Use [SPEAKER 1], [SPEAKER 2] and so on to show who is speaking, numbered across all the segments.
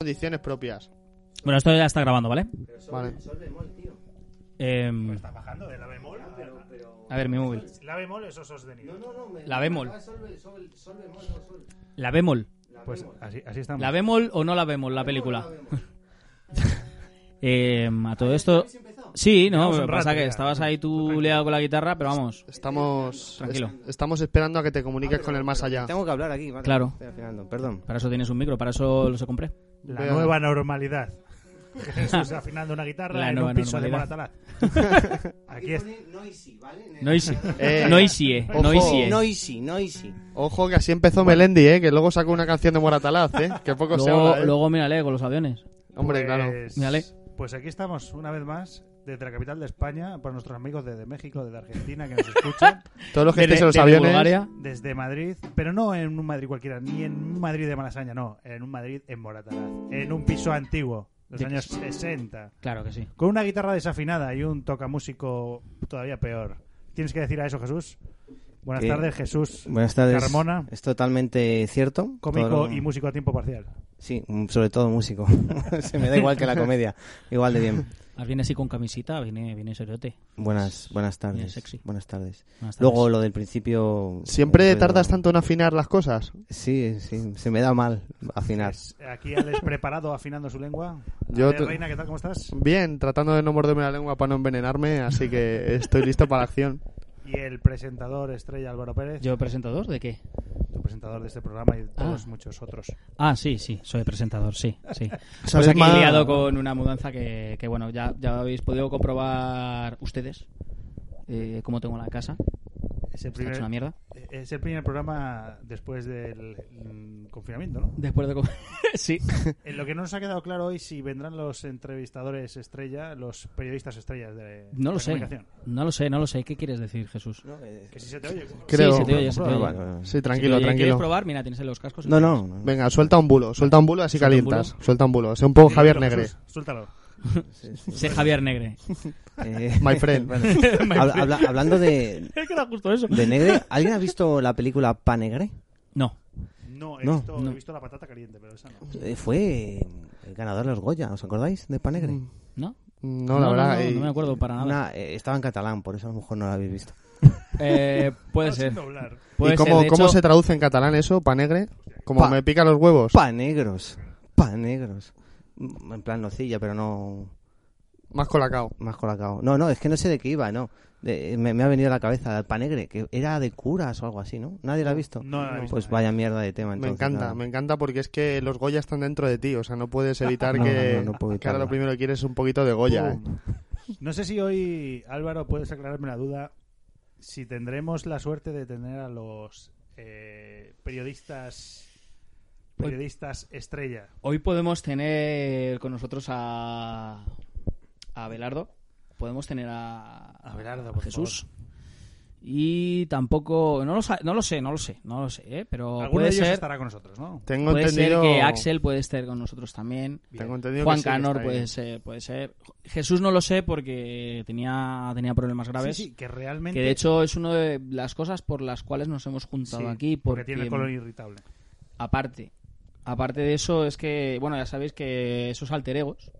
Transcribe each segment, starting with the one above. [SPEAKER 1] Condiciones propias.
[SPEAKER 2] Bueno, esto ya está grabando, ¿vale?
[SPEAKER 1] Vale.
[SPEAKER 2] Em,
[SPEAKER 3] Pues Bajando de la bemol.
[SPEAKER 2] a ver, mi móvil.
[SPEAKER 3] La bemol es o sostenido.
[SPEAKER 2] La
[SPEAKER 3] Ah,
[SPEAKER 2] bemol. La bemol.
[SPEAKER 3] Pues así, así estamos.
[SPEAKER 2] ¿La bemol o no la vemos la película? Em, a
[SPEAKER 3] Ah,
[SPEAKER 2] todo esto... Sí, no,
[SPEAKER 3] Llevamos un
[SPEAKER 2] pero pasa
[SPEAKER 3] rato
[SPEAKER 2] que
[SPEAKER 3] ya.
[SPEAKER 2] estabas ahí tú liado con la guitarra, pero vamos,
[SPEAKER 1] Estamos.
[SPEAKER 2] Tranquilo.
[SPEAKER 1] es- estamos esperando a que te comuniques con el más allá.
[SPEAKER 4] Tengo que hablar aquí, vale.
[SPEAKER 2] Claro.
[SPEAKER 4] Estoy afinando, perdón.
[SPEAKER 2] para eso tienes un micro, para eso lo se compré.
[SPEAKER 3] La
[SPEAKER 1] Veo-
[SPEAKER 3] nueva normalidad. Jesús afinando una guitarra
[SPEAKER 2] La
[SPEAKER 3] en
[SPEAKER 2] nueva
[SPEAKER 3] un piso
[SPEAKER 2] normalidad.
[SPEAKER 3] de Moratalaz. Aquí es.
[SPEAKER 2] Noisy.
[SPEAKER 1] Eh,
[SPEAKER 2] Noisy, eh.
[SPEAKER 1] ojo.
[SPEAKER 2] Noisy, eh.
[SPEAKER 4] Noisy, noisy.
[SPEAKER 1] Ojo que así empezó Melendi, ¿eh? Que luego sacó una canción de Moratalaz, ¿eh? Que poco se
[SPEAKER 2] Luego,
[SPEAKER 1] habla, ¿eh?
[SPEAKER 2] luego mírale con los aviones.
[SPEAKER 1] Hombre, claro.
[SPEAKER 3] Pues-
[SPEAKER 2] Mírale.
[SPEAKER 3] Pues aquí estamos una vez más desde la capital de España por nuestros amigos de, de México, de Argentina que nos escuchan,
[SPEAKER 1] Todos los que estéis
[SPEAKER 2] Desde-
[SPEAKER 1] en los
[SPEAKER 2] desde
[SPEAKER 1] aviones.
[SPEAKER 2] Bulgaria.
[SPEAKER 3] desde Madrid, pero no en un Madrid cualquiera, ni en un Madrid de Malasaña, no, en un Madrid en Moratalaz, en un piso antiguo, de los
[SPEAKER 2] De-
[SPEAKER 3] años 60,
[SPEAKER 2] Claro que sí.
[SPEAKER 3] con una guitarra desafinada y un tocamúsico todavía peor. ¿Tienes que decir a eso, Jesús? Buenas
[SPEAKER 4] ¿Qué?
[SPEAKER 3] tardes, Jesús.
[SPEAKER 4] Buenas tardes.
[SPEAKER 3] Carmona,
[SPEAKER 4] Es totalmente cierto.
[SPEAKER 3] cómico
[SPEAKER 4] Todo lo-
[SPEAKER 3] y músico a tiempo parcial.
[SPEAKER 4] Sí, mm, sobre todo músico. Se me da igual que la comedia. Igual de bien.
[SPEAKER 2] Ah, Viene así con camisita, viene, viene seriote.
[SPEAKER 4] Buenas, buenas
[SPEAKER 2] Bien
[SPEAKER 4] tardes.
[SPEAKER 2] sexy.
[SPEAKER 4] Buenas tardes.
[SPEAKER 2] Buenas tardes.
[SPEAKER 4] Luego lo del principio.
[SPEAKER 1] Siempre
[SPEAKER 4] puedo-
[SPEAKER 1] tardas tanto en afinar las cosas.
[SPEAKER 4] Sí, sí, se me da mal afinar.
[SPEAKER 3] Es- Aquí Alex preparado afinando su lengua.
[SPEAKER 1] Yo
[SPEAKER 3] Ale,
[SPEAKER 1] te-
[SPEAKER 3] Reina, ¿qué tal? ¿Cómo estás?
[SPEAKER 1] Bien, tratando de no morderme la lengua para no envenenarme, así que estoy listo para la acción.
[SPEAKER 3] Y el presentador estrella Álvaro Pérez,
[SPEAKER 2] ¿Yo presentador de qué?
[SPEAKER 3] tu presentador de este programa y de todos
[SPEAKER 2] Ah.
[SPEAKER 3] muchos otros.
[SPEAKER 2] Ah, sí, sí, soy presentador, sí, sí. Pues
[SPEAKER 4] Sabes
[SPEAKER 2] aquí
[SPEAKER 4] más.
[SPEAKER 2] liado con una mudanza que, que, bueno, ya, ya habéis podido comprobar ustedes eh, cómo tengo la casa.
[SPEAKER 3] Es el
[SPEAKER 2] Está hecho
[SPEAKER 3] primer, e-,
[SPEAKER 2] una mierda.
[SPEAKER 3] es el primer programa después del mm, confinamiento, ¿no?
[SPEAKER 2] Después de... co- sí.
[SPEAKER 3] En lo que no nos ha quedado claro hoy si vendrán los entrevistadores estrella, los periodistas estrellas de
[SPEAKER 2] No
[SPEAKER 3] de
[SPEAKER 2] lo sé.
[SPEAKER 3] comunicación.
[SPEAKER 2] No lo sé, no lo sé. ¿Qué quieres decir, Jesús?
[SPEAKER 4] No, eh,
[SPEAKER 3] Que si se te oye. pues.
[SPEAKER 1] Creo.
[SPEAKER 2] Sí, se te oye, se te oye.
[SPEAKER 4] Vale, vale, vale.
[SPEAKER 1] Sí,
[SPEAKER 2] Se
[SPEAKER 1] tranquilo,
[SPEAKER 2] te oye. ¿Quieres
[SPEAKER 1] tranquilo.
[SPEAKER 2] probar? Mira, tienes los cascos.
[SPEAKER 4] No, no. no.
[SPEAKER 1] Venga, suelta un bulo, suelta un bulo así
[SPEAKER 2] ¿Suelta un
[SPEAKER 1] calientas. Suelta un bulo, sé un poco Javier
[SPEAKER 3] Dímelo,
[SPEAKER 1] Negre.
[SPEAKER 3] Jesús, Suéltalo.
[SPEAKER 4] Sí, sí.
[SPEAKER 2] Sé Javier Negre.
[SPEAKER 4] Eh,
[SPEAKER 1] My friend.
[SPEAKER 4] habla- habla- hablando de,
[SPEAKER 2] Es que era justo eso.
[SPEAKER 4] de negre, ¿alguien ha visto la película Panegre?
[SPEAKER 2] No.
[SPEAKER 3] No, he,
[SPEAKER 4] No,
[SPEAKER 3] visto,
[SPEAKER 2] no.
[SPEAKER 3] he visto la patata caliente, pero esa no.
[SPEAKER 4] Eh, fue el ganador de los Goya, ¿os acordáis? De Panegre.
[SPEAKER 3] Mm.
[SPEAKER 2] ¿No?
[SPEAKER 1] No, la verdad.
[SPEAKER 2] No,
[SPEAKER 1] y-
[SPEAKER 2] no me acuerdo para nada.
[SPEAKER 4] Una- eh, estaba en catalán, por eso a lo mejor no la habéis visto.
[SPEAKER 2] Eh, puede
[SPEAKER 3] Ah, sin
[SPEAKER 2] ser.
[SPEAKER 3] doblar.
[SPEAKER 2] Puede
[SPEAKER 1] ¿Y cómo,
[SPEAKER 2] ser. De
[SPEAKER 1] cómo
[SPEAKER 2] hecho,
[SPEAKER 1] se traduce en catalán eso, panegre? Como
[SPEAKER 4] Pa-
[SPEAKER 1] me pica los huevos.
[SPEAKER 4] Panegros, panegros. Mm, En plan nocilla, pero no
[SPEAKER 1] Más colacao.
[SPEAKER 4] más colacao. No, no, es que no sé de qué iba, no. De- me, me ha venido a la cabeza el Panegre, que era de curas o algo así, ¿no? ¿Nadie la ha visto?
[SPEAKER 3] No la he visto.
[SPEAKER 4] Pues vaya mierda de tema.
[SPEAKER 1] Me
[SPEAKER 4] entonces,
[SPEAKER 1] encanta,
[SPEAKER 4] nada.
[SPEAKER 1] me encanta porque es que los Goya están dentro de ti, o sea, no puedes evitar
[SPEAKER 4] No,
[SPEAKER 1] que,
[SPEAKER 4] no, no, no puedo
[SPEAKER 1] que ahora
[SPEAKER 4] evitarlo.
[SPEAKER 1] lo primero que quieres es un poquito de Goya. eh.
[SPEAKER 3] Pum.
[SPEAKER 4] eh.
[SPEAKER 3] No sé si hoy, Álvaro, puedes aclararme la duda. Si tendremos la suerte de tener a los eh, periodistas
[SPEAKER 2] Pues
[SPEAKER 3] periodistas estrella.
[SPEAKER 2] Hoy podemos tener con nosotros a. A Belardo. Podemos tener a.
[SPEAKER 3] A Abelardo, por
[SPEAKER 2] Jesús. Y tampoco. No lo, sa- no lo sé, no lo sé, no lo sé, ¿eh? Pero
[SPEAKER 3] Alguno de
[SPEAKER 2] puede
[SPEAKER 3] ellos
[SPEAKER 2] ser.
[SPEAKER 3] estará con nosotros, ¿no?
[SPEAKER 1] Tengo
[SPEAKER 2] Puede
[SPEAKER 1] entendido,
[SPEAKER 2] ser que Axel puede estar con nosotros también.
[SPEAKER 1] tengo entendido
[SPEAKER 2] Juan
[SPEAKER 1] que sí, que
[SPEAKER 2] Canor pues,
[SPEAKER 1] está ahí.
[SPEAKER 2] puede ser, puede ser. Jesús no lo sé porque tenía, tenía problemas graves.
[SPEAKER 3] Sí, sí, que realmente.
[SPEAKER 2] Que de hecho es una de las cosas por las cuales nos hemos juntado
[SPEAKER 3] sí,
[SPEAKER 2] aquí. Porque,
[SPEAKER 3] porque
[SPEAKER 2] em-
[SPEAKER 3] tiene el colon irritable.
[SPEAKER 2] aparte, aparte de eso, es que, bueno, ya sabéis que esos alter egos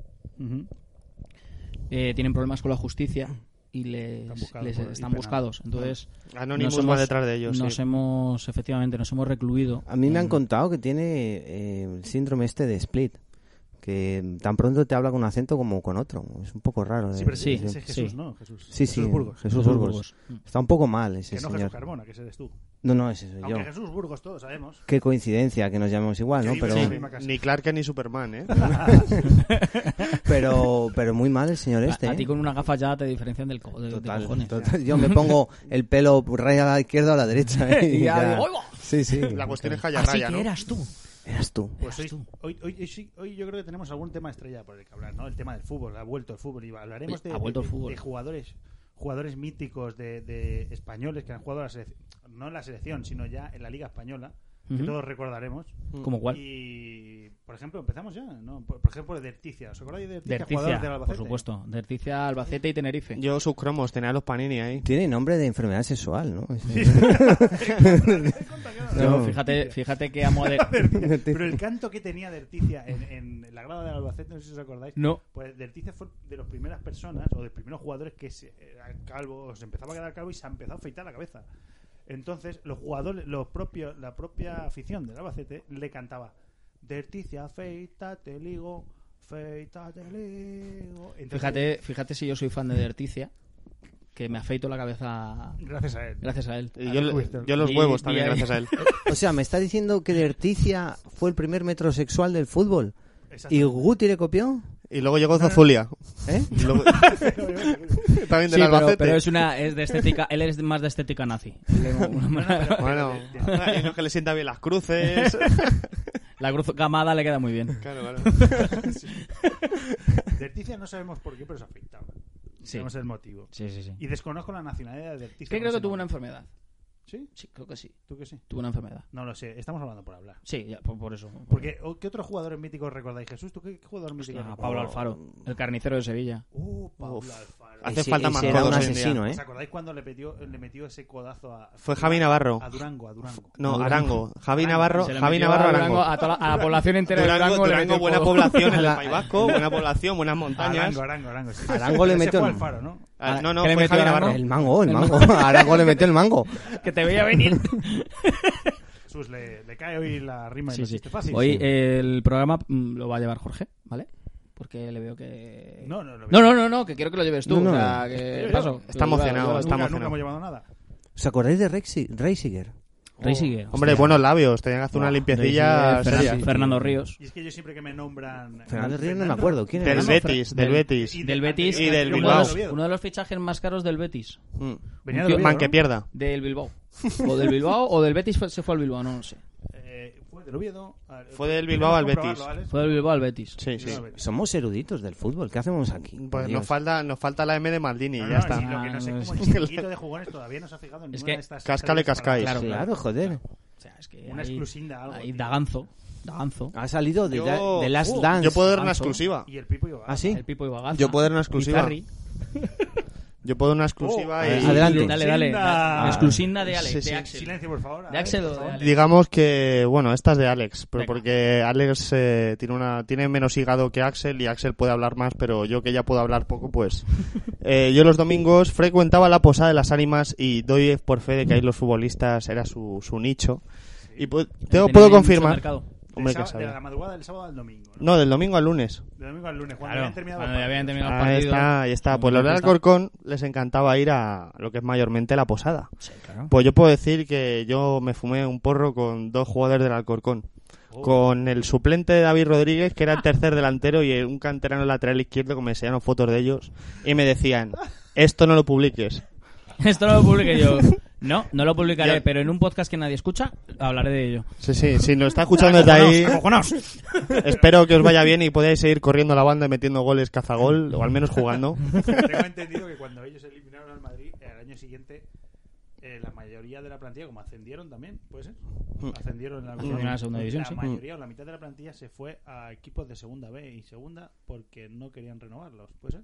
[SPEAKER 2] eh, tienen problemas con la justicia y les les están,
[SPEAKER 3] Están buscados por- y penados.
[SPEAKER 2] buscados. Entonces,
[SPEAKER 1] Anonymous
[SPEAKER 2] nos
[SPEAKER 1] va
[SPEAKER 2] hemos-
[SPEAKER 1] detrás de ellos.
[SPEAKER 2] Nos
[SPEAKER 1] sí.
[SPEAKER 2] hemos, efectivamente, nos hemos recluido.
[SPEAKER 4] A mí
[SPEAKER 3] Mm.
[SPEAKER 4] me han contado que tiene eh, el síndrome este de split, que tan pronto te habla con un acento como con otro. Es un poco raro.
[SPEAKER 3] Sí,
[SPEAKER 4] eh,
[SPEAKER 3] pero sí,
[SPEAKER 2] sí,
[SPEAKER 3] ese es Jesús,
[SPEAKER 2] sí.
[SPEAKER 3] ¿no? Jesús.
[SPEAKER 4] Sí, sí,
[SPEAKER 3] Jesús Burgos.
[SPEAKER 4] Jesús
[SPEAKER 2] Jesús
[SPEAKER 4] Burgos.
[SPEAKER 2] Burgos.
[SPEAKER 4] Está un poco mal ese
[SPEAKER 3] que no
[SPEAKER 4] señor.
[SPEAKER 3] Jesús Carmona, que ese eres tú.
[SPEAKER 4] No, no, ese soy yo.
[SPEAKER 3] Aunque Jesús Burgos todos sabemos.
[SPEAKER 4] Qué coincidencia que nos llamemos igual, ¿no?
[SPEAKER 3] Que
[SPEAKER 4] Pero,
[SPEAKER 3] vives en la misma casa.
[SPEAKER 1] Ni Clark Kent ni Superman, ¿eh?
[SPEAKER 4] pero, pero muy mal el señor este.
[SPEAKER 2] a, a ti
[SPEAKER 4] ¿eh?
[SPEAKER 2] con una gafa ya te diferencian del co- de, de
[SPEAKER 4] Total,
[SPEAKER 2] cojones.
[SPEAKER 4] total. Yo me pongo el pelo raya a la izquierda o a la derecha. ¿eh?
[SPEAKER 2] Y ya digo, "Oigo".
[SPEAKER 4] Sí, sí.
[SPEAKER 1] La cuestión es que haya
[SPEAKER 2] Así
[SPEAKER 1] raya,
[SPEAKER 2] que
[SPEAKER 1] ¿no?
[SPEAKER 2] eras tú.
[SPEAKER 4] Eras tú.
[SPEAKER 3] Pues hoy,
[SPEAKER 2] Verás tú.
[SPEAKER 3] hoy, hoy- hoy sí- hoy yo creo que tenemos algún tema estrella por el que hablar, ¿no? El tema del fútbol, ha vuelto el fútbol. Y hablaremos
[SPEAKER 2] Oye,
[SPEAKER 3] de,
[SPEAKER 2] ha vuelto
[SPEAKER 3] de-
[SPEAKER 2] el fútbol.
[SPEAKER 3] de jugadores jugadores míticos, de, de españoles que han jugado a la selección, no en la selección, sino ya en la Liga Española, que
[SPEAKER 2] Ujú.
[SPEAKER 3] todos recordaremos.
[SPEAKER 2] ¿Como cuál?
[SPEAKER 3] Mm. Y, por ejemplo, empezamos ya, ¿no? Por, por ejemplo, de Erticia. ¿Os acordáis de Erticia,
[SPEAKER 2] Derticia,
[SPEAKER 3] jugador del
[SPEAKER 2] por
[SPEAKER 3] Albacete?
[SPEAKER 2] supuesto. Derticia, Albacete y Tenerife.
[SPEAKER 1] Yo sus cromos, tenía los panini ahí.
[SPEAKER 4] Tiene nombre de enfermedad sexual, ¿no?
[SPEAKER 2] Yo,
[SPEAKER 4] No.
[SPEAKER 2] fíjate, fíjate que amo a Der-
[SPEAKER 3] Pero el canto que tenía de Erticia en, en la grada del Albacete, no sé si os acordáis.
[SPEAKER 2] No.
[SPEAKER 3] Pues Dertice fue de las primeras personas o de los primeros jugadores que se, era calvo, se empezaba a quedar calvo y se empezó a afeitar la cabeza. Entonces, los jugadores, los propios, la propia afición del Albacete le cantaba: Derticia, afeítate, ligo, afeítate, ligo. Entonces,
[SPEAKER 2] Fíjate, fíjate si yo soy fan de Derticia, que me afeito la cabeza
[SPEAKER 3] Gracias a él.
[SPEAKER 2] gracias a él.
[SPEAKER 1] Y yo,
[SPEAKER 4] Ah,
[SPEAKER 3] Tuviste.
[SPEAKER 1] yo los
[SPEAKER 2] Y-
[SPEAKER 1] huevos
[SPEAKER 2] y
[SPEAKER 1] también,
[SPEAKER 2] ahí-
[SPEAKER 1] gracias a él.
[SPEAKER 4] O sea, me está diciendo que Derticia fue el primer metrosexual del fútbol.
[SPEAKER 3] Exacto.
[SPEAKER 4] ¿Y Guti le copió?
[SPEAKER 1] Y luego llegó Zazulia.
[SPEAKER 4] ¿Eh?
[SPEAKER 1] Y luego- también del
[SPEAKER 2] Sí, pero,
[SPEAKER 1] Albacete.
[SPEAKER 2] pero es una es de estética, él es más de estética nazi.
[SPEAKER 1] Bueno, hay unos que le sientan bien las cruces.
[SPEAKER 2] La cruz gamada le queda muy bien.
[SPEAKER 1] claro, claro.
[SPEAKER 3] Derticia no sabemos por qué, pero se afeitaba.
[SPEAKER 2] Sí.
[SPEAKER 3] Sabemos el motivo.
[SPEAKER 2] Sí, sí, sí.
[SPEAKER 3] Y desconozco la nacionalidad de Derticia.
[SPEAKER 2] Es que
[SPEAKER 3] no
[SPEAKER 2] creo
[SPEAKER 3] sé
[SPEAKER 2] que tuvo una
[SPEAKER 3] nada.
[SPEAKER 2] enfermedad.
[SPEAKER 3] ¿Sí?
[SPEAKER 2] Sí, creo que sí.
[SPEAKER 3] ¿Tú que sí?
[SPEAKER 2] Tuvo una enfermedad.
[SPEAKER 3] No lo sé. Estamos hablando por hablar.
[SPEAKER 2] Sí, ya, por, por eso.
[SPEAKER 3] Porque, o- ¿qué otros jugadores míticos recordáis? Jesús, ¿tú qué, qué jugador mítico?
[SPEAKER 2] Ah,
[SPEAKER 3] recuerdas?
[SPEAKER 2] Pablo Alfaro, el carnicero de Sevilla.
[SPEAKER 3] Uh, Pablo
[SPEAKER 1] Uf.
[SPEAKER 3] Alfaro.
[SPEAKER 1] Hace
[SPEAKER 4] Ese-
[SPEAKER 1] falta más
[SPEAKER 4] ese era un
[SPEAKER 1] codos hoy en día.
[SPEAKER 4] asesino, ¿eh?
[SPEAKER 3] ¿Os acordáis cuando le metió, le metió ese codazo a...
[SPEAKER 1] Fue Javi Navarro.
[SPEAKER 3] A Durango, a Durango.
[SPEAKER 1] No, Arango. Javi Navarro,
[SPEAKER 2] Se le
[SPEAKER 1] Javi
[SPEAKER 2] metió
[SPEAKER 1] Navarro,
[SPEAKER 2] a,
[SPEAKER 1] Arango.
[SPEAKER 2] Durango, a toda la, a la población entera
[SPEAKER 1] Durango,
[SPEAKER 2] de Durango. le
[SPEAKER 1] Durango,
[SPEAKER 2] metió
[SPEAKER 1] buena
[SPEAKER 2] por-
[SPEAKER 1] población en el País Vasco, buena población, buenas montañas.
[SPEAKER 3] Arango, Arango, Arango. sí.
[SPEAKER 4] Arango le
[SPEAKER 3] Ese
[SPEAKER 4] metió
[SPEAKER 3] fue
[SPEAKER 4] el-
[SPEAKER 3] Alfaro, ¿no?
[SPEAKER 1] Ah, no, no,
[SPEAKER 2] ¿Qué le
[SPEAKER 1] fue
[SPEAKER 2] metió
[SPEAKER 1] Javi
[SPEAKER 2] Arango?
[SPEAKER 1] Navarro.
[SPEAKER 4] El mango, el
[SPEAKER 2] El
[SPEAKER 4] mango. Arango le metió el mango.
[SPEAKER 2] Que te veía venir.
[SPEAKER 3] Jesús, le, le cae hoy la rima
[SPEAKER 1] pues
[SPEAKER 3] y
[SPEAKER 2] Sí,
[SPEAKER 3] lo
[SPEAKER 2] sí.
[SPEAKER 1] este
[SPEAKER 3] hiciste fácil.
[SPEAKER 2] Hoy
[SPEAKER 3] Sí.
[SPEAKER 2] eh, el programa mm, lo va a llevar Jorge, ¿vale? Porque le veo que...
[SPEAKER 3] No, no, lo
[SPEAKER 2] no, no, no, no, que quiero que lo lleves tú.
[SPEAKER 4] No, no.
[SPEAKER 2] o sea, que
[SPEAKER 3] Yo, yo.
[SPEAKER 2] paso.
[SPEAKER 1] Está emocionado,
[SPEAKER 2] Lo llevas tú.
[SPEAKER 1] está
[SPEAKER 3] Nunca,
[SPEAKER 1] emocionado.
[SPEAKER 3] nunca hemos llevado nada.
[SPEAKER 4] ¿Os acordáis de Rexi- Reisiger?
[SPEAKER 2] Rey sigue.
[SPEAKER 1] Hombre, buenos labios, tenían que hacer una
[SPEAKER 2] Buah,
[SPEAKER 1] limpiecilla
[SPEAKER 2] Rey sigue,
[SPEAKER 1] seria.
[SPEAKER 2] Fernan- Fernando Ríos.
[SPEAKER 3] Y es que yo siempre que me nombran... eh,
[SPEAKER 4] Fernando Ríos no me acuerdo. ¿Quién era?
[SPEAKER 1] Del
[SPEAKER 2] Fer-
[SPEAKER 1] Betis, del
[SPEAKER 2] del-
[SPEAKER 1] Betis.
[SPEAKER 3] y
[SPEAKER 2] Del Betis.
[SPEAKER 1] Y del
[SPEAKER 2] uno de
[SPEAKER 1] Bilbao.
[SPEAKER 2] los- Uno de, los, fichajes más caros del Betis.
[SPEAKER 1] Mm.
[SPEAKER 3] Venía
[SPEAKER 2] Un
[SPEAKER 3] de
[SPEAKER 2] tío-
[SPEAKER 3] Oviedo,
[SPEAKER 1] Man
[SPEAKER 3] ¿no?
[SPEAKER 1] que pierda.
[SPEAKER 2] Del Bilbao. O del Bilbao o del Betis fue- se fue al Bilbao, no lo sé.
[SPEAKER 3] Eh, fue del Oviedo. a-
[SPEAKER 1] Fue del Bilbao al
[SPEAKER 3] Comprobarlo,
[SPEAKER 1] Betis.
[SPEAKER 3] ¿vale?
[SPEAKER 2] Fue del Bilbao al Betis.
[SPEAKER 1] Sí, sí.
[SPEAKER 3] Bilbao al Betis.
[SPEAKER 4] Somos eruditos del fútbol. ¿Qué hacemos aquí?
[SPEAKER 1] Pues
[SPEAKER 4] Dios.
[SPEAKER 1] nos falta, nos falta la M de Maldini,
[SPEAKER 3] No,
[SPEAKER 1] ya
[SPEAKER 3] no,
[SPEAKER 1] está.
[SPEAKER 3] sí, lo que no sé es cómo el chiquito de jugones todavía no se ha fijado en
[SPEAKER 2] Es
[SPEAKER 3] ninguna
[SPEAKER 2] que
[SPEAKER 3] de estas.
[SPEAKER 1] cáscale,
[SPEAKER 3] series
[SPEAKER 1] cascáis.
[SPEAKER 4] Claro,
[SPEAKER 2] Claro, claro.
[SPEAKER 4] joder.
[SPEAKER 2] O sea, es que
[SPEAKER 3] Una
[SPEAKER 2] ahí-
[SPEAKER 3] exclusinda, algo,
[SPEAKER 2] ahí
[SPEAKER 3] tío.
[SPEAKER 2] Daganzo. Daganzo.
[SPEAKER 1] Ah,
[SPEAKER 4] Ha salido de, la,
[SPEAKER 1] Yo-
[SPEAKER 4] de Last
[SPEAKER 1] uh,
[SPEAKER 4] Dance.
[SPEAKER 1] Yo puedo dar una
[SPEAKER 2] Dance.
[SPEAKER 1] exclusiva.
[SPEAKER 3] para- Y el Pipo y
[SPEAKER 4] ¿Ah, sí?
[SPEAKER 2] El Pipo y Baganza.
[SPEAKER 1] Yo puedo dar una exclusiva. Eh,
[SPEAKER 2] Icarri.
[SPEAKER 1] Yo puedo una exclusiva
[SPEAKER 4] Oh,
[SPEAKER 1] y...
[SPEAKER 4] adelante.
[SPEAKER 2] Dale, dale.
[SPEAKER 3] Exclusinda.
[SPEAKER 2] La exclusinda de
[SPEAKER 1] Sí,
[SPEAKER 2] Alex.
[SPEAKER 1] sí.
[SPEAKER 2] De Axel.
[SPEAKER 3] Silencio, por favor.
[SPEAKER 2] De Axel o de Alex.
[SPEAKER 1] Digamos que, bueno, esta es de Alex, pero
[SPEAKER 2] Venga.
[SPEAKER 1] porque Alex eh, tiene una tiene menos hígado que Axel y Axel puede hablar más, pero yo que ya puedo hablar poco, pues. Eh, yo los domingos frecuentaba la Posada de las Ánimas y doy por fe de que ahí los futbolistas era su, su nicho. Y pu- tengo-
[SPEAKER 2] Tenía
[SPEAKER 1] puedo
[SPEAKER 2] mucho
[SPEAKER 1] confirmar.
[SPEAKER 2] mercado.
[SPEAKER 1] Hombre,
[SPEAKER 3] de,
[SPEAKER 1] que
[SPEAKER 3] sá- de
[SPEAKER 1] sabía.
[SPEAKER 3] la madrugada del sábado al domingo. ¿no?
[SPEAKER 1] No, del domingo al lunes.
[SPEAKER 3] De domingo al lunes, cuando
[SPEAKER 2] Claro,
[SPEAKER 3] habían terminado.
[SPEAKER 2] cuando
[SPEAKER 3] los
[SPEAKER 2] ya habían
[SPEAKER 3] partidos.
[SPEAKER 2] terminado los
[SPEAKER 1] Ahí
[SPEAKER 2] partidos.
[SPEAKER 1] Ah, está, ahí está. Pues los de
[SPEAKER 2] Está.
[SPEAKER 1] Alcorcón les encantaba ir a lo que es mayormente la Posada.
[SPEAKER 2] Sí, claro.
[SPEAKER 1] Pues yo puedo decir que yo me fumé un porro con dos jugadores del Alcorcón. Con el suplente de David Rodríguez, que era el tercer delantero, y un canterano lateral izquierdo, que me enseñaron fotos de ellos. Y me decían, esto no lo publiques.
[SPEAKER 2] Esto no lo publiqué yo. No, no lo publicaré,
[SPEAKER 1] Ya.
[SPEAKER 2] pero en un podcast que nadie escucha, hablaré de ello.
[SPEAKER 1] Sí, sí, si nos está escuchando desde ahí, espero que os vaya bien y podáis seguir corriendo la banda y metiendo goles cazagol, o al menos jugando.
[SPEAKER 3] Tengo entendido que cuando ellos eliminaron al Madrid, eh, al año siguiente, eh, la mayoría de la plantilla, como ascendieron también, ¿puede ser? Ascendieron en la, Mm.
[SPEAKER 2] Ascendieron a Mm. la segunda división,
[SPEAKER 3] La
[SPEAKER 2] sí. Mm.
[SPEAKER 3] mayoría o la mitad de la plantilla se fue a equipos de segunda B y segunda porque no querían renovarlos, ¿puede ser?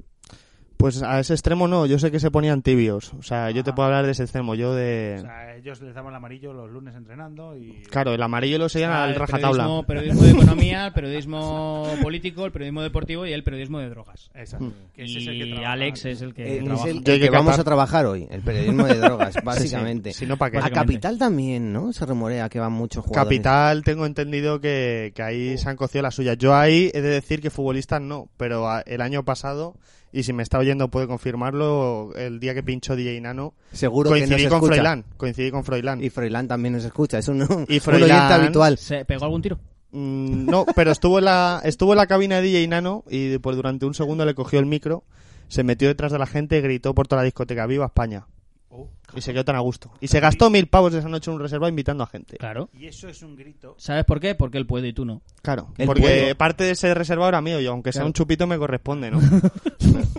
[SPEAKER 1] Pues a ese extremo no, yo sé que se ponían tibios. O sea, yo te puedo hablar de ese extremo, yo
[SPEAKER 3] O
[SPEAKER 1] de...
[SPEAKER 3] sea, ellos les daban el amarillo los lunes entrenando y...
[SPEAKER 1] Claro, Ah, el amarillo lo seguían al
[SPEAKER 2] el
[SPEAKER 1] rajatabla.
[SPEAKER 2] periodismo, periodismo de economía, el periodismo político, el periodismo deportivo y el periodismo de drogas.
[SPEAKER 3] Exacto.
[SPEAKER 4] Mm.
[SPEAKER 3] Que ese es el que
[SPEAKER 2] Y
[SPEAKER 3] trabaja.
[SPEAKER 2] Alex es el que
[SPEAKER 4] Eh, es
[SPEAKER 2] trabaja.
[SPEAKER 4] el, el
[SPEAKER 1] Yo hay que
[SPEAKER 4] que vamos
[SPEAKER 1] captar.
[SPEAKER 4] a trabajar hoy, el periodismo de drogas, básicamente.
[SPEAKER 1] Si no, ¿para qué?
[SPEAKER 4] A Capital también, ¿no? Se rumorea que van muchos jugadores.
[SPEAKER 1] Capital, tengo entendido que, que ahí
[SPEAKER 4] Oh.
[SPEAKER 1] se han cocido las suyas. Yo ahí he de decir que futbolistas no, pero a- el año pasado, y si me está oyendo puede confirmarlo, el día que pinchó DJ Nano,
[SPEAKER 4] Seguro que nos
[SPEAKER 1] coincidí con
[SPEAKER 4] escucha.
[SPEAKER 1] Froilán. Coincidí con Froilán.
[SPEAKER 4] Y Froilán también nos escucha, es un, un
[SPEAKER 1] Froilán.
[SPEAKER 4] oyente habitual.
[SPEAKER 2] ¿Se pegó algún tiro?
[SPEAKER 1] Mm, no, pero estuvo en, la, estuvo en la cabina de DJ Nano y pues, durante un segundo le cogió el micro, se metió detrás de la gente y gritó por toda la discoteca, ¡Viva España!
[SPEAKER 3] Oh.
[SPEAKER 1] Y se quedó tan a gusto. Y se gastó mil pavos esa noche en un reserva invitando a gente.
[SPEAKER 2] Claro.
[SPEAKER 3] Y eso es un grito.
[SPEAKER 2] ¿Sabes por qué? Porque él puede y tú no.
[SPEAKER 1] Claro,
[SPEAKER 4] Él
[SPEAKER 1] porque
[SPEAKER 4] puede.
[SPEAKER 1] parte de ese reservado era mío y aunque sea
[SPEAKER 2] Claro.
[SPEAKER 1] un chupito me corresponde, ¿no?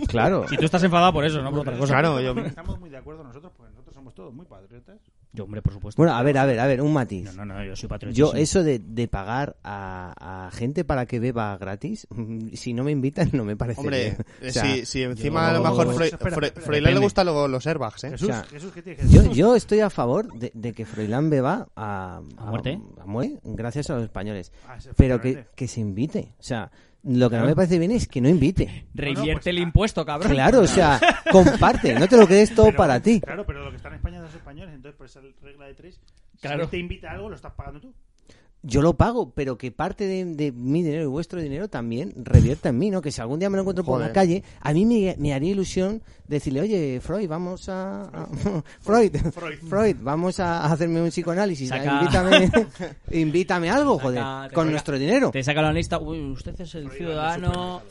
[SPEAKER 4] Claro.
[SPEAKER 2] Si tú estás enfadado por eso, no por otra
[SPEAKER 1] Pues
[SPEAKER 2] cosa.
[SPEAKER 1] claro, yo...
[SPEAKER 3] Estamos muy de acuerdo nosotros, porque nosotros somos todos muy patriotas.
[SPEAKER 2] Yo, hombre, por supuesto.
[SPEAKER 4] Bueno, a ver, a ver, a ver, un matiz.
[SPEAKER 2] No, no, no, yo soy patriota.
[SPEAKER 4] Yo, eso de, de pagar a, a gente para que beba gratis, si no me invitan, no me parece
[SPEAKER 1] Hombre,
[SPEAKER 4] bien.
[SPEAKER 1] eh,
[SPEAKER 4] O sea,
[SPEAKER 1] si, si encima a
[SPEAKER 4] yo-
[SPEAKER 1] lo mejor
[SPEAKER 3] Eso,
[SPEAKER 1] Fre-
[SPEAKER 3] espera,
[SPEAKER 1] Fre-
[SPEAKER 3] espera,
[SPEAKER 1] Froilán le
[SPEAKER 2] depende.
[SPEAKER 1] gustan luego los airbags, ¿eh?
[SPEAKER 3] Jesús,
[SPEAKER 4] sea,
[SPEAKER 3] Jesús, ¿qué tienes que
[SPEAKER 4] Yo,
[SPEAKER 3] decir?
[SPEAKER 4] yo estoy a favor de, de que Froilán beba a,
[SPEAKER 2] ¿A muerte?
[SPEAKER 4] a muerte, gracias a los españoles.
[SPEAKER 3] Ah, sí,
[SPEAKER 4] pero que,
[SPEAKER 3] efectivamente.
[SPEAKER 4] que se invite. O sea, lo que no me parece bien es que no invite.
[SPEAKER 2] Revierte
[SPEAKER 3] No, no, pues,
[SPEAKER 2] el
[SPEAKER 3] ah,
[SPEAKER 2] impuesto, cabrón.
[SPEAKER 4] Claro, o sea, comparte, no te lo quedes todo
[SPEAKER 3] Pero,
[SPEAKER 4] para ti.
[SPEAKER 3] Claro, pero lo que están en España es los españoles, entonces por esa regla de tres,
[SPEAKER 2] Claro.
[SPEAKER 3] si él te invita a algo, lo estás pagando tú.
[SPEAKER 4] Yo lo pago, pero que parte de, de mi dinero y vuestro dinero también revierta en mí, ¿no? Que si algún día me lo encuentro por la
[SPEAKER 1] Joder.
[SPEAKER 4] calle, a mí me, me haría ilusión decirle, oye, Freud, vamos a... a- Freud,
[SPEAKER 3] Freud.
[SPEAKER 4] Freud, vamos a hacerme un psicoanálisis.
[SPEAKER 2] Saca-
[SPEAKER 4] Invítame, invítame algo,
[SPEAKER 2] Saca-
[SPEAKER 4] joder,
[SPEAKER 2] te
[SPEAKER 4] con
[SPEAKER 2] saca-
[SPEAKER 4] nuestro dinero.
[SPEAKER 2] Te saca la lista. Uy, usted es el
[SPEAKER 3] Prohíban
[SPEAKER 2] ciudadano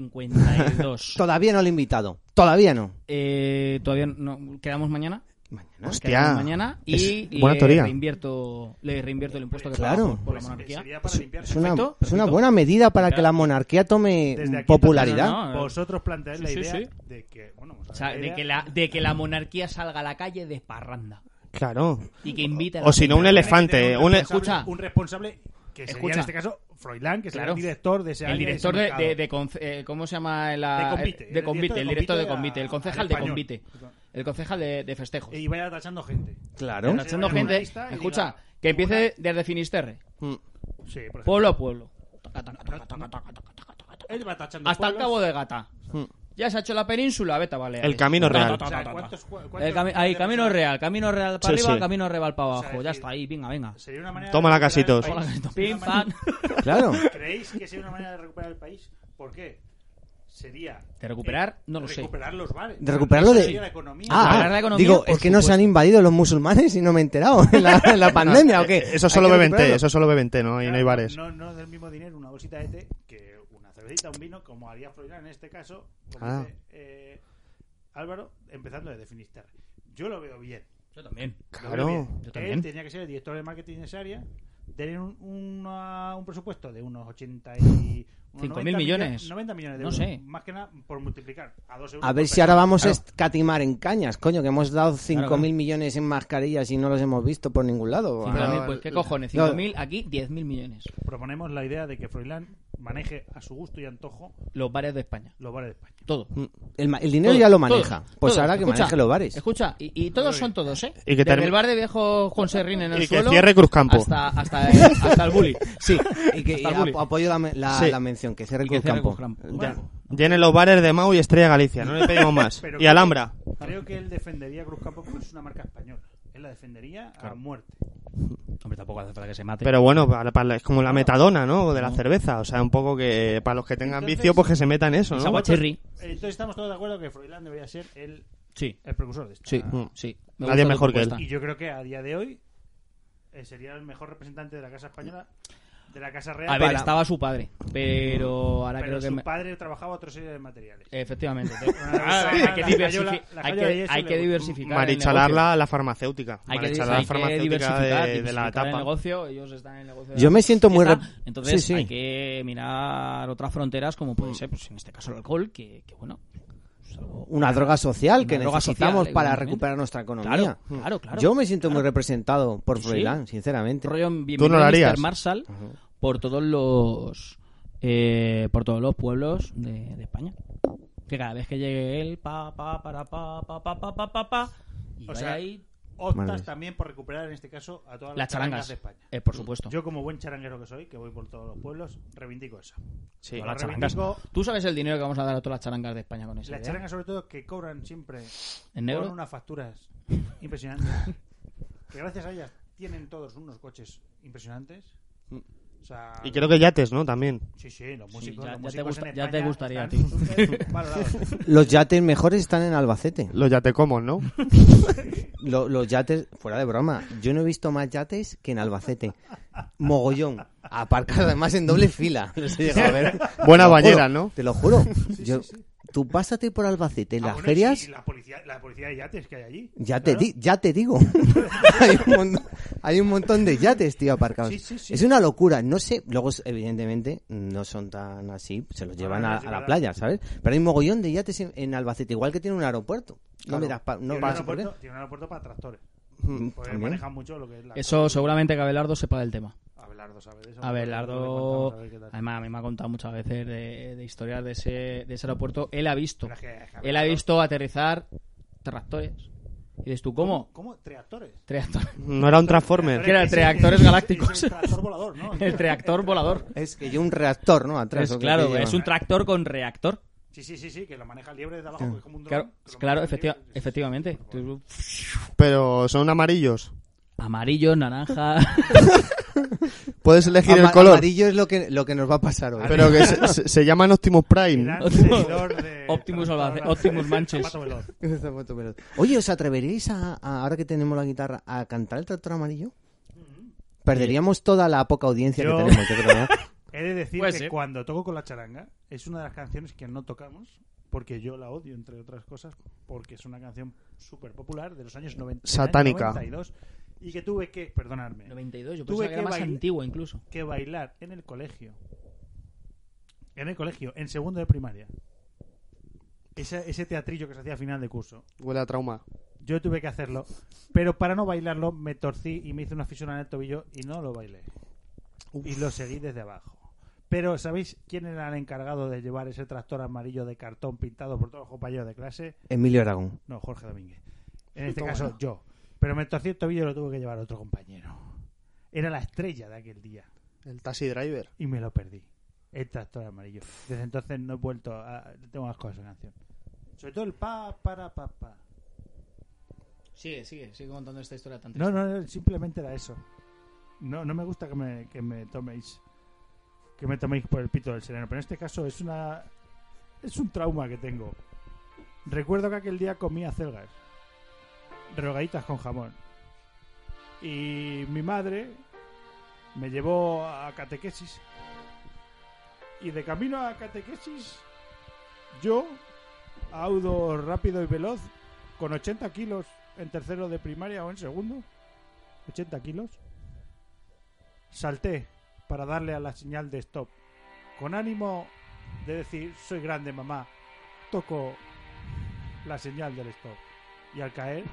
[SPEAKER 2] 150.552.
[SPEAKER 4] Todavía no lo he invitado, todavía no.
[SPEAKER 2] eh, Todavía no. ¿Quedamos mañana?
[SPEAKER 4] Mañana.
[SPEAKER 1] Hostia.
[SPEAKER 2] Quedamos mañana y
[SPEAKER 1] Es buena
[SPEAKER 2] le,
[SPEAKER 1] teoría.
[SPEAKER 2] Reinvierto, le reinvierto el impuesto que
[SPEAKER 4] Claro.
[SPEAKER 2] pago por, por la
[SPEAKER 3] Pues, eh,
[SPEAKER 2] monarquía.
[SPEAKER 3] Sería para limpiar.
[SPEAKER 4] Es una,
[SPEAKER 2] Perfecto,
[SPEAKER 4] es una
[SPEAKER 2] perfecto.
[SPEAKER 4] buena medida para
[SPEAKER 3] Mira,
[SPEAKER 4] que la monarquía
[SPEAKER 3] desde
[SPEAKER 4] tome
[SPEAKER 3] aquí-
[SPEAKER 4] popularidad.
[SPEAKER 2] No, no, no.
[SPEAKER 3] Vosotros planteáis la
[SPEAKER 2] Sí, sí,
[SPEAKER 3] idea
[SPEAKER 2] sí.
[SPEAKER 3] de que, bueno, vamos a
[SPEAKER 2] O sea,
[SPEAKER 3] ver,
[SPEAKER 2] de que, la, de que la monarquía salga a la calle de parranda.
[SPEAKER 1] Claro.
[SPEAKER 2] Y que invite a la
[SPEAKER 1] O si no, un
[SPEAKER 2] gente.
[SPEAKER 3] tiene que
[SPEAKER 1] elefante.
[SPEAKER 3] tener
[SPEAKER 1] Un e-
[SPEAKER 3] un,
[SPEAKER 1] ele-
[SPEAKER 3] responsable,
[SPEAKER 2] Escucha.
[SPEAKER 3] un responsable que sería en
[SPEAKER 2] Escucha.
[SPEAKER 3] este caso Froilán, que será
[SPEAKER 2] Claro.
[SPEAKER 3] el director de ese
[SPEAKER 2] El
[SPEAKER 3] área y ese
[SPEAKER 2] director de,
[SPEAKER 3] mercado.
[SPEAKER 2] de- de conce- eh, ¿Cómo se llama? La,
[SPEAKER 3] De convite.
[SPEAKER 2] eh, de convite, El director de convite. El
[SPEAKER 3] a-
[SPEAKER 2] concejal
[SPEAKER 3] al
[SPEAKER 2] de
[SPEAKER 3] español.
[SPEAKER 2] convite. El concejal de, de festejos.
[SPEAKER 3] Y vaya tachando gente.
[SPEAKER 4] Claro.
[SPEAKER 2] Tachando
[SPEAKER 3] Sí, vaya
[SPEAKER 2] gente.
[SPEAKER 3] lista y
[SPEAKER 2] Escucha,
[SPEAKER 3] diga,
[SPEAKER 2] que empiece desde Finisterre.
[SPEAKER 3] Sí, por ejemplo.
[SPEAKER 2] Pueblo a pueblo. Taca, taca, taca, taca, taca, taca, taca, taca, taca.
[SPEAKER 3] Él va tachando
[SPEAKER 2] Hasta el
[SPEAKER 3] pueblos.
[SPEAKER 2] cabo de Gata. Ya se ha hecho la península, vete a Baleares.
[SPEAKER 1] Hmm. El camino
[SPEAKER 2] Ta, ta,
[SPEAKER 1] real.
[SPEAKER 2] ta,
[SPEAKER 3] O sea,
[SPEAKER 2] ta, ta, ta.
[SPEAKER 3] ¿cuántos- cuántos-
[SPEAKER 2] El cami- ahí, camino real, camino real para
[SPEAKER 1] Sí,
[SPEAKER 2] arriba,
[SPEAKER 1] sí.
[SPEAKER 2] camino real para abajo.
[SPEAKER 3] O sea,
[SPEAKER 2] ya
[SPEAKER 3] es
[SPEAKER 2] está
[SPEAKER 3] decir,
[SPEAKER 2] ahí, venga, venga.
[SPEAKER 3] Sería una manera de
[SPEAKER 1] Tómala,
[SPEAKER 3] recuperar el
[SPEAKER 1] casitos.
[SPEAKER 3] país.
[SPEAKER 2] Tómala, casitos.
[SPEAKER 3] Sería una
[SPEAKER 2] Pim,
[SPEAKER 3] manera-
[SPEAKER 2] pam.
[SPEAKER 4] Claro.
[SPEAKER 3] ¿Creéis que sería una manera de recuperar el país? ¿Por qué? Sería.
[SPEAKER 2] De recuperar,
[SPEAKER 3] eh,
[SPEAKER 2] no lo sé.
[SPEAKER 3] Recuperar los bares.
[SPEAKER 4] De recuperarlo
[SPEAKER 3] Eso
[SPEAKER 4] de-
[SPEAKER 3] sería la economía.
[SPEAKER 4] Ah,
[SPEAKER 2] Hablar de economía,
[SPEAKER 4] digo,
[SPEAKER 2] por
[SPEAKER 4] es que no se
[SPEAKER 2] supuesto.
[SPEAKER 4] han invadido los musulmanes y no me he enterado en la, en la pandemia,
[SPEAKER 2] eh,
[SPEAKER 4] ¿o qué?
[SPEAKER 1] Eh, Eso
[SPEAKER 4] Hay
[SPEAKER 1] solo
[SPEAKER 4] que
[SPEAKER 1] beben té,
[SPEAKER 4] recuperarlo.
[SPEAKER 1] eso solo beben té, ¿no? Y no hay
[SPEAKER 3] Claro,
[SPEAKER 1] bares.
[SPEAKER 3] No, no es del mismo dinero una bolsita de té que una cervecita, un vino, como haría Florida en este caso. como
[SPEAKER 1] Ah.
[SPEAKER 3] dice, eh, Álvaro, empezando desde Finisterre. Yo lo veo bien.
[SPEAKER 2] Yo también.
[SPEAKER 3] Lo
[SPEAKER 1] Claro.
[SPEAKER 3] veo bien.
[SPEAKER 2] Yo también.
[SPEAKER 3] Él tenía que ser el director de marketing de esa área, tener un, una- un presupuesto de unos 80 y... unos
[SPEAKER 2] Cinco
[SPEAKER 3] 90
[SPEAKER 2] mil millones.
[SPEAKER 3] 90 millones de
[SPEAKER 2] No
[SPEAKER 3] euros.
[SPEAKER 2] sé.
[SPEAKER 3] Más que nada por multiplicar a dos euros
[SPEAKER 4] A
[SPEAKER 3] por
[SPEAKER 4] ver si
[SPEAKER 3] persona.
[SPEAKER 4] ahora vamos a
[SPEAKER 2] Claro.
[SPEAKER 4] escatimar en cañas, coño, que hemos dado 5.000
[SPEAKER 2] claro.
[SPEAKER 4] millones en mascarillas y no los hemos visto por ningún lado.
[SPEAKER 2] Cinco
[SPEAKER 4] Ah,
[SPEAKER 2] mil, pues qué cojones,
[SPEAKER 4] No.
[SPEAKER 2] 5.000, aquí 10.000 millones.
[SPEAKER 3] Proponemos la idea de que Froilán maneje a su gusto y antojo
[SPEAKER 2] Los bares de España.
[SPEAKER 3] los bares de España.
[SPEAKER 2] Todo.
[SPEAKER 4] El, ma- el dinero
[SPEAKER 2] Todo,
[SPEAKER 4] ya lo
[SPEAKER 2] todo,
[SPEAKER 4] maneja. pues
[SPEAKER 2] todo.
[SPEAKER 4] ahora que
[SPEAKER 2] Escucha,
[SPEAKER 4] maneje los bares.
[SPEAKER 2] Escucha, y, y todos son todos, ¿eh?
[SPEAKER 1] Y que
[SPEAKER 2] Desde
[SPEAKER 1] termi-
[SPEAKER 2] el bar de viejo Juan Serrín en el
[SPEAKER 1] y que
[SPEAKER 2] suelo.
[SPEAKER 1] cierre Cruzcampo.
[SPEAKER 2] Hasta, hasta, el, hasta el bully.
[SPEAKER 4] Sí, y que y
[SPEAKER 2] Hasta el bullying.
[SPEAKER 4] ap- apoyo la, me- la-
[SPEAKER 1] Sí.
[SPEAKER 4] la mención, que cierre
[SPEAKER 2] Y que
[SPEAKER 4] el
[SPEAKER 2] cierre
[SPEAKER 4] campo.
[SPEAKER 2] Cruzcampo.
[SPEAKER 3] Bueno,
[SPEAKER 1] Llenen los bares de Mau y Estrella Galicia, no le pedimos más.
[SPEAKER 3] Pero
[SPEAKER 1] y Alhambra.
[SPEAKER 3] Creo que él defendería a Cruz Campo porque es una marca española. Él la defendería a muerte.
[SPEAKER 2] Hombre, tampoco hace falta que se mate.
[SPEAKER 1] Pero bueno, para- para- es como la metadona, ¿no? De la cerveza. O sea, un poco que para los que tengan
[SPEAKER 3] Entonces-
[SPEAKER 1] vicio, pues que se metan eso,
[SPEAKER 2] Es
[SPEAKER 1] ¿no?
[SPEAKER 2] agua cherry.
[SPEAKER 3] Entonces estamos todos de acuerdo que Froilán debería ser el,
[SPEAKER 2] Sí,
[SPEAKER 3] el precursor de esto.
[SPEAKER 2] sí,
[SPEAKER 1] Mm.
[SPEAKER 2] sí.
[SPEAKER 1] Nadie
[SPEAKER 2] gusta tu
[SPEAKER 1] mejor que él.
[SPEAKER 2] propuesta.
[SPEAKER 3] Y yo creo que a día de hoy eh, sería el mejor representante de la Casa Española, de la Casa Real.
[SPEAKER 2] A ver,
[SPEAKER 3] Para-
[SPEAKER 2] estaba su padre, pero ahora
[SPEAKER 3] pero
[SPEAKER 2] creo que...
[SPEAKER 3] su
[SPEAKER 2] me- Eh,
[SPEAKER 3] padre trabajaba otra serie de materiales.
[SPEAKER 2] Efectivamente.
[SPEAKER 3] Ah,
[SPEAKER 2] hay que
[SPEAKER 3] la
[SPEAKER 2] diversifi-
[SPEAKER 3] cayola- la
[SPEAKER 2] hay
[SPEAKER 3] cayola
[SPEAKER 2] que-
[SPEAKER 3] de yeso
[SPEAKER 2] hay
[SPEAKER 3] le-
[SPEAKER 2] que diversificar. el
[SPEAKER 1] Marichalar
[SPEAKER 2] negocio.
[SPEAKER 1] la, la farmacéutica.
[SPEAKER 2] Hay que,
[SPEAKER 1] Marichalar
[SPEAKER 2] hay
[SPEAKER 1] la
[SPEAKER 2] que
[SPEAKER 1] farmacéutica de,
[SPEAKER 2] diversificar,
[SPEAKER 1] de la
[SPEAKER 2] diversificar el
[SPEAKER 1] etapa.
[SPEAKER 2] negocio, ellos están en el negocio de
[SPEAKER 4] Yo
[SPEAKER 2] la
[SPEAKER 4] me siento muy
[SPEAKER 2] fiesta,
[SPEAKER 4] rep-
[SPEAKER 2] Entonces
[SPEAKER 4] Sí, sí.
[SPEAKER 2] hay que mirar otras fronteras, como puede ser, pues en este caso el alcohol, que, que bueno. es algo-
[SPEAKER 4] Una droga social
[SPEAKER 2] Una
[SPEAKER 4] que
[SPEAKER 2] droga
[SPEAKER 4] necesitamos
[SPEAKER 2] social,
[SPEAKER 4] para
[SPEAKER 2] evidentemente.
[SPEAKER 4] recuperar nuestra economía.
[SPEAKER 2] Claro, claro, claro.
[SPEAKER 4] Yo me siento muy representado por
[SPEAKER 2] Sí, sí.
[SPEAKER 4] Froilán, sinceramente.
[SPEAKER 2] Rollo
[SPEAKER 1] Tú
[SPEAKER 2] en
[SPEAKER 1] no lo
[SPEAKER 2] Bienvenido
[SPEAKER 1] harías.
[SPEAKER 2] Mr. Marshall por todos los eh, por todos los pueblos de, de España. Que cada vez que llegue él, pa, pa, para, pa, pa, pa, pa, pa, pa, pa, y
[SPEAKER 3] O
[SPEAKER 2] vaya
[SPEAKER 3] sea,
[SPEAKER 2] ahí
[SPEAKER 3] Optas
[SPEAKER 4] Madre.
[SPEAKER 3] también por recuperar en este caso a todas las,
[SPEAKER 2] las charangas.
[SPEAKER 3] de España.
[SPEAKER 2] Eh, por supuesto.
[SPEAKER 3] Yo, como buen charanguero que soy, que voy por todos los pueblos, reivindico eso.
[SPEAKER 1] Sí.
[SPEAKER 2] Todas las
[SPEAKER 3] lo
[SPEAKER 2] charangas.
[SPEAKER 3] reivindico.
[SPEAKER 2] Tú sabes el dinero que vamos a dar a todas las charangas de España con eso. eh?
[SPEAKER 3] Las charangas, sobre todo, que cobran siempre
[SPEAKER 2] ¿En negro?
[SPEAKER 3] con unas facturas impresionantes. que gracias a ellas tienen todos unos coches impresionantes.
[SPEAKER 2] Mm.
[SPEAKER 3] O sea,
[SPEAKER 1] Y creo que yates, ¿no? También.
[SPEAKER 3] Sí, sí, los músicos.
[SPEAKER 2] ya-
[SPEAKER 3] los
[SPEAKER 2] ya te
[SPEAKER 3] músicos
[SPEAKER 2] gusta-
[SPEAKER 3] en
[SPEAKER 2] ya te
[SPEAKER 3] España
[SPEAKER 2] gustaría a
[SPEAKER 3] están
[SPEAKER 2] ti.
[SPEAKER 3] súper valorados.
[SPEAKER 4] Los yates mejores están en Albacete.
[SPEAKER 1] Los yatecomos, ¿no?
[SPEAKER 4] Lo- los yates, fuera de broma, yo no he visto más yates que en Albacete. Mogollón. Aparcados además en doble fila. Los he llegado a ver.
[SPEAKER 1] Buena
[SPEAKER 4] Te lo juro,
[SPEAKER 1] bañera, ¿no?
[SPEAKER 4] Te lo juro. Yo- tú pásate por Albacete en
[SPEAKER 3] Ah,
[SPEAKER 4] las
[SPEAKER 3] bueno, y
[SPEAKER 4] ferias.
[SPEAKER 3] sí, y la policía, la policía de yates que hay allí.
[SPEAKER 4] Ya te,
[SPEAKER 3] Claro.
[SPEAKER 4] di- ya te digo, hay, un montón, hay un montón de yates, tío, aparcados.
[SPEAKER 3] Sí, sí, sí.
[SPEAKER 4] Es una locura, no sé, luego es- evidentemente no son tan así, se los llevan a,
[SPEAKER 3] sí,
[SPEAKER 4] a la
[SPEAKER 3] verdad.
[SPEAKER 4] playa, ¿sabes? Pero hay un mogollón de yates en, en Albacete, igual que tiene un aeropuerto. No
[SPEAKER 1] Claro.
[SPEAKER 4] miras, pa- no
[SPEAKER 3] tiene, un
[SPEAKER 4] vas por
[SPEAKER 3] aeropuerto, tiene un aeropuerto para tractores.
[SPEAKER 4] Mm,
[SPEAKER 3] Porque
[SPEAKER 4] también.
[SPEAKER 3] manejan mucho lo que es la.
[SPEAKER 2] Eso seguramente que Abelardo sepa del tema.
[SPEAKER 3] Abelardo sabe de eso.
[SPEAKER 2] Abelardo,
[SPEAKER 3] A ver qué tal.
[SPEAKER 2] además, a mí me ha contado muchas veces de, de historias de ese, de ese aeropuerto. Él ha visto.
[SPEAKER 3] Pero es que- es que
[SPEAKER 2] Él ha
[SPEAKER 3] Abelardo-
[SPEAKER 2] visto aterrizar tractores. Y dices tú, ¿cómo?
[SPEAKER 3] ¿Cómo? ¿Tractores?
[SPEAKER 2] Tractores.
[SPEAKER 1] No era un Transformer.
[SPEAKER 2] ¿Qué era?
[SPEAKER 3] Ese-
[SPEAKER 2] Tractores
[SPEAKER 3] ese-
[SPEAKER 2] galácticos.
[SPEAKER 3] ese Es el tractor volador, ¿no?
[SPEAKER 2] El tractor volador.
[SPEAKER 4] Es que yo un reactor, ¿no? Atrás.
[SPEAKER 2] Es-
[SPEAKER 4] ¿o qué
[SPEAKER 2] claro,
[SPEAKER 4] lleva?
[SPEAKER 2] es un tractor con reactor.
[SPEAKER 3] Sí, sí, sí, sí, que lo maneja el liebre desde abajo, que es como un dron.
[SPEAKER 2] Claro,
[SPEAKER 3] que lo
[SPEAKER 2] claro
[SPEAKER 3] maneja el liebre.
[SPEAKER 2] efectiva- efectivamente. Tú-
[SPEAKER 1] Pero son amarillos.
[SPEAKER 2] Amarillo, naranja.
[SPEAKER 1] Puedes elegir el
[SPEAKER 4] Ama-
[SPEAKER 1] color.
[SPEAKER 4] Amarillo es lo que, lo que nos va a pasar
[SPEAKER 2] Ah,
[SPEAKER 4] hoy.
[SPEAKER 1] Pero que se, se- se llaman Optimus Prime.
[SPEAKER 3] Gran
[SPEAKER 2] Optimus-
[SPEAKER 3] seguidor de
[SPEAKER 2] Optimus
[SPEAKER 3] tractor
[SPEAKER 2] Albace-
[SPEAKER 3] galáctico.
[SPEAKER 2] Optimus Manches.
[SPEAKER 3] Zapato veloz.
[SPEAKER 4] Esa foto, pero- Oye, ¿os atreveríais a, a- ahora que tenemos la guitarra, a cantar el tractor amarillo?
[SPEAKER 2] Mm.
[SPEAKER 4] Perderíamos toda la poca audiencia
[SPEAKER 3] Yo-
[SPEAKER 4] que tenemos, yo creo, ¿verdad?
[SPEAKER 3] He de decir
[SPEAKER 2] Puede
[SPEAKER 3] que
[SPEAKER 2] ser.
[SPEAKER 3] cuando toco con la charanga, es una de las canciones que no tocamos, porque yo la odio, entre otras cosas, porque es una canción súper popular de los años 90. del año
[SPEAKER 1] Satánica.
[SPEAKER 3] 92, y que tuve que, perdonadme,
[SPEAKER 2] 92, yo pensaba
[SPEAKER 3] Tuve
[SPEAKER 2] que
[SPEAKER 3] que
[SPEAKER 2] era más
[SPEAKER 3] bail-
[SPEAKER 2] antigua incluso.
[SPEAKER 3] que bailar en el colegio. En el colegio, en segundo de primaria. Ese, ese teatrillo que se hacía a final de curso.
[SPEAKER 1] Huele a trauma.
[SPEAKER 3] Yo tuve que hacerlo. Pero para no bailarlo, me torcí y me hice una fisura en el tobillo y no lo bailé. Y lo seguí desde abajo. Pero, ¿sabéis quién era el encargado de llevar ese tractor amarillo de cartón pintado por todos los compañeros de clase?
[SPEAKER 4] Emilio Aragón.
[SPEAKER 3] No, Jorge Domínguez. En este caso, yo. Pero me torcí el tobillo y lo tuve que llevar otro compañero. Era la estrella de aquel día
[SPEAKER 1] El taxi driver.
[SPEAKER 3] y me lo perdí. El tractor amarillo. Desde entonces no he vuelto a. Tengo más cosas esa canción. Sobre todo el pa, para, pa, pa.
[SPEAKER 2] Sigue, sigue, sigue contando esta historia tan
[SPEAKER 3] No, no, no, simplemente era eso. No, no me gusta que me, que me toméis. Que me toméis por el pito del sereno. Pero en este caso es una. Es un trauma que tengo. Recuerdo que aquel día comía celgas. Rogaditas con jamón. Y mi madre me llevó a catequesis. Y de camino a catequesis, yo, audo rápido y veloz, con 80 kilos en tercero de primaria o en segundo, 80 kilos, salté para darle a la señal de stop, con ánimo de decir, soy grande mamá, toco la señal del stop. Y al caer,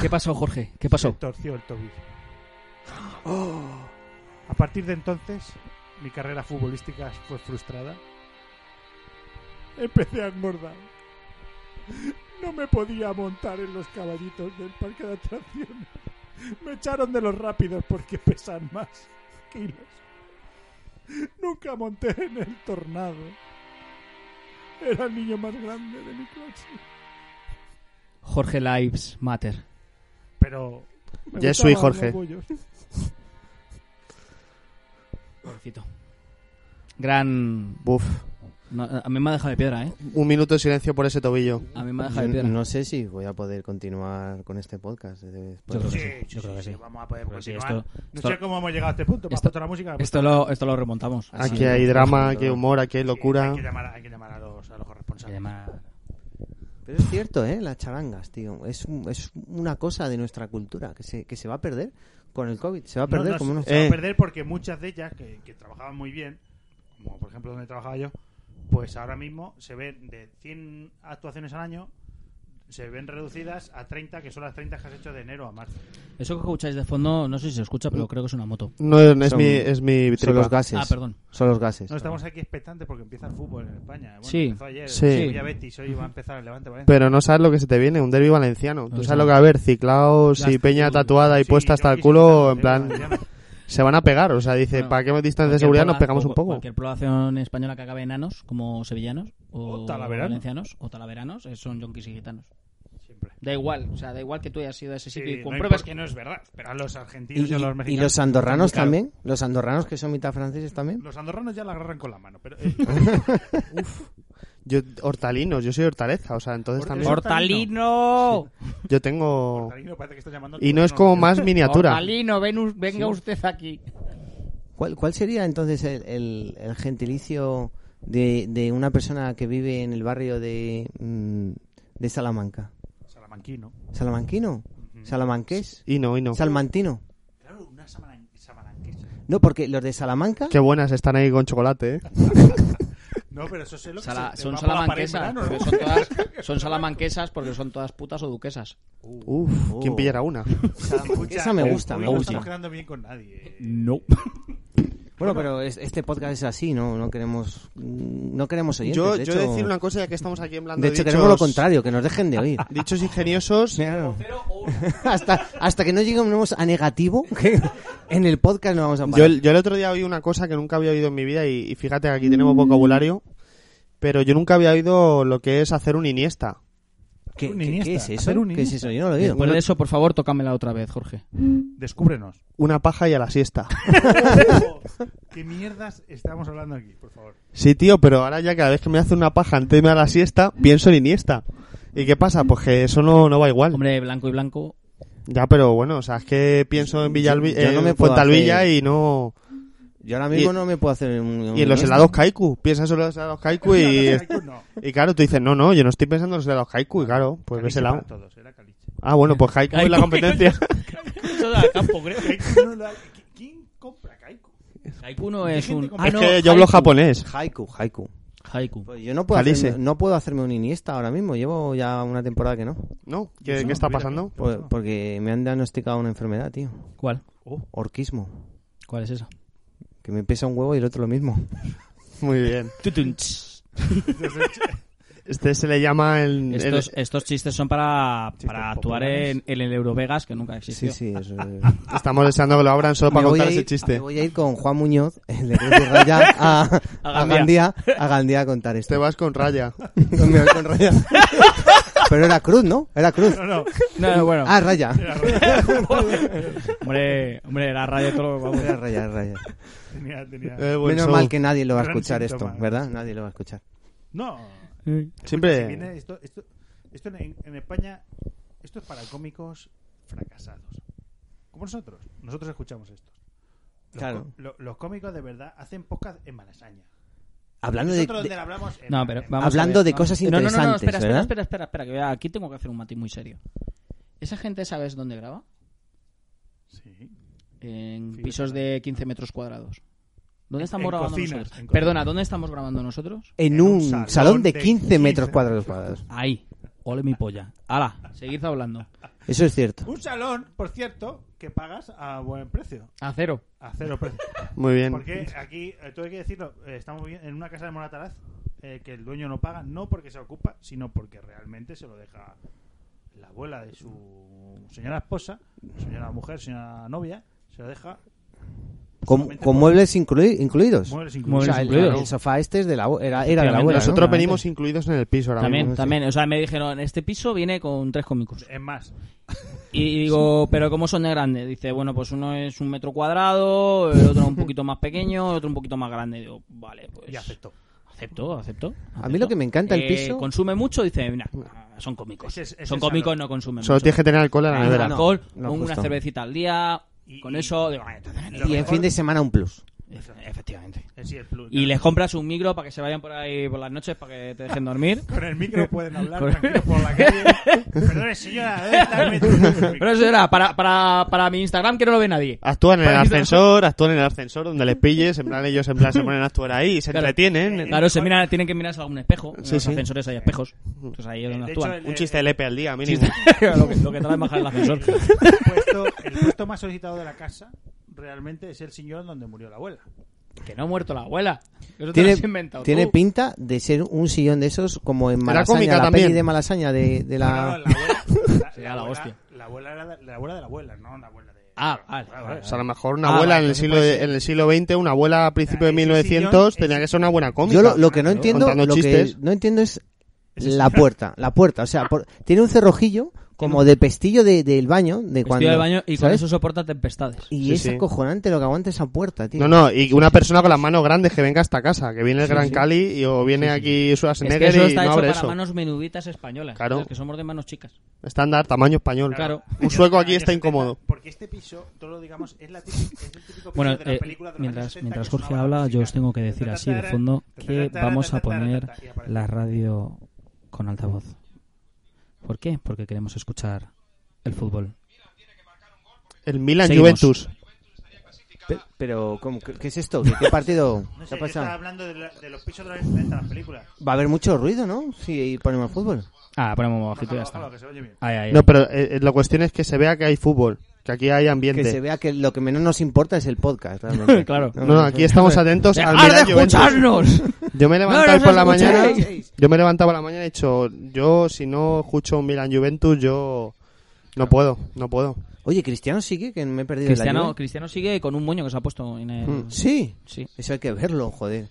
[SPEAKER 2] ¿Qué pasó, Jorge? ¿Qué
[SPEAKER 3] me
[SPEAKER 2] pasó?
[SPEAKER 3] torció el tobillo. A partir de entonces, mi carrera futbolística fue frustrada. Empecé a engordar. No me podía montar en los caballitos del parque de atracciones. Me echaron de los rápidos porque pesan más kilos. Nunca monté en el tornado. Era el niño más grande de mi clase.
[SPEAKER 2] Jorge Lives Matter.
[SPEAKER 3] Pero... me
[SPEAKER 1] Ya es su hijo,
[SPEAKER 3] gustaban los
[SPEAKER 1] Jorge.
[SPEAKER 3] bollos.
[SPEAKER 2] Pobrecito. Gran.
[SPEAKER 1] Buf.
[SPEAKER 2] no, a mí me ha dejado de piedra, ¿eh?
[SPEAKER 1] Un minuto de silencio por ese tobillo.
[SPEAKER 2] A mí me ha dejado de
[SPEAKER 4] Yo
[SPEAKER 2] piedra.
[SPEAKER 4] no sé si voy a poder continuar con este podcast. eh, después.
[SPEAKER 2] creo que
[SPEAKER 3] Sí,
[SPEAKER 2] sí.
[SPEAKER 3] sí,
[SPEAKER 2] yo creo
[SPEAKER 3] sí,
[SPEAKER 2] que
[SPEAKER 3] sí,
[SPEAKER 2] sí.
[SPEAKER 3] Vamos a poder
[SPEAKER 2] Creo que sí,
[SPEAKER 3] continuar.
[SPEAKER 2] esto-
[SPEAKER 3] no
[SPEAKER 2] esto-
[SPEAKER 3] sé cómo hemos llegado a este punto. Me has
[SPEAKER 2] esto-
[SPEAKER 3] puesto la música. me has
[SPEAKER 2] Esto
[SPEAKER 3] puesto-
[SPEAKER 2] lo, esto lo remontamos.
[SPEAKER 3] Ah,
[SPEAKER 2] Así
[SPEAKER 1] Aquí hay
[SPEAKER 2] que-
[SPEAKER 1] drama, aquí hay humor, aquí hay locura.
[SPEAKER 3] Hay que llamar, a- hay que llamar a, los, a los
[SPEAKER 2] Se
[SPEAKER 3] corresponsables.
[SPEAKER 2] llama-
[SPEAKER 4] Pero es cierto, ¿eh? Las charangas, tío. Es, un- es una cosa de nuestra cultura que se, que se va a perder con el COVID. Se va a perder
[SPEAKER 3] No, no,
[SPEAKER 4] como unos...
[SPEAKER 3] se va
[SPEAKER 1] Eh.
[SPEAKER 3] a perder porque muchas de ellas que, que trabajaban muy bien, como por ejemplo donde trabajaba yo, pues ahora mismo se ven de 100 actuaciones al año, se ven reducidas a 30, que son las 30 que has hecho de enero a marzo.
[SPEAKER 2] Eso que escucháis de fondo, no sé si se escucha, pero creo que es una moto.
[SPEAKER 1] No, es
[SPEAKER 4] Son-
[SPEAKER 1] mi, es mi
[SPEAKER 4] Son los
[SPEAKER 1] tripa.
[SPEAKER 4] gases.
[SPEAKER 2] Ah, perdón.
[SPEAKER 4] Son los gases.
[SPEAKER 3] No estamos aquí expectantes porque empieza el fútbol en España. Bueno,
[SPEAKER 2] Sí.
[SPEAKER 3] empezó ayer.
[SPEAKER 1] Sí.
[SPEAKER 3] Hoy a Betis, hoy va a empezar el Levante Valencia.
[SPEAKER 1] Pero no sabes lo que se te viene, un derbi valenciano. Tú
[SPEAKER 2] No,
[SPEAKER 1] sabes
[SPEAKER 2] sí.
[SPEAKER 1] lo que va a haber, ciclaos y
[SPEAKER 2] Las-
[SPEAKER 1] peña
[SPEAKER 2] uy,
[SPEAKER 1] tatuada y
[SPEAKER 3] Sí,
[SPEAKER 1] puesta hasta
[SPEAKER 3] yo
[SPEAKER 1] el
[SPEAKER 3] quise
[SPEAKER 1] culo,
[SPEAKER 3] quitarlo,
[SPEAKER 1] en
[SPEAKER 3] te
[SPEAKER 1] plan,
[SPEAKER 3] digo, Adrián.
[SPEAKER 1] se van a pegar. O sea, dice,
[SPEAKER 2] Bueno,
[SPEAKER 1] ¿para qué distancia de
[SPEAKER 2] Cualquier
[SPEAKER 1] seguridad
[SPEAKER 2] pola-
[SPEAKER 1] nos pegamos
[SPEAKER 2] o-
[SPEAKER 1] un poco?
[SPEAKER 2] Cualquier población española que acabe enanos, como sevillanos, o,
[SPEAKER 3] O talaveranos.
[SPEAKER 2] valencianos, o talaveranos, eh, son yonkis y gitanos.
[SPEAKER 3] Siempre.
[SPEAKER 2] Da igual, o sea, da igual que tú hayas ido a ese
[SPEAKER 3] Sí,
[SPEAKER 2] sitio y
[SPEAKER 3] no
[SPEAKER 2] compruebas
[SPEAKER 3] importa.
[SPEAKER 2] que no es verdad.
[SPEAKER 3] Pero a los argentinos
[SPEAKER 4] Y,
[SPEAKER 3] y, a
[SPEAKER 4] y-
[SPEAKER 3] los
[SPEAKER 4] y
[SPEAKER 3] mexicanos.
[SPEAKER 4] los andorranos
[SPEAKER 3] Claro.
[SPEAKER 4] también. Los andorranos que son mitad franceses también.
[SPEAKER 3] Los andorranos ya la agarran con la mano. Pero, eh,
[SPEAKER 1] Yo, hortalinos, yo soy hortaleza, o sea, entonces
[SPEAKER 3] Hortalinos.
[SPEAKER 1] también
[SPEAKER 2] ¡Hortalino!
[SPEAKER 1] yo tengo...
[SPEAKER 3] Hortalino parece que está llamando al
[SPEAKER 1] Y no es
[SPEAKER 3] gobierno.
[SPEAKER 1] como más miniatura.
[SPEAKER 2] Hortalino, ven us- venga usted aquí.
[SPEAKER 4] ¿Cuál, cuál sería entonces el, el- el gentilicio de, de una persona que vive en el barrio de, mm, de Salamanca?
[SPEAKER 3] eh, Salamanquino.
[SPEAKER 4] ¿Salamanquino? ¿Salamanqués?
[SPEAKER 1] Y no, y no.
[SPEAKER 4] ¿Salmantino?
[SPEAKER 3] Claro, una samalan- salamanquesa.
[SPEAKER 4] No, porque los de Salamanca...
[SPEAKER 1] Qué buenas están ahí con chocolate, ¿eh?
[SPEAKER 3] No, pero eso es lo que
[SPEAKER 2] Sala-
[SPEAKER 3] se-
[SPEAKER 2] son
[SPEAKER 3] va por la pared en
[SPEAKER 2] salamanquesas,
[SPEAKER 3] verano,
[SPEAKER 2] porque
[SPEAKER 3] ¿no?
[SPEAKER 2] son todas, son salamanquesas porque son todas putas o duquesas.
[SPEAKER 1] Uf, ¿quién
[SPEAKER 4] Oh.
[SPEAKER 1] pillara una?
[SPEAKER 3] Escucha,
[SPEAKER 4] Esa me
[SPEAKER 3] hoy-
[SPEAKER 4] gusta,
[SPEAKER 3] hoy
[SPEAKER 4] me
[SPEAKER 3] no
[SPEAKER 4] gusta.
[SPEAKER 3] estamos quedando bien con nadie. eh.
[SPEAKER 2] No.
[SPEAKER 4] Bueno, pero es- este podcast es así, ¿no? No queremos, no queremos oyentes.
[SPEAKER 1] Yo,
[SPEAKER 4] de
[SPEAKER 1] yo
[SPEAKER 4] hecho,
[SPEAKER 1] he de decir una cosa, ya que estamos aquí en Blando
[SPEAKER 4] de hecho,
[SPEAKER 1] dichos-
[SPEAKER 4] queremos lo contrario, que nos dejen de oír.
[SPEAKER 1] Dichos ingeniosos,
[SPEAKER 4] Claro. hasta, hasta que no lleguemos a negativo, que en el podcast no vamos a
[SPEAKER 1] Yo
[SPEAKER 4] parar.
[SPEAKER 1] el, yo el otro día oí una cosa que nunca había oído en mi vida y, y fíjate que aquí tenemos vocabulario, pero yo nunca había oído lo que es hacer un Iniesta.
[SPEAKER 4] ¿Qué,
[SPEAKER 3] Un
[SPEAKER 4] qué-
[SPEAKER 3] Iniesta,
[SPEAKER 4] qué es eso?
[SPEAKER 3] hacer un
[SPEAKER 4] ¿Qué es
[SPEAKER 3] Iniesta.
[SPEAKER 4] eso? Yo no lo digo.
[SPEAKER 2] Después de eso, por favor, tócamela otra vez, Jorge.
[SPEAKER 3] Descúbrenos. Oh,
[SPEAKER 1] Una paja y a la siesta.
[SPEAKER 3] ¿Qué mierdas estamos hablando aquí, por favor?
[SPEAKER 1] Sí, tío, pero ahora ya cada vez que me hace una paja antes de irme a la siesta, pienso en Iniesta. ¿Y qué pasa? Pues que eso no, no va igual.
[SPEAKER 2] Hombre, blanco y blanco.
[SPEAKER 1] Ya, pero bueno, o sea, es que pienso en Villalbi
[SPEAKER 4] Yo- yo
[SPEAKER 1] eh,
[SPEAKER 4] no me
[SPEAKER 1] en
[SPEAKER 4] puedo
[SPEAKER 1] Fuentalvilla
[SPEAKER 4] hacer-
[SPEAKER 1] y no...
[SPEAKER 4] Yo ahora mismo
[SPEAKER 1] Y-
[SPEAKER 4] no me puedo hacer un... un
[SPEAKER 1] Y en los
[SPEAKER 4] Iniesta.
[SPEAKER 1] helados Kaiku. Piensas en los helados Kaiku y...
[SPEAKER 3] No.
[SPEAKER 1] Y claro, tú dices, no, no, yo no estoy pensando en los helados Kaiku. Y claro, pues ves
[SPEAKER 3] Caliche
[SPEAKER 1] helado.
[SPEAKER 3] para todos, era caliche.
[SPEAKER 1] Ah, bueno, pues Kaiku es la
[SPEAKER 2] Kaiku.
[SPEAKER 1] competencia.
[SPEAKER 2] Eso da campo, creo.
[SPEAKER 3] Kaiku no lo hay. ¿Qui- ¿Quién compra Kaiku?
[SPEAKER 2] Haiku Ah, no es un.
[SPEAKER 1] es que yo hablo japonés.
[SPEAKER 4] Haiku, haiku.
[SPEAKER 2] Haiku.
[SPEAKER 4] Pues yo no puedo,
[SPEAKER 1] Jalise.
[SPEAKER 4] hacerme, no puedo hacerme un Iniesta ahora mismo. Llevo ya una temporada que no.
[SPEAKER 1] ¿No?
[SPEAKER 3] Yo
[SPEAKER 1] ¿Qué,
[SPEAKER 3] sí,
[SPEAKER 1] qué está
[SPEAKER 3] olvídate.
[SPEAKER 1] pasando?
[SPEAKER 4] Por- porque me han diagnosticado una enfermedad, tío.
[SPEAKER 2] ¿Cuál?
[SPEAKER 4] Orquismo.
[SPEAKER 2] ¿Cuál es esa?
[SPEAKER 4] Que me pesa un huevo y el otro lo mismo.
[SPEAKER 1] Muy bien. Este se le llama el... el-
[SPEAKER 2] Estos, estos chistes son para, para actuar en, en el Eurovegas, que nunca
[SPEAKER 4] Sí,
[SPEAKER 2] existió.
[SPEAKER 4] sí. eso es.
[SPEAKER 1] Estamos deseando que lo abran solo para
[SPEAKER 4] Me voy
[SPEAKER 1] contar
[SPEAKER 4] a
[SPEAKER 1] ese
[SPEAKER 4] ir- me
[SPEAKER 1] chiste.
[SPEAKER 4] voy a ir con Juan Muñoz, el de Cruz y Raya, a, a
[SPEAKER 2] Gandía.
[SPEAKER 4] Gandía. a Gandía a contar
[SPEAKER 1] Te
[SPEAKER 4] esto.
[SPEAKER 1] Este vas con raya.
[SPEAKER 4] Me voy con Raya. Pero era Cruz, ¿no? Era Cruz.
[SPEAKER 3] No, no.
[SPEAKER 2] No, bueno.
[SPEAKER 4] Ah, Raya.
[SPEAKER 2] Hombre, hombre, la radio todo lo vamos.
[SPEAKER 4] Era Raya, era Raya.
[SPEAKER 3] Tenía, tenía.
[SPEAKER 1] Eh, buen
[SPEAKER 4] Menos
[SPEAKER 1] show.
[SPEAKER 4] mal que nadie lo va a
[SPEAKER 3] Gran
[SPEAKER 4] escuchar esto,
[SPEAKER 3] síntoma.
[SPEAKER 4] ¿verdad? Nadie lo va a escuchar.
[SPEAKER 3] No. Si
[SPEAKER 1] Siempre...
[SPEAKER 3] viene esto, esto, esto en, en España, esto es para cómicos fracasados. Como nosotros. Nosotros escuchamos esto. Los,
[SPEAKER 4] Claro.
[SPEAKER 3] co- lo- los cómicos de verdad hacen podcast en Malasaña.
[SPEAKER 4] Hablando de,
[SPEAKER 3] Nosotros
[SPEAKER 4] de-
[SPEAKER 3] le hablamos en
[SPEAKER 2] No, pero
[SPEAKER 3] en-
[SPEAKER 2] vamos a
[SPEAKER 4] hablando
[SPEAKER 2] ver,
[SPEAKER 4] de
[SPEAKER 2] vamos.
[SPEAKER 4] cosas
[SPEAKER 2] No, no,
[SPEAKER 4] interesantes,
[SPEAKER 2] no, no, espera, espera,
[SPEAKER 4] ¿verdad?
[SPEAKER 2] espera, espera, espera, que vea, aquí tengo que hacer un matiz muy serio. ¿Esa gente sabes dónde graba?
[SPEAKER 3] Sí.
[SPEAKER 2] En
[SPEAKER 3] Fíjate.
[SPEAKER 2] pisos de 15 metros cuadrados. ¿Dónde estamos
[SPEAKER 3] en
[SPEAKER 2] grabando
[SPEAKER 3] cocinas,
[SPEAKER 2] nosotros?
[SPEAKER 3] en cocinas.
[SPEAKER 2] Perdona, ¿dónde estamos grabando nosotros?
[SPEAKER 4] En un salón, de 15 metros
[SPEAKER 3] 15.
[SPEAKER 4] cuadrados cuadrados.
[SPEAKER 2] Ahí. Ole mi polla. Hala, seguid hablando.
[SPEAKER 4] Eso es cierto.
[SPEAKER 3] Un salón, por cierto, que pagas a buen precio.
[SPEAKER 2] A cero.
[SPEAKER 3] A cero precio.
[SPEAKER 1] Muy bien.
[SPEAKER 3] Porque aquí, eh, todo hay que decirlo, eh, estamos bien en una casa de Monataraz eh, que el dueño no paga, no porque se ocupa, sino porque realmente se lo deja la abuela de su señora esposa, señora mujer, señora novia, se lo deja
[SPEAKER 4] Con,
[SPEAKER 3] Solamente
[SPEAKER 4] con
[SPEAKER 3] por-
[SPEAKER 4] muebles inclui- incluidos.
[SPEAKER 3] muebles
[SPEAKER 4] O
[SPEAKER 3] incluidos.
[SPEAKER 4] sea, el,
[SPEAKER 2] incluidos.
[SPEAKER 4] el sofá este es de la, abue- era, era de la
[SPEAKER 2] Efectivamente.
[SPEAKER 4] abuela. ¿no?
[SPEAKER 1] Nosotros
[SPEAKER 4] Realmente.
[SPEAKER 1] venimos incluidos en el piso ahora
[SPEAKER 2] También,
[SPEAKER 1] mismo.
[SPEAKER 2] también. O sea, me dijeron, este piso viene con tres cómicos.
[SPEAKER 3] Es más,
[SPEAKER 2] Y digo, ¿pero cómo son de grandes? Dice, bueno, pues uno es un metro cuadrado, el otro un poquito más pequeño, el otro un poquito más grande. Digo, vale, pues...
[SPEAKER 3] y aceptó.
[SPEAKER 2] Acepto, acepto.
[SPEAKER 4] A mí lo que me encanta
[SPEAKER 2] Eh,
[SPEAKER 4] el piso-
[SPEAKER 2] Consume mucho, dice, "Nah, son cómicos.
[SPEAKER 3] Ese es- ese
[SPEAKER 2] son
[SPEAKER 3] es
[SPEAKER 2] cómicos,
[SPEAKER 3] algo.
[SPEAKER 2] no consumen
[SPEAKER 1] Solo
[SPEAKER 2] mucho.
[SPEAKER 1] tienes que tener alcohol en la
[SPEAKER 2] Ah,
[SPEAKER 1] nevera.
[SPEAKER 4] no.
[SPEAKER 2] alcohol,
[SPEAKER 4] lo
[SPEAKER 2] una
[SPEAKER 4] justo.
[SPEAKER 2] cervecita al día,
[SPEAKER 3] Y-
[SPEAKER 2] con
[SPEAKER 3] y-
[SPEAKER 2] eso... digo, "Ah, entonces,
[SPEAKER 3] y-
[SPEAKER 2] ni
[SPEAKER 3] lo
[SPEAKER 4] Y en
[SPEAKER 3] mejor-
[SPEAKER 4] fin de semana un plus.
[SPEAKER 2] Efe- Efectivamente.
[SPEAKER 3] Eh, sí, el plus,
[SPEAKER 2] Y
[SPEAKER 3] ya.
[SPEAKER 2] les compras un micro para que se vayan por ahí por las noches, para que te dejen dormir.
[SPEAKER 3] Con el micro pueden hablar
[SPEAKER 2] Con-
[SPEAKER 3] tranquilos por la calle. Perdone, señora, ¿dónde está el metro?
[SPEAKER 2] Pero eso era para, para, para mi Instagram que no lo ve nadie.
[SPEAKER 1] Actúan en el
[SPEAKER 2] Para que-
[SPEAKER 1] ascensor, actúan en el ascensor donde les pilles, en plan ellos en plan se ponen a actuar ahí y se
[SPEAKER 2] Claro.
[SPEAKER 1] entretienen.
[SPEAKER 2] Claro, se miran, tienen que mirarse a algún espejo. en
[SPEAKER 1] Sí,
[SPEAKER 2] los
[SPEAKER 1] sí.
[SPEAKER 2] ascensores hay espejos. Entonces ahí es donde
[SPEAKER 3] De hecho,
[SPEAKER 2] actúan.
[SPEAKER 3] el-
[SPEAKER 1] Un chiste de Lepe al día, mínimo.
[SPEAKER 2] lo, que, lo que trae bajar el ascensor.
[SPEAKER 3] El puesto, el puesto más solicitado de la casa realmente es el señor donde murió la abuela.
[SPEAKER 2] que no ha muerto la abuela. Eso te lo
[SPEAKER 4] Tiene,
[SPEAKER 2] has inventado
[SPEAKER 4] tiene
[SPEAKER 2] tú.
[SPEAKER 4] pinta de ser un sillón de esos como en Malasaña,
[SPEAKER 1] cómica
[SPEAKER 4] la
[SPEAKER 1] también.
[SPEAKER 4] peli de Malasaña de, de
[SPEAKER 3] No, no,
[SPEAKER 4] la...
[SPEAKER 3] la abuela. La,
[SPEAKER 2] Sería la
[SPEAKER 3] abuela-
[SPEAKER 2] hostia.
[SPEAKER 3] la abuela era la, la abuela de la abuela, no la abuela de.
[SPEAKER 2] Ah, vale.
[SPEAKER 3] Claro,
[SPEAKER 2] vale.
[SPEAKER 1] O sea, a lo mejor una
[SPEAKER 2] Ah,
[SPEAKER 1] abuela
[SPEAKER 2] vale,
[SPEAKER 1] en, el
[SPEAKER 2] entonces
[SPEAKER 1] siglo, en el siglo XX, una abuela
[SPEAKER 2] Ah,
[SPEAKER 1] a principios de
[SPEAKER 3] Ese sillón
[SPEAKER 1] 1900,
[SPEAKER 3] es-
[SPEAKER 1] tenía que ser una buena cómica.
[SPEAKER 4] Yo lo, lo que no entiendo,
[SPEAKER 1] Contando
[SPEAKER 4] lo que
[SPEAKER 1] chistes.
[SPEAKER 4] no entiendo es
[SPEAKER 3] Ese
[SPEAKER 4] la
[SPEAKER 3] señor.
[SPEAKER 4] puerta, la puerta. O sea, por- tiene un cerrojillo como de pestillo de- del baño. De
[SPEAKER 2] Estoy
[SPEAKER 4] cuando,
[SPEAKER 2] al baño y con
[SPEAKER 4] ¿sabes?
[SPEAKER 2] eso soporta tempestades.
[SPEAKER 4] Y
[SPEAKER 1] Sí,
[SPEAKER 4] es
[SPEAKER 1] sí.
[SPEAKER 4] acojonante lo que aguanta esa puerta, tío.
[SPEAKER 1] No, no, y una persona con las manos grandes que venga hasta casa, que viene el Gran Cali y, o viene aquí
[SPEAKER 2] Es que
[SPEAKER 1] Schwarzenegger
[SPEAKER 2] eso
[SPEAKER 1] y
[SPEAKER 2] está
[SPEAKER 1] no
[SPEAKER 2] hecho
[SPEAKER 1] abre
[SPEAKER 2] para
[SPEAKER 1] eso.
[SPEAKER 2] manos menuditas españolas.
[SPEAKER 1] Claro.
[SPEAKER 2] ¿sabes? Que somos de manos chicas.
[SPEAKER 1] Estándar, tamaño español.
[SPEAKER 2] Claro.
[SPEAKER 1] Un sueco aquí está incómodo.
[SPEAKER 3] Porque este piso, todo lo digamos, es, la típica- es el típico piso
[SPEAKER 2] Bueno,
[SPEAKER 3] de las
[SPEAKER 2] eh,
[SPEAKER 3] películas de los
[SPEAKER 2] mientras-
[SPEAKER 3] años 60
[SPEAKER 2] mientras
[SPEAKER 3] que
[SPEAKER 2] Jorge
[SPEAKER 3] sonaba
[SPEAKER 2] habla,
[SPEAKER 3] la
[SPEAKER 2] yo os
[SPEAKER 3] música.
[SPEAKER 2] tengo que decir así de fondo que vamos
[SPEAKER 3] este
[SPEAKER 2] a poner
[SPEAKER 3] Y aparece.
[SPEAKER 2] la radio con altavoz. ¿Por qué? Porque queremos escuchar el fútbol.
[SPEAKER 1] El Milan
[SPEAKER 2] Seguimos.
[SPEAKER 1] Juventus.
[SPEAKER 4] Pe- Pero, ¿cómo? ¿qué, qué es esto? ¿Qué, qué partido?
[SPEAKER 3] No
[SPEAKER 4] ¿Qué
[SPEAKER 3] sé,
[SPEAKER 4] ha
[SPEAKER 3] yo estaba
[SPEAKER 4] pasado?
[SPEAKER 3] hablando de, la- de los pisos de los años 60, las películas.
[SPEAKER 4] Va a haber mucho ruido, ¿no? Si ponemos fútbol.
[SPEAKER 2] Ah, ponemos bajito y ya
[SPEAKER 3] Bájalo,
[SPEAKER 2] está.
[SPEAKER 3] bájalo, que se oye bien.
[SPEAKER 2] Ahí, ahí,
[SPEAKER 1] No,
[SPEAKER 2] ahí.
[SPEAKER 1] pero eh, eh, la cuestión es que se vea que hay fútbol, que aquí hay ambiente.
[SPEAKER 4] Que se vea que lo que menos nos importa es el podcast, realmente.
[SPEAKER 2] Claro.
[SPEAKER 1] No, no, aquí estamos atentos al
[SPEAKER 2] ¡Dejad
[SPEAKER 1] Milan
[SPEAKER 2] de
[SPEAKER 1] Juventus.
[SPEAKER 2] escucharnos!
[SPEAKER 1] Yo me he levantado
[SPEAKER 2] No nos
[SPEAKER 1] por la mañana.
[SPEAKER 2] escuchéis.
[SPEAKER 1] Yo me he levantado por la mañana y he dicho, yo si no escucho un Milan Juventus, yo no puedo, no puedo.
[SPEAKER 4] Oye, Cristiano sigue, que me he perdido la
[SPEAKER 2] Cristiano,
[SPEAKER 4] Juve.
[SPEAKER 2] Cristiano sigue con un moño que se ha puesto en el...
[SPEAKER 1] Mm.
[SPEAKER 4] Sí.
[SPEAKER 2] Sí.
[SPEAKER 4] Eso hay que verlo, joder.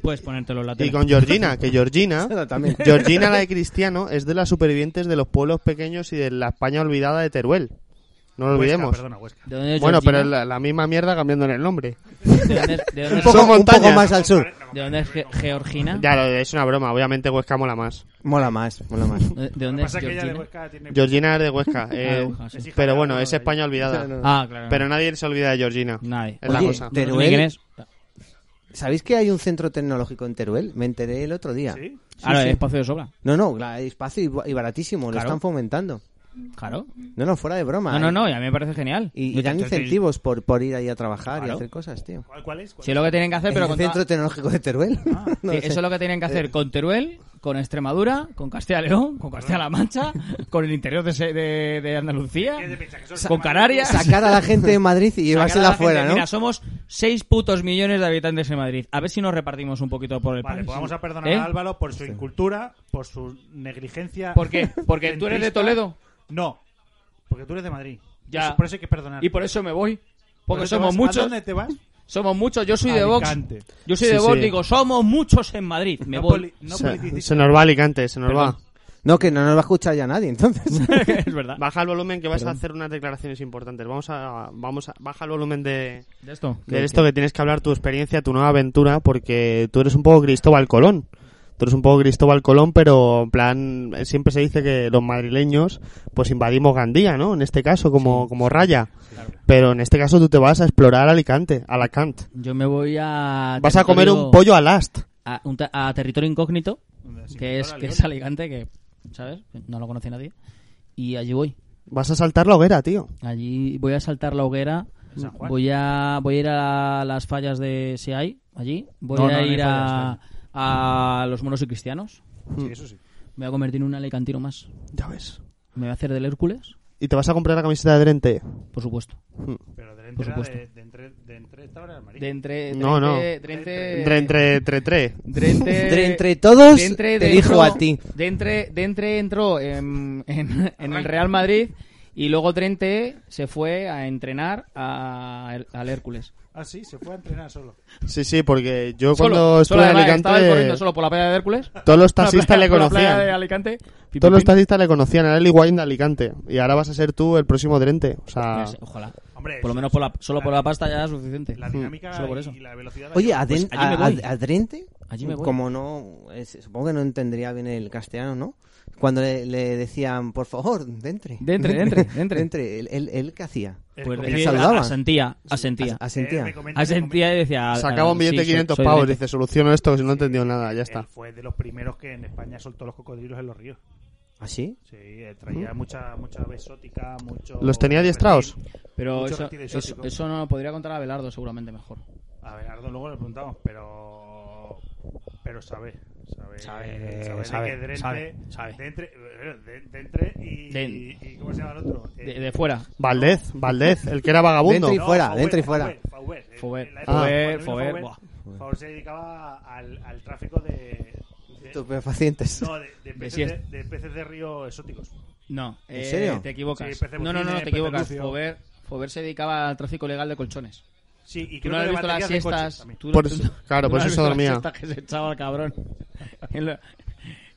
[SPEAKER 2] Puedes ponértelo en la tele.
[SPEAKER 1] Y con Georgina, que Georgina,
[SPEAKER 4] Eso también.
[SPEAKER 1] Georgina la de Cristiano es de las supervivientes de los pueblos pequeños y de la España olvidada de Teruel. No lo
[SPEAKER 3] Huesca,
[SPEAKER 1] olvidemos.
[SPEAKER 3] perdona, Huesca.
[SPEAKER 2] ¿De dónde es
[SPEAKER 1] Bueno, pero es
[SPEAKER 2] Georgina?
[SPEAKER 1] la, la misma mierda cambiándole el nombre.
[SPEAKER 2] ¿De dónde es- de dónde
[SPEAKER 4] un,
[SPEAKER 2] es-
[SPEAKER 4] poco, un poco
[SPEAKER 1] montañas.
[SPEAKER 4] más al sur.
[SPEAKER 2] de dónde es Ge- Georgina?
[SPEAKER 1] Ya, lo- es una broma, obviamente Huesca mola más.
[SPEAKER 4] Mola más, mola más.
[SPEAKER 2] ¿De de
[SPEAKER 3] Lo
[SPEAKER 2] dónde
[SPEAKER 3] que
[SPEAKER 2] es
[SPEAKER 3] pasa es que ella de
[SPEAKER 2] Georgina?
[SPEAKER 3] Huesca tiene.
[SPEAKER 1] Georgina es de Huesca, eh,
[SPEAKER 2] Huesca, sí.
[SPEAKER 3] es hija
[SPEAKER 1] pero
[SPEAKER 3] de
[SPEAKER 1] bueno,
[SPEAKER 3] alguno
[SPEAKER 1] es
[SPEAKER 3] de
[SPEAKER 1] España olvidada.
[SPEAKER 2] Ah, claro.
[SPEAKER 1] Pero nadie se olvida de Georgina.
[SPEAKER 2] Nadie.
[SPEAKER 1] Es la
[SPEAKER 4] Oye,
[SPEAKER 1] cosa.
[SPEAKER 4] Teruel-
[SPEAKER 2] ¿Ni quién es?
[SPEAKER 4] ¿Sabéis que hay un centro tecnológico en Teruel? Me enteré el otro día.
[SPEAKER 3] ¿Sí?
[SPEAKER 2] Ahora,
[SPEAKER 4] sí.
[SPEAKER 2] hay espacio de sobra.
[SPEAKER 4] No, no, la- hay espacio y bu- y baratísimo, lo
[SPEAKER 2] Claro.
[SPEAKER 4] están fomentando.
[SPEAKER 2] Claro.
[SPEAKER 4] No, no, fuera de broma.
[SPEAKER 2] No, no,
[SPEAKER 4] ¿eh?
[SPEAKER 2] no, y a mí me parece genial.
[SPEAKER 4] Y, y
[SPEAKER 2] Yo te-
[SPEAKER 4] dan
[SPEAKER 2] te- te-
[SPEAKER 4] incentivos por, por ir ahí a trabajar y
[SPEAKER 2] Claro.
[SPEAKER 4] hacer cosas, tío.
[SPEAKER 3] ¿Cuál, cuál es? ¿Cuál
[SPEAKER 2] Sí, es lo que tienen que hacer,
[SPEAKER 4] ¿En
[SPEAKER 2] pero
[SPEAKER 4] el
[SPEAKER 2] con
[SPEAKER 4] centro eh,
[SPEAKER 2] toda-
[SPEAKER 4] tecnológico de Teruel? No
[SPEAKER 2] Sí,
[SPEAKER 4] sé.
[SPEAKER 2] Eso es lo que tienen que hacer con Teruel, con Extremadura, con Castilla y León, con Castilla-La Mancha, con el interior de, se- de- de Andalucía,
[SPEAKER 3] es? ¿Qué te piensas, que son
[SPEAKER 2] con
[SPEAKER 3] españoles?
[SPEAKER 2] Canarias.
[SPEAKER 4] Sacar a la gente de Madrid y
[SPEAKER 2] Sacar a
[SPEAKER 4] llevársela
[SPEAKER 2] la gente.
[SPEAKER 4] afuera, ¿no?
[SPEAKER 2] Mira, somos 6 putos millones de habitantes en Madrid. A ver si nos repartimos un poquito por el
[SPEAKER 3] Vale,
[SPEAKER 2] país.
[SPEAKER 3] pues vamos a perdonar
[SPEAKER 2] ¿Eh?
[SPEAKER 3] a Álvaro por su incultura, por su negligencia.
[SPEAKER 2] ¿Por qué? ¿Porque tú eres de
[SPEAKER 3] centrista.
[SPEAKER 2] Toledo?
[SPEAKER 3] No, porque tú eres de Madrid.
[SPEAKER 2] Ya.
[SPEAKER 3] Eso- Por eso hay que perdonar.
[SPEAKER 2] Y por eso me voy.
[SPEAKER 3] ¿Por
[SPEAKER 2] Porque
[SPEAKER 3] qué te
[SPEAKER 2] somos
[SPEAKER 3] vas? ¿A
[SPEAKER 2] muchos.
[SPEAKER 3] dónde te vas?
[SPEAKER 2] Somos muchos. Yo soy de Vox.
[SPEAKER 3] Alicante.
[SPEAKER 2] Yo soy de
[SPEAKER 1] Sí,
[SPEAKER 2] Vox.
[SPEAKER 1] sí.
[SPEAKER 2] Digo, somos muchos en Madrid. Me
[SPEAKER 3] No,
[SPEAKER 2] voy.
[SPEAKER 3] poli- no
[SPEAKER 1] se,
[SPEAKER 3] politices.
[SPEAKER 1] se nos va Alicante, se nos
[SPEAKER 2] Perdón.
[SPEAKER 4] No, que no nos va a escuchar ya nadie, entonces.
[SPEAKER 2] es verdad.
[SPEAKER 1] va. Baja el volumen que vas a hacer unas declaraciones importantes. Vamos a, vamos a baja el volumen de,
[SPEAKER 2] De esto.
[SPEAKER 1] de esto que tienes que hablar tu experiencia, tu nueva aventura, porque tú eres un poco Cristóbal Colón. Tú eres un poco Cristóbal Colón, pero en plan, eh, siempre se dice que los madrileños pues invadimos Gandía, ¿no? En este caso, como, como Raya. Pero en este caso tú te vas a explorar Alicante, Alacant.
[SPEAKER 2] Yo me voy a.
[SPEAKER 1] Vas a comer
[SPEAKER 2] territorio-
[SPEAKER 1] un pollo al ast.
[SPEAKER 2] A, un te- a territorio incógnito, que es, que es Alicante, que, ¿sabes? No lo conoce nadie. Y allí voy.
[SPEAKER 1] Vas a saltar la hoguera, tío.
[SPEAKER 2] Allí voy a saltar la hoguera.
[SPEAKER 3] San Juan.
[SPEAKER 2] Voy a, voy a ir a las fallas de si hay allí. Voy
[SPEAKER 3] No, no,
[SPEAKER 2] a
[SPEAKER 3] no hay
[SPEAKER 2] ir a,
[SPEAKER 3] fallas,
[SPEAKER 2] a los moros y cristianos.
[SPEAKER 3] Sí, eso sí.
[SPEAKER 2] Me voy a convertir en un alicantino más.
[SPEAKER 1] Ya ves.
[SPEAKER 2] Me voy a hacer del Hércules,
[SPEAKER 1] Y te vas a comprar la camiseta de Drente.
[SPEAKER 2] por supuesto.
[SPEAKER 3] Pero de
[SPEAKER 2] Por
[SPEAKER 3] entre,
[SPEAKER 2] supuesto.
[SPEAKER 3] de, de entre, de entre esta hora del Madrid.
[SPEAKER 2] De entre.
[SPEAKER 1] No, no.
[SPEAKER 2] Drente.
[SPEAKER 1] Entre, entre, entre, entre.
[SPEAKER 4] De entre todos,
[SPEAKER 2] de entre-
[SPEAKER 4] te
[SPEAKER 2] de
[SPEAKER 4] elijo
[SPEAKER 2] entro-
[SPEAKER 4] a ti.
[SPEAKER 2] De entre, de entre entró em, en, en el Real Madrid y luego Trente se fue a entrenar a- al Hércules.
[SPEAKER 3] Ah, sí, se fue a entrenar solo.
[SPEAKER 1] Sí, sí, porque yo
[SPEAKER 2] Solo,
[SPEAKER 1] cuando
[SPEAKER 2] solo,
[SPEAKER 1] estuve en
[SPEAKER 2] además,
[SPEAKER 1] Alicante.
[SPEAKER 2] estaba él corriendo solo por la playa de Hércules.
[SPEAKER 1] Todos los
[SPEAKER 2] Por la
[SPEAKER 1] taxistas
[SPEAKER 2] playa-
[SPEAKER 1] le
[SPEAKER 2] por la playa de
[SPEAKER 1] conocían.
[SPEAKER 2] Alicante. Pi,
[SPEAKER 1] Todos
[SPEAKER 2] pi,
[SPEAKER 1] los
[SPEAKER 2] pi.
[SPEAKER 1] taxistas le conocían. Era el Higuaín de Alicante. Y ahora vas a ser tú el próximo Drente. O sea,
[SPEAKER 2] Pues, Ojalá.
[SPEAKER 3] Hombre,
[SPEAKER 2] Por lo
[SPEAKER 3] eso
[SPEAKER 2] menos
[SPEAKER 3] es-
[SPEAKER 2] por la- solo por
[SPEAKER 3] la-
[SPEAKER 2] la pasta ya es suficiente.
[SPEAKER 3] La dinámica
[SPEAKER 2] Solo por eso.
[SPEAKER 3] y la velocidad. la
[SPEAKER 4] Oye,
[SPEAKER 3] lleva.
[SPEAKER 4] a, Den-
[SPEAKER 2] Pues allí me
[SPEAKER 4] a-
[SPEAKER 2] voy.
[SPEAKER 4] a- a Drente,
[SPEAKER 2] Allí me voy.
[SPEAKER 4] como no, eh, supongo que no entendería bien el castellano, ¿no? Cuando le, le decían, por favor, Dentre.
[SPEAKER 2] Dentre, dentre, dentre.
[SPEAKER 4] ¿Él, él, él qué hacía?
[SPEAKER 3] Eh,
[SPEAKER 2] Pues
[SPEAKER 3] com-
[SPEAKER 4] decía-
[SPEAKER 2] decía-
[SPEAKER 4] saludaba.
[SPEAKER 2] Asentía, asentía.
[SPEAKER 4] As-
[SPEAKER 3] eh,
[SPEAKER 4] asentía.
[SPEAKER 3] me comentan-
[SPEAKER 2] Asentía y decía...
[SPEAKER 1] sacaba un
[SPEAKER 2] ah,
[SPEAKER 1] billete de
[SPEAKER 2] sí, soy-
[SPEAKER 1] 500
[SPEAKER 2] soy Eh.
[SPEAKER 1] pavos.
[SPEAKER 2] Drente.
[SPEAKER 1] Dice, soluciono esto, que si no he entendido nada. Ya
[SPEAKER 3] Él
[SPEAKER 1] está.
[SPEAKER 3] fue de los primeros que en España soltó los cocodrilos en los ríos.
[SPEAKER 4] ¿Así?
[SPEAKER 3] Sí, eh, traía mucha, mucha besótica, mucho.
[SPEAKER 1] ¿Los tenía adiestrados?
[SPEAKER 2] Pero
[SPEAKER 3] Mucho
[SPEAKER 2] eso,
[SPEAKER 3] reptil
[SPEAKER 2] eso,
[SPEAKER 3] exótico.
[SPEAKER 2] eso no lo podría contar a Belardo seguramente mejor.
[SPEAKER 3] A ver, Ardo luego le preguntamos, pero. Pero sabe. Sabe.
[SPEAKER 2] Sabe,
[SPEAKER 3] de
[SPEAKER 2] sabe,
[SPEAKER 3] que Drente-
[SPEAKER 2] sabe, sabe.
[SPEAKER 3] De entre, eh, de- de entre y,
[SPEAKER 2] De-
[SPEAKER 3] y- y- ¿Cómo se llama el otro? Eh,
[SPEAKER 2] De, de fuera.
[SPEAKER 1] Valdez, Valdez, el que era vagabundo.
[SPEAKER 4] Drente y- fuera, de entre y fuera.
[SPEAKER 3] Fauber, Fauber, eh,
[SPEAKER 2] Fauber,
[SPEAKER 3] en la época
[SPEAKER 2] Fauber,
[SPEAKER 3] cuando vino
[SPEAKER 2] Fauber,
[SPEAKER 3] Fauber,
[SPEAKER 2] buah.
[SPEAKER 3] Fauber se dedicaba al, al tráfico de. de
[SPEAKER 4] Estupefacientes.
[SPEAKER 3] no, de, de peces de,
[SPEAKER 2] siesta.
[SPEAKER 3] de peces de río exóticos.
[SPEAKER 2] No,
[SPEAKER 4] ¿En
[SPEAKER 2] eh,
[SPEAKER 4] serio?
[SPEAKER 2] te equivocas.
[SPEAKER 3] Sí, pez de
[SPEAKER 2] no, no, no,
[SPEAKER 3] botines,
[SPEAKER 2] te
[SPEAKER 3] pez de
[SPEAKER 2] equivocas.
[SPEAKER 3] lucio.
[SPEAKER 2] Fover, Fover se dedicaba al tráfico legal de colchones.
[SPEAKER 3] Sí, y
[SPEAKER 2] Tú
[SPEAKER 3] creo
[SPEAKER 2] no
[SPEAKER 3] que
[SPEAKER 2] has
[SPEAKER 3] de
[SPEAKER 2] visto las
[SPEAKER 3] baterías de coches
[SPEAKER 2] siestas.
[SPEAKER 3] también.
[SPEAKER 2] tú-
[SPEAKER 1] Por eso-
[SPEAKER 2] tú-
[SPEAKER 1] claro,
[SPEAKER 2] tú
[SPEAKER 1] por
[SPEAKER 2] no
[SPEAKER 1] eso
[SPEAKER 2] has visto
[SPEAKER 1] dormía.
[SPEAKER 2] las siestas que se echaba el cabrón. En lo-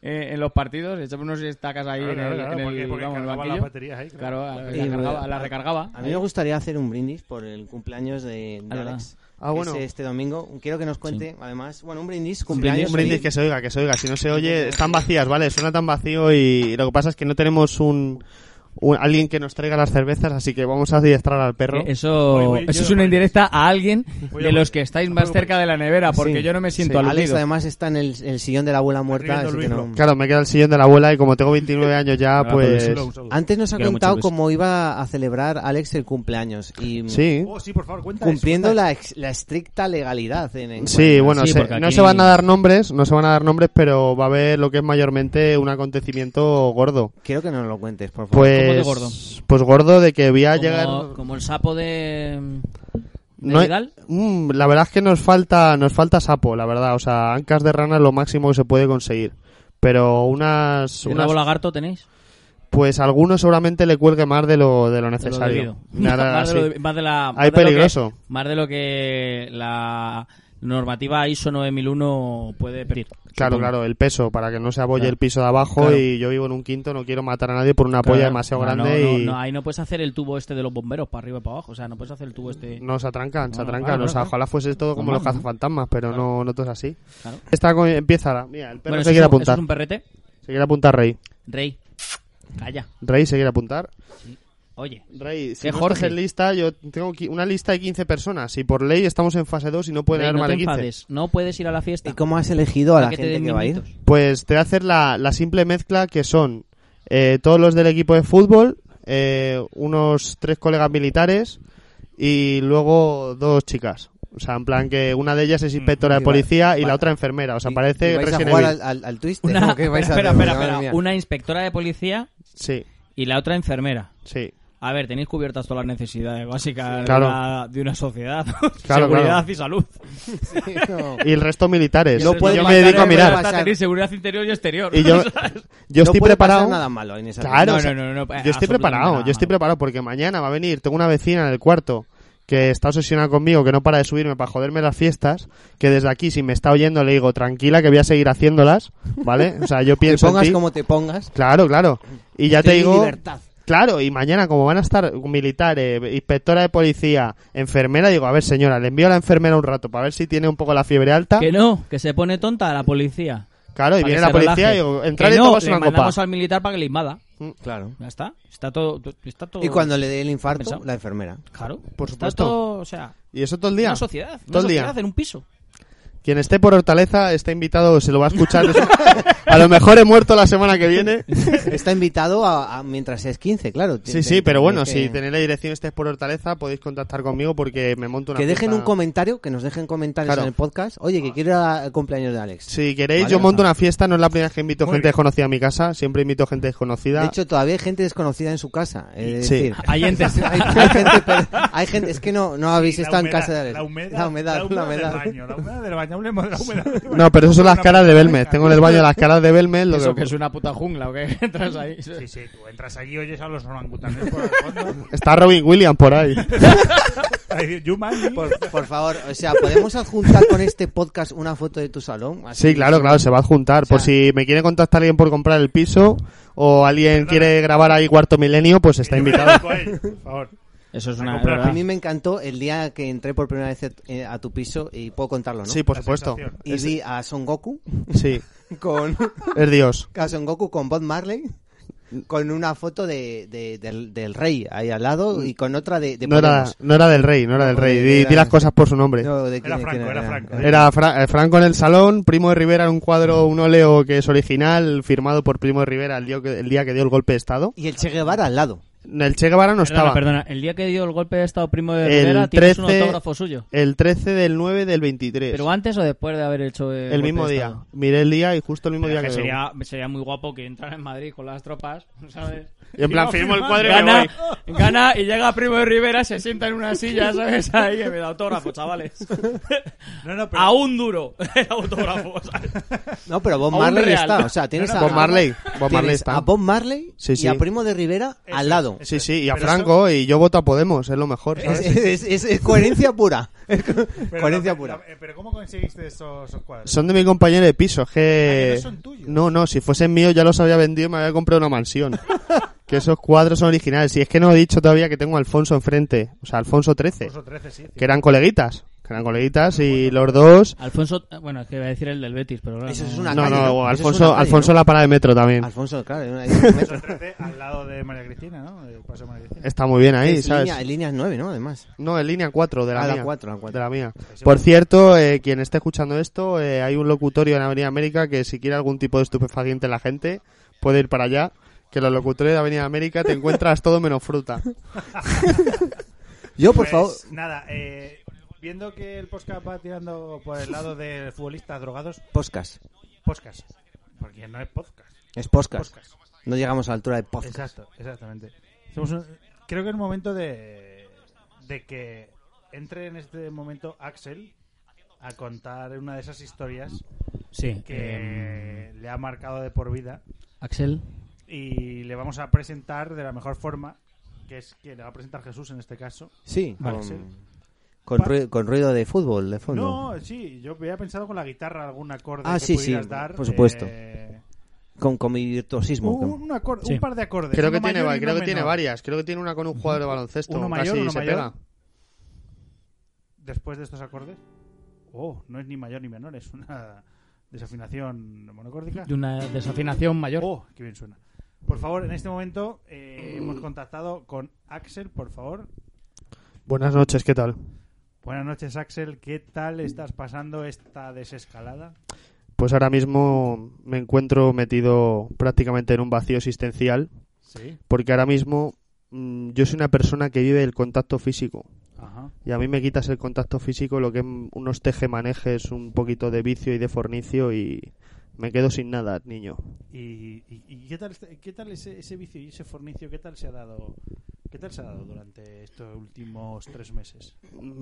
[SPEAKER 5] eh, en los partidos, echaba unos estacas ahí
[SPEAKER 3] Claro,
[SPEAKER 5] en
[SPEAKER 3] claro,
[SPEAKER 5] el,
[SPEAKER 3] claro,
[SPEAKER 5] en el-
[SPEAKER 3] porque- porque
[SPEAKER 5] vamos, en el
[SPEAKER 3] cargaban las
[SPEAKER 5] banquillo.
[SPEAKER 3] baterías ahí,
[SPEAKER 5] Claro,
[SPEAKER 3] claro.
[SPEAKER 5] la,
[SPEAKER 4] Sí,
[SPEAKER 5] cargaba,
[SPEAKER 4] a-
[SPEAKER 5] la recargaba.
[SPEAKER 4] A mí me gustaría hacer un brindis por el cumpleaños de, de
[SPEAKER 2] Ah,
[SPEAKER 4] Alex.
[SPEAKER 1] Ah,
[SPEAKER 4] que
[SPEAKER 1] bueno.
[SPEAKER 4] es este domingo. Quiero que nos cuente, además, bueno, un brindis, cumpleaños.
[SPEAKER 1] Un brindis
[SPEAKER 4] sí.
[SPEAKER 1] que se oiga, que se oiga. Si no se oye, están vacías, ¿vale? Suena tan vacío y lo que pasa es que no tenemos un, un- alguien que nos traiga las cervezas, así que vamos a adiestrar al perro.
[SPEAKER 5] Eh, Eso,
[SPEAKER 3] Voy, voy,
[SPEAKER 5] eso
[SPEAKER 3] yo
[SPEAKER 5] es
[SPEAKER 3] voy.
[SPEAKER 5] una indirecta a alguien
[SPEAKER 3] Voy,
[SPEAKER 5] de
[SPEAKER 3] voy.
[SPEAKER 5] los que estáis más
[SPEAKER 3] Voy, voy.
[SPEAKER 5] cerca de la nevera, porque
[SPEAKER 4] Sí,
[SPEAKER 5] yo no me siento
[SPEAKER 4] sí. Alex,
[SPEAKER 5] aludido.
[SPEAKER 4] además, está en el, el sillón de la abuela muerta.
[SPEAKER 3] riendo
[SPEAKER 4] así que
[SPEAKER 3] Luis
[SPEAKER 4] no-
[SPEAKER 1] Claro, me queda el sillón de la abuela y como tengo 29 años ya,
[SPEAKER 6] Claro,
[SPEAKER 1] pues...
[SPEAKER 3] Solo un saludo.
[SPEAKER 4] Antes nos ha
[SPEAKER 6] Quiero
[SPEAKER 4] contado
[SPEAKER 6] mucho, Luis.
[SPEAKER 4] cómo iba a celebrar Alex el cumpleaños. Y
[SPEAKER 1] Sí.
[SPEAKER 3] Oh, sí, por favor, cuenta
[SPEAKER 4] Cumpliendo
[SPEAKER 3] eso, cuenta
[SPEAKER 4] la, ex- la estricta legalidad. En, en
[SPEAKER 1] Sí, bueno,
[SPEAKER 6] Sí,
[SPEAKER 1] se-
[SPEAKER 6] porque
[SPEAKER 1] no
[SPEAKER 6] aquí-
[SPEAKER 1] se van a dar nombres, no se van a dar nombres, pero va a haber lo que es mayormente un acontecimiento gordo.
[SPEAKER 4] Quiero que nos lo cuentes, por favor.
[SPEAKER 1] Pues,
[SPEAKER 2] ¿Cómo de gordo?
[SPEAKER 1] pues gordo de que voy a
[SPEAKER 2] Como,
[SPEAKER 1] llegar.
[SPEAKER 2] como el sapo de. de
[SPEAKER 1] hay-
[SPEAKER 2] Vidal.
[SPEAKER 1] Mm, la verdad es que nos falta, nos falta sapo, la verdad. O sea, ancas de rana es lo máximo que se puede conseguir. Pero unas,
[SPEAKER 2] ¿Y
[SPEAKER 1] unas-
[SPEAKER 2] rabo lagarto tenéis?
[SPEAKER 1] pues algunos seguramente le cuelgue más de lo, de lo
[SPEAKER 2] De lo
[SPEAKER 1] necesario.
[SPEAKER 2] debido.
[SPEAKER 1] Nada,
[SPEAKER 2] más, de lo
[SPEAKER 1] así.
[SPEAKER 2] de- más de la. más
[SPEAKER 1] Ahí
[SPEAKER 2] de lo que-
[SPEAKER 1] peligroso.
[SPEAKER 2] más de lo que la normativa ISO 9001 puede pedir.
[SPEAKER 1] Claro,
[SPEAKER 2] supongo.
[SPEAKER 1] claro, el peso, para que no se abolle
[SPEAKER 2] Claro.
[SPEAKER 1] el piso de abajo
[SPEAKER 2] Claro.
[SPEAKER 1] y yo vivo en un quinto, no quiero matar a nadie por una polla
[SPEAKER 2] Claro.
[SPEAKER 1] demasiado
[SPEAKER 2] No, no,
[SPEAKER 1] grande
[SPEAKER 2] no,
[SPEAKER 1] y
[SPEAKER 2] no, ahí no puedes hacer el tubo este de los bomberos para arriba y para abajo. O sea, no puedes hacer el tubo este.
[SPEAKER 1] nos atrancan, se
[SPEAKER 2] Bueno,
[SPEAKER 1] atrancan.
[SPEAKER 2] claro,
[SPEAKER 1] o sea,
[SPEAKER 2] claro.
[SPEAKER 1] ojalá fuese todo como
[SPEAKER 2] Normal,
[SPEAKER 1] los cazafantasmas, pero no, no todo es así.
[SPEAKER 2] Claro.
[SPEAKER 1] Esta co- empieza la. Mira, el perro
[SPEAKER 2] Bueno,
[SPEAKER 1] se
[SPEAKER 2] eso es
[SPEAKER 1] quiere
[SPEAKER 2] un- eso
[SPEAKER 1] apuntar.
[SPEAKER 2] es un perrete.
[SPEAKER 1] Se quiere apuntar, Rey.
[SPEAKER 2] Rey. Calla.
[SPEAKER 1] Rey se quiere apuntar.
[SPEAKER 2] Oye.
[SPEAKER 1] Rey, si
[SPEAKER 2] Que
[SPEAKER 1] no
[SPEAKER 2] Jorge.
[SPEAKER 1] estás en lista, yo tengo qui- una lista de 15 personas y por ley estamos en fase 2 y no pueden
[SPEAKER 2] Rey,
[SPEAKER 1] haber
[SPEAKER 2] no
[SPEAKER 1] más
[SPEAKER 2] te
[SPEAKER 1] de 15.
[SPEAKER 2] enfades. No puedes ir a la fiesta.
[SPEAKER 4] ¿Y cómo has elegido a la
[SPEAKER 2] Para te
[SPEAKER 4] gente
[SPEAKER 2] den
[SPEAKER 4] que va a ir?
[SPEAKER 2] minutos.
[SPEAKER 1] Pues te voy a hacer la, la simple mezcla que son eh, todos los del equipo de fútbol, eh, unos tres colegas militares y luego dos chicas. O sea, en plan que una de ellas es inspectora de
[SPEAKER 4] que va-
[SPEAKER 1] policía y
[SPEAKER 4] va-
[SPEAKER 1] la otra enfermera. O sea,
[SPEAKER 4] Mm, ¿Y-
[SPEAKER 1] parece
[SPEAKER 4] y vais a
[SPEAKER 1] Resident
[SPEAKER 4] jugar
[SPEAKER 1] Evil.
[SPEAKER 4] al, al, al Twister?
[SPEAKER 2] Una,
[SPEAKER 4] ¿O qué vais a
[SPEAKER 2] espera,
[SPEAKER 4] hacer?
[SPEAKER 2] espera,
[SPEAKER 4] Madre
[SPEAKER 2] espera.
[SPEAKER 4] mía.
[SPEAKER 2] Una inspectora de policía
[SPEAKER 1] Sí,
[SPEAKER 2] y la otra enfermera.
[SPEAKER 1] sí.
[SPEAKER 2] A ver, tenéis cubiertas todas las necesidades básicas de
[SPEAKER 1] Claro.
[SPEAKER 2] una- de una sociedad.
[SPEAKER 1] Claro,
[SPEAKER 2] seguridad
[SPEAKER 1] claro.
[SPEAKER 2] y salud.
[SPEAKER 4] Sí, no.
[SPEAKER 1] Y el resto militares.
[SPEAKER 4] No
[SPEAKER 1] Y
[SPEAKER 4] puede
[SPEAKER 1] yo me
[SPEAKER 4] faltar
[SPEAKER 1] dedico a
[SPEAKER 4] el
[SPEAKER 1] mirar.
[SPEAKER 4] pasar.
[SPEAKER 2] Tenéis seguridad interior y exterior.
[SPEAKER 1] Y yo, yo
[SPEAKER 4] No
[SPEAKER 1] estoy
[SPEAKER 4] puede pasar
[SPEAKER 1] preparado.
[SPEAKER 4] nada malo en esa
[SPEAKER 1] Claro,
[SPEAKER 2] No,
[SPEAKER 1] o sea,
[SPEAKER 2] no, no, no, eh,
[SPEAKER 1] yo estoy preparado,
[SPEAKER 2] absolutamente
[SPEAKER 1] yo estoy
[SPEAKER 2] nada.
[SPEAKER 1] preparado porque mañana va a venir, tengo una vecina en el cuarto que está obsesionada conmigo, que no para de subirme para joderme las fiestas, que desde aquí si me está oyendo le digo, tranquila que voy a seguir haciéndolas, ¿vale? O sea, yo
[SPEAKER 4] Te
[SPEAKER 1] pienso en
[SPEAKER 4] pongas
[SPEAKER 1] ti.
[SPEAKER 4] como te pongas.
[SPEAKER 1] Claro, claro. Y ya te
[SPEAKER 4] ten
[SPEAKER 1] digo,
[SPEAKER 4] libertad.
[SPEAKER 1] claro, y mañana como van a estar militares, inspectora de policía, enfermera, digo, a ver señora, le envío a la enfermera un rato para ver si tiene un poco la fiebre alta.
[SPEAKER 2] Que no, que se pone tonta la policía.
[SPEAKER 1] Claro, y
[SPEAKER 2] Para que
[SPEAKER 1] viene
[SPEAKER 2] se
[SPEAKER 1] la policía
[SPEAKER 2] relaje.
[SPEAKER 1] y digo, entrar
[SPEAKER 2] Que
[SPEAKER 1] y
[SPEAKER 2] no,
[SPEAKER 1] tomas
[SPEAKER 2] le
[SPEAKER 1] una copa.
[SPEAKER 2] mandamos al militar para que le invada.
[SPEAKER 4] Mm, Claro.
[SPEAKER 2] Ya está. Está todo. Está todo
[SPEAKER 4] Y cuando le dé el infarto,
[SPEAKER 2] Pensado.
[SPEAKER 4] la enfermera.
[SPEAKER 2] Claro.
[SPEAKER 1] Por
[SPEAKER 2] Está
[SPEAKER 1] supuesto.
[SPEAKER 2] todo. O sea,
[SPEAKER 1] Y eso todo el día.
[SPEAKER 2] una sociedad. Una
[SPEAKER 1] Todo el día.
[SPEAKER 2] sociedad en un piso.
[SPEAKER 1] Quien esté por Hortaleza está invitado, se lo va a escuchar. a lo mejor he muerto la semana que viene.
[SPEAKER 4] Está invitado a, a- mientras es 15, claro. Te-
[SPEAKER 1] Sí,
[SPEAKER 4] te-
[SPEAKER 1] sí, pero bueno, si
[SPEAKER 4] tenéis que-
[SPEAKER 1] tenéis la dirección estés por Hortaleza, podéis contactar conmigo porque me monto una
[SPEAKER 4] Que dejen
[SPEAKER 1] fiesta.
[SPEAKER 4] un comentario, que nos dejen comentarios
[SPEAKER 1] Claro.
[SPEAKER 4] en el podcast. Oye,
[SPEAKER 2] Ah.
[SPEAKER 4] que quiero ir al cumpleaños de Alex.
[SPEAKER 1] Si queréis,
[SPEAKER 4] Vale,
[SPEAKER 1] yo
[SPEAKER 4] o
[SPEAKER 1] monto
[SPEAKER 4] sea.
[SPEAKER 1] una fiesta, no es la primera vez que invito gente desconocida a mi casa, siempre invito gente desconocida.
[SPEAKER 4] De hecho, todavía hay gente desconocida en su casa. Es
[SPEAKER 1] Sí.
[SPEAKER 4] decir,
[SPEAKER 2] Hay entes.
[SPEAKER 4] hay, hay gente, per- hay gente- es que no, no habéis
[SPEAKER 3] eso.
[SPEAKER 4] estado
[SPEAKER 3] La
[SPEAKER 4] en casa de
[SPEAKER 3] humedad,
[SPEAKER 4] Alex.
[SPEAKER 3] La humedad.
[SPEAKER 4] la humedad, la humedad.
[SPEAKER 3] del baño. La humedad del baño. Hablemos de la humedad. del baño.
[SPEAKER 1] no, pero eso son las
[SPEAKER 3] Una
[SPEAKER 1] caras de
[SPEAKER 3] puta
[SPEAKER 1] Belmez.
[SPEAKER 3] caca.
[SPEAKER 1] Tengo en el baño las caras de Belmez. Lo
[SPEAKER 5] Eso que
[SPEAKER 1] que...
[SPEAKER 5] es una puta jungla, ¿o qué? Entras ahí.
[SPEAKER 3] Sí, sí, tú entras allí y oyes a los orangutanes por el fondo.
[SPEAKER 1] Está Robin Williams por ahí.
[SPEAKER 3] Ahí, Jumanji.
[SPEAKER 4] Por, por favor, o sea, ¿podemos adjuntar con este podcast una foto de tu salón? Así,
[SPEAKER 1] Sí, claro, claro, se va a juntar. por si me quiere contactar alguien por comprar el piso o alguien quiere grabar ahí Cuarto Milenio, pues está invitado.
[SPEAKER 3] Por favor.
[SPEAKER 2] Eso es
[SPEAKER 3] A
[SPEAKER 2] una.
[SPEAKER 3] comprar.
[SPEAKER 4] A mí me encantó el día que entré por primera vez eh, a tu piso y puedo contarlo, ¿no?
[SPEAKER 1] Sí, por
[SPEAKER 3] La
[SPEAKER 1] supuesto.
[SPEAKER 3] sensación.
[SPEAKER 4] Y vi a Son Goku
[SPEAKER 1] Sí,
[SPEAKER 4] con
[SPEAKER 1] es Dios.
[SPEAKER 4] a Son Goku con Bob Marley con una foto de, de- del, del rey ahí al lado y con otra de, de
[SPEAKER 1] Mm. no, era,
[SPEAKER 4] Podemos.
[SPEAKER 1] no era del rey, no era del
[SPEAKER 4] No,
[SPEAKER 1] rey.
[SPEAKER 4] era-
[SPEAKER 1] Di, di las cosas por su nombre.
[SPEAKER 4] No, de quién-
[SPEAKER 3] Era
[SPEAKER 4] de quién
[SPEAKER 3] Franco, era Franco.
[SPEAKER 1] Era Fra- eh, Franco en el salón, Primo de Rivera en un cuadro, un óleo que es original, firmado por Primo de Rivera el día que, el día que dio el golpe de Estado.
[SPEAKER 4] Y el Che Guevara al lado.
[SPEAKER 1] El Che Guevara no
[SPEAKER 2] Perdona,
[SPEAKER 1] estaba.
[SPEAKER 2] perdona. El día que dio el golpe de estado primo de
[SPEAKER 1] El
[SPEAKER 2] Rivera, tienes un
[SPEAKER 1] 13
[SPEAKER 2] autógrafo suyo.
[SPEAKER 1] El 13 del 9 del 23.
[SPEAKER 2] ¿Pero antes o después de haber hecho el,
[SPEAKER 1] el mismo día. Miré el día y justo el mismo día que dio.
[SPEAKER 2] sería, sería muy guapo que entrara en Madrid con las tropas, ¿sabes?
[SPEAKER 1] Y en plan, firmo el cuadro y me
[SPEAKER 2] Gana,
[SPEAKER 1] voy.
[SPEAKER 2] gana y llega Primo de Rivera, se sienta en una silla, ¿sabes? Ahí que me da autógrafo, chavales.
[SPEAKER 3] No, no, pero.
[SPEAKER 4] Ah,
[SPEAKER 2] A un duro el autógrafo, ¿sabes?
[SPEAKER 4] No, pero Bob
[SPEAKER 2] A un
[SPEAKER 4] Marley
[SPEAKER 2] real.
[SPEAKER 4] está. O sea, tienes a
[SPEAKER 1] Bob Marley. Bob
[SPEAKER 4] tienes
[SPEAKER 1] Marley está.
[SPEAKER 4] a Bob Marley
[SPEAKER 1] Sí, sí.
[SPEAKER 4] y a Primo de Rivera
[SPEAKER 3] Eso
[SPEAKER 4] al
[SPEAKER 3] es,
[SPEAKER 4] lado.
[SPEAKER 3] eso
[SPEAKER 1] Sí, sí, y a
[SPEAKER 3] Pero
[SPEAKER 1] Franco, y yo voto a Podemos, es lo mejor. ¿sabes?
[SPEAKER 4] Es, es- es- es coherencia pura.
[SPEAKER 3] Pero,
[SPEAKER 4] Coherencia
[SPEAKER 3] no,
[SPEAKER 4] pura.
[SPEAKER 3] la- eh, pero ¿cómo conseguiste esos, esos cuadros?
[SPEAKER 1] Son de mi compañero de piso, es que...
[SPEAKER 3] Ah, que no son tuyos.
[SPEAKER 1] no, no, si fuesen míos ya los habría vendido y me habría comprado una mansión. que esos cuadros son originales. Y es que no he dicho todavía que tengo a Alfonso enfrente, o sea, Alfonso XIII,
[SPEAKER 3] Dos o trece, sí.
[SPEAKER 1] que eran coleguitas, que eran coleguitas y los dos...
[SPEAKER 2] Alfonso, bueno, es que iba a decir el del Betis, pero claro.
[SPEAKER 4] Eso es
[SPEAKER 2] no-
[SPEAKER 4] una-
[SPEAKER 1] No, no,
[SPEAKER 4] calle, ¿no? Eso es
[SPEAKER 1] Alfonso,
[SPEAKER 4] una calle,
[SPEAKER 1] Alfonso
[SPEAKER 4] ¿no?
[SPEAKER 1] la para de metro también.
[SPEAKER 4] Alfonso, claro, en una-
[SPEAKER 3] Dos o trece al lado de María Cristina, ¿no? El paso de María Cristina.
[SPEAKER 1] Está muy bien ahí,
[SPEAKER 4] es
[SPEAKER 1] ¿sabes?
[SPEAKER 4] línea, en línea 9, ¿no? Además.
[SPEAKER 1] No, en línea 4 de la
[SPEAKER 4] Ah, la
[SPEAKER 1] mía.
[SPEAKER 4] cuatro, la cuatro.
[SPEAKER 1] De la mía. Por cierto, eh, quien esté escuchando esto, eh, hay un locutorio en Avenida América que si quiere algún tipo de estupefaciente en la gente, puede ir para allá. Que en los locutorios de Avenida América te encuentras todo menos fruta.
[SPEAKER 4] Yo, por
[SPEAKER 3] Pues,
[SPEAKER 4] favor,
[SPEAKER 3] Nada, eh, viendo que el podcast va tirando por el lado de futbolistas drogados,
[SPEAKER 4] podcast.
[SPEAKER 3] podcast. Porque no es podcast.
[SPEAKER 4] Es podcast.
[SPEAKER 3] Podcast.
[SPEAKER 4] No llegamos a la altura de podcast.
[SPEAKER 3] Exacto, exactamente. Somos un- creo que es momento de, de que entre en este momento Axel a contar una de esas historias
[SPEAKER 2] Sí. eh,
[SPEAKER 3] que
[SPEAKER 4] Em.
[SPEAKER 3] le ha marcado de por vida
[SPEAKER 2] Axel.
[SPEAKER 3] y le vamos a presentar de la mejor forma, que es que le va a presentar Jesús en este caso.
[SPEAKER 4] Sí,
[SPEAKER 3] Vale,
[SPEAKER 4] con,
[SPEAKER 3] sí.
[SPEAKER 4] con ruido, con ruido de fútbol de fondo.
[SPEAKER 3] No, sí, yo había pensado con la guitarra algún acorde
[SPEAKER 4] Ah,
[SPEAKER 3] que
[SPEAKER 4] sí, sí,
[SPEAKER 3] pudieras dar.
[SPEAKER 4] por supuesto.
[SPEAKER 3] eh,
[SPEAKER 4] Con, con mi virtuosismo.
[SPEAKER 3] un, un acor-
[SPEAKER 2] Sí.
[SPEAKER 3] un par de acordes.
[SPEAKER 1] Creo
[SPEAKER 3] uno
[SPEAKER 1] que, tiene,
[SPEAKER 3] mayor
[SPEAKER 1] va-
[SPEAKER 3] y uno
[SPEAKER 1] creo que tiene
[SPEAKER 3] menor.
[SPEAKER 1] varias. Creo que tiene una con un jugador de baloncesto.
[SPEAKER 3] Uno mayor,
[SPEAKER 1] casi
[SPEAKER 3] uno
[SPEAKER 1] se
[SPEAKER 3] mayor.
[SPEAKER 1] pega.
[SPEAKER 3] después de estos acordes? Oh, no es ni mayor ni menor, es una desafinación monocórdica.
[SPEAKER 2] De una desafinación mayor.
[SPEAKER 3] Oh, qué bien suena. Por favor, en este momento eh, hemos contactado con Axel, por favor.
[SPEAKER 1] Buenas noches, ¿qué tal?
[SPEAKER 3] Buenas noches, Axel. ¿Qué tal estás pasando esta desescalada?
[SPEAKER 1] Pues ahora mismo me encuentro metido prácticamente en un vacío existencial.
[SPEAKER 3] Sí.
[SPEAKER 1] Porque ahora mismo mm, yo soy una persona que vive el contacto físico.
[SPEAKER 3] Ajá.
[SPEAKER 1] Y a mí me quitas el contacto físico, lo que es unos tejemanejes, un poquito de vicio y de fornicio y me quedo sin nada, niño.
[SPEAKER 3] ¿Y, y- y qué tal, este- qué tal ese, ese vicio y ese fornicio? ¿Qué tal se ha dado? ¿Qué tal se ha dado durante estos últimos tres meses?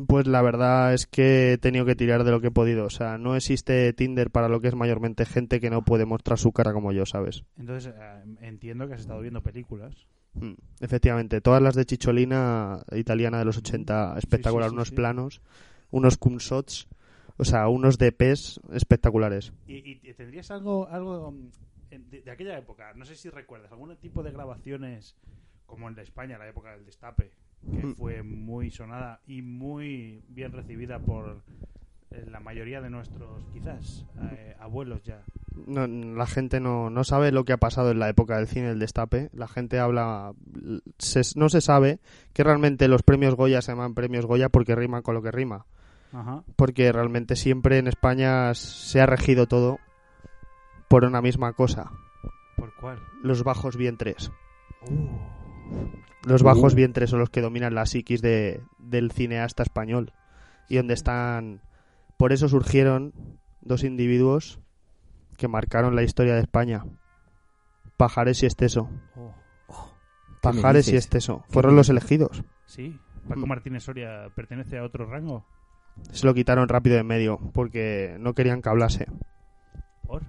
[SPEAKER 1] Pues la verdad es que he tenido que tirar de lo que he podido. O sea, no existe Tinder para lo que es mayormente gente que no puede mostrar su cara como yo, ¿sabes?
[SPEAKER 3] Entonces, eh, entiendo que has estado viendo películas.
[SPEAKER 1] Mm, Efectivamente, todas las de Chicholina italiana de los 80, espectacular,
[SPEAKER 3] Sí, sí, sí,
[SPEAKER 1] unos
[SPEAKER 3] sí.
[SPEAKER 1] planos, unos cum shots, o sea, unos DPs espectaculares.
[SPEAKER 3] ¿Y, y- y tendrías algo, algo mm, en- de, de aquella época? No sé si recuerdas, algún tipo de grabaciones como en la España, la época del destape, que
[SPEAKER 1] Mm.
[SPEAKER 3] fue muy sonada y muy bien recibida por eh, la mayoría de nuestros, quizás, eh, abuelos ya.
[SPEAKER 1] No, la gente no, no sabe lo que ha pasado en la época del cine del destape. La gente habla. se- no se sabe que realmente los premios Goya se llaman premios Goya porque riman con lo que rima.
[SPEAKER 3] Ajá.
[SPEAKER 1] Porque realmente siempre en España se ha regido todo por una misma cosa:
[SPEAKER 3] ¿Por cuál?
[SPEAKER 1] los bajos vientres. Oh. Los bajos vientres son los que dominan la psiquis de, del cineasta español. Y donde están. Por eso surgieron dos individuos que marcaron la historia de España: Pajares y Esteso.
[SPEAKER 3] Oh.
[SPEAKER 4] me
[SPEAKER 1] Pajares y
[SPEAKER 4] dices?
[SPEAKER 1] Esteso. Fueron los elegidos.
[SPEAKER 3] Sí, Paco
[SPEAKER 1] Mm.
[SPEAKER 3] Martínez Soria pertenece a otro rango.
[SPEAKER 1] Se lo quitaron rápido de en medio porque no querían que hablase.
[SPEAKER 3] ¿Por?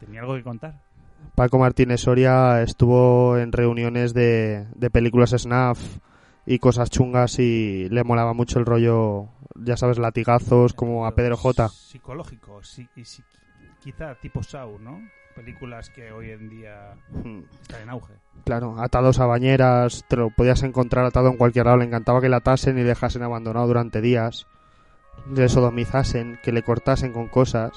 [SPEAKER 3] ¿Tenía algo que contar?
[SPEAKER 1] Paco Martínez Soria estuvo en reuniones de, de películas snuff y cosas chungas y le molaba mucho el rollo, ya sabes, latigazos Pues como a Pedro J.
[SPEAKER 3] Psicológico, sí, y sí- quizá tipo Sau, ¿no? Películas que hoy en día
[SPEAKER 1] Hmm.
[SPEAKER 3] están en auge.
[SPEAKER 1] Claro, atados a bañeras, te lo podías encontrar atado en cualquier lado, le encantaba que le atasen y le dejasen abandonado durante días, le sodomizasen, que le cortasen con cosas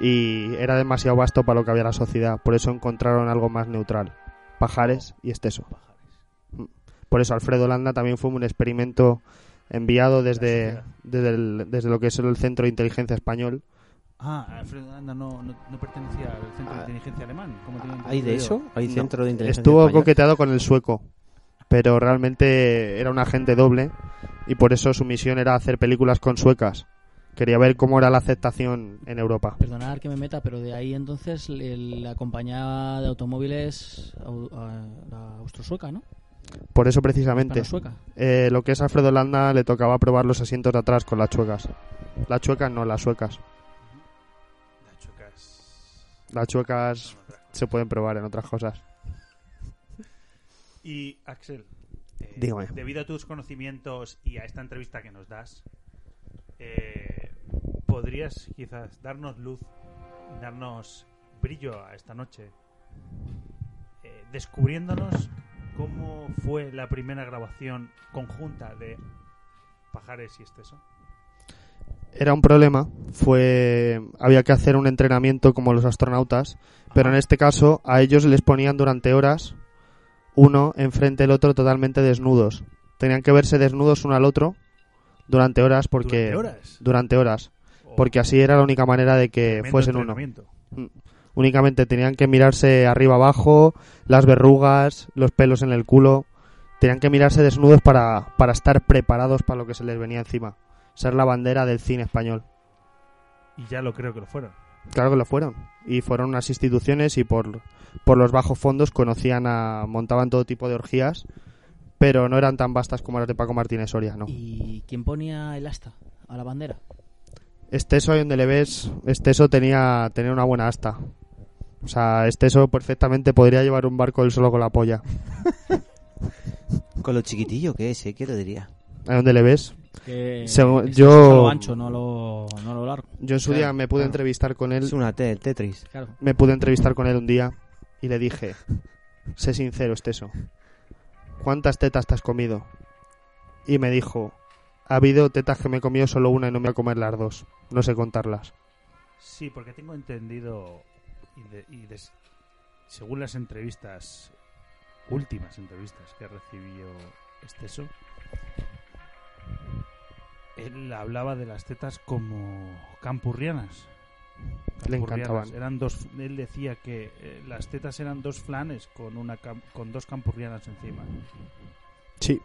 [SPEAKER 1] y era demasiado vasto para lo que había en la sociedad, por eso encontraron algo más neutral, pajares y esteso. Por eso Alfredo Landa también fue un experimento enviado desde,
[SPEAKER 3] sociedad.
[SPEAKER 1] desde, el- desde lo que es el Centro de Inteligencia Español.
[SPEAKER 3] Ah, Alfredo Landa no, no, no pertenecía al Centro de
[SPEAKER 4] Ah.
[SPEAKER 3] Inteligencia Alemán. como tenía
[SPEAKER 4] ¿Hay de
[SPEAKER 3] entendido.
[SPEAKER 4] eso? ¿Hay
[SPEAKER 1] No.
[SPEAKER 4] centro de inteligencia?
[SPEAKER 1] Estuvo
[SPEAKER 4] español?
[SPEAKER 1] coqueteado con el sueco, pero realmente era un agente doble y por eso su misión era hacer películas con suecas. Quería ver cómo era la aceptación en Europa.
[SPEAKER 2] Perdonad que me meta, pero de ahí entonces el- la compañía de automóviles au- a- la austrosueca, ¿no?
[SPEAKER 1] Por eso precisamente
[SPEAKER 2] Hispano-sueca.
[SPEAKER 1] eh, lo que es Alfredo Landa le tocaba probar los asientos de atrás con las chuecas. Las chuecas no, las suecas.
[SPEAKER 3] Las chocas.
[SPEAKER 1] Las chuecas se pueden probar en otras cosas.
[SPEAKER 3] Y Axel, eh,
[SPEAKER 1] Dígame.
[SPEAKER 3] debido a tus conocimientos y a esta entrevista que nos das, eh, podrías quizás darnos luz, darnos brillo a esta noche, eh, descubriéndonos cómo fue la primera grabación conjunta de Pajares y Esteso.
[SPEAKER 1] Era un problema, fue había que hacer un entrenamiento como los astronautas, pero
[SPEAKER 3] Ah,
[SPEAKER 1] en este caso a ellos les ponían durante horas uno enfrente del otro totalmente desnudos. Tenían que verse desnudos uno al otro durante horas porque
[SPEAKER 3] ¿Durante horas?
[SPEAKER 1] durante horas,
[SPEAKER 3] O-
[SPEAKER 1] porque así era la única manera de que
[SPEAKER 3] tremendo
[SPEAKER 1] fuesen uno.
[SPEAKER 3] entrenamiento.
[SPEAKER 1] Únicamente tenían que mirarse arriba abajo, las verrugas, los pelos en el culo. Tenían que mirarse desnudos para, para estar preparados para lo que se les venía encima. Ser la bandera del cine español.
[SPEAKER 3] Y ya lo creo que lo fueron.
[SPEAKER 1] Claro que lo fueron. Y fueron unas instituciones y por, por los bajos fondos conocían a. montaban todo tipo de orgías, pero no eran tan vastas como las de Paco Martínez Soria, ¿no?
[SPEAKER 2] ¿Y quién ponía el asta a la bandera?
[SPEAKER 1] Esteso, ahí donde le ves, Esteso este tenía, tenía una buena asta. O sea, Esteso perfectamente podría llevar un barco él solo con la polla.
[SPEAKER 4] Con lo chiquitillo que es, ¿eh? ¿Qué lo diría?
[SPEAKER 1] Ahí donde le ves.
[SPEAKER 2] Que
[SPEAKER 1] Según-
[SPEAKER 2] es
[SPEAKER 1] yo-
[SPEAKER 2] a lo ancho, no a lo, no a lo largo.
[SPEAKER 1] Yo en su
[SPEAKER 4] Claro,
[SPEAKER 1] día me pude
[SPEAKER 4] claro.
[SPEAKER 1] entrevistar con él,
[SPEAKER 4] Es una T, el Tetris.
[SPEAKER 2] Claro.
[SPEAKER 1] me pude entrevistar con él un día y le dije, sé sincero, Esteso, ¿cuántas tetas te has comido? Y me dijo, ha habido tetas que me he comido solo una y no me voy a comer las dos, no sé contarlas.
[SPEAKER 3] Sí, porque tengo entendido, y, de- y des- según las entrevistas, últimas entrevistas que recibió Esteso, él hablaba de las tetas como campurrianas.
[SPEAKER 1] Le
[SPEAKER 3] Campurrianas.
[SPEAKER 1] encantaban.
[SPEAKER 3] Eran dos, él decía que eh, las tetas eran dos flanes con, una cam- con dos campurrianas encima.
[SPEAKER 1] Sí,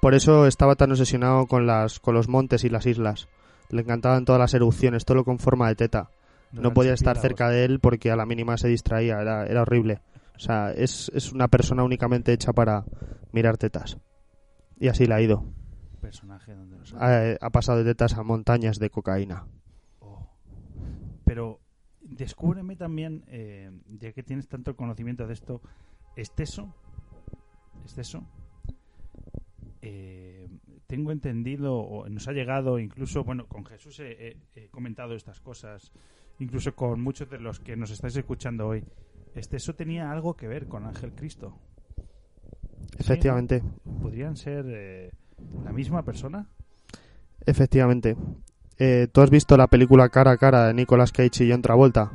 [SPEAKER 1] por eso estaba tan obsesionado con, las, con los montes y las islas. Le encantaban todas las erupciones, todo lo con forma de teta. No
[SPEAKER 3] eran
[SPEAKER 1] podía estar
[SPEAKER 3] chipilabos.
[SPEAKER 1] cerca de él porque a la mínima se distraía, era, era horrible. O sea, es, es una persona únicamente hecha para mirar tetas. Y así la ha ido.
[SPEAKER 3] Personaje donde los hay.
[SPEAKER 1] Ha, ha pasado de tetas a montañas de cocaína.
[SPEAKER 3] Oh. Pero descúbreme también, eh, ya que tienes tanto conocimiento de esto, exceso. Exceso. Eh, tengo entendido, o nos ha llegado incluso, bueno, con Jesús he, he- he comentado estas cosas, incluso con muchos de los que nos estáis escuchando hoy. Exceso tenía algo que ver con Ángel Cristo.
[SPEAKER 1] Efectivamente,
[SPEAKER 3] ¿Podrían ser eh, la misma persona?
[SPEAKER 1] efectivamente. Eh, ¿Tú has visto la película Cara a Cara de Nicolas Cage y John Travolta?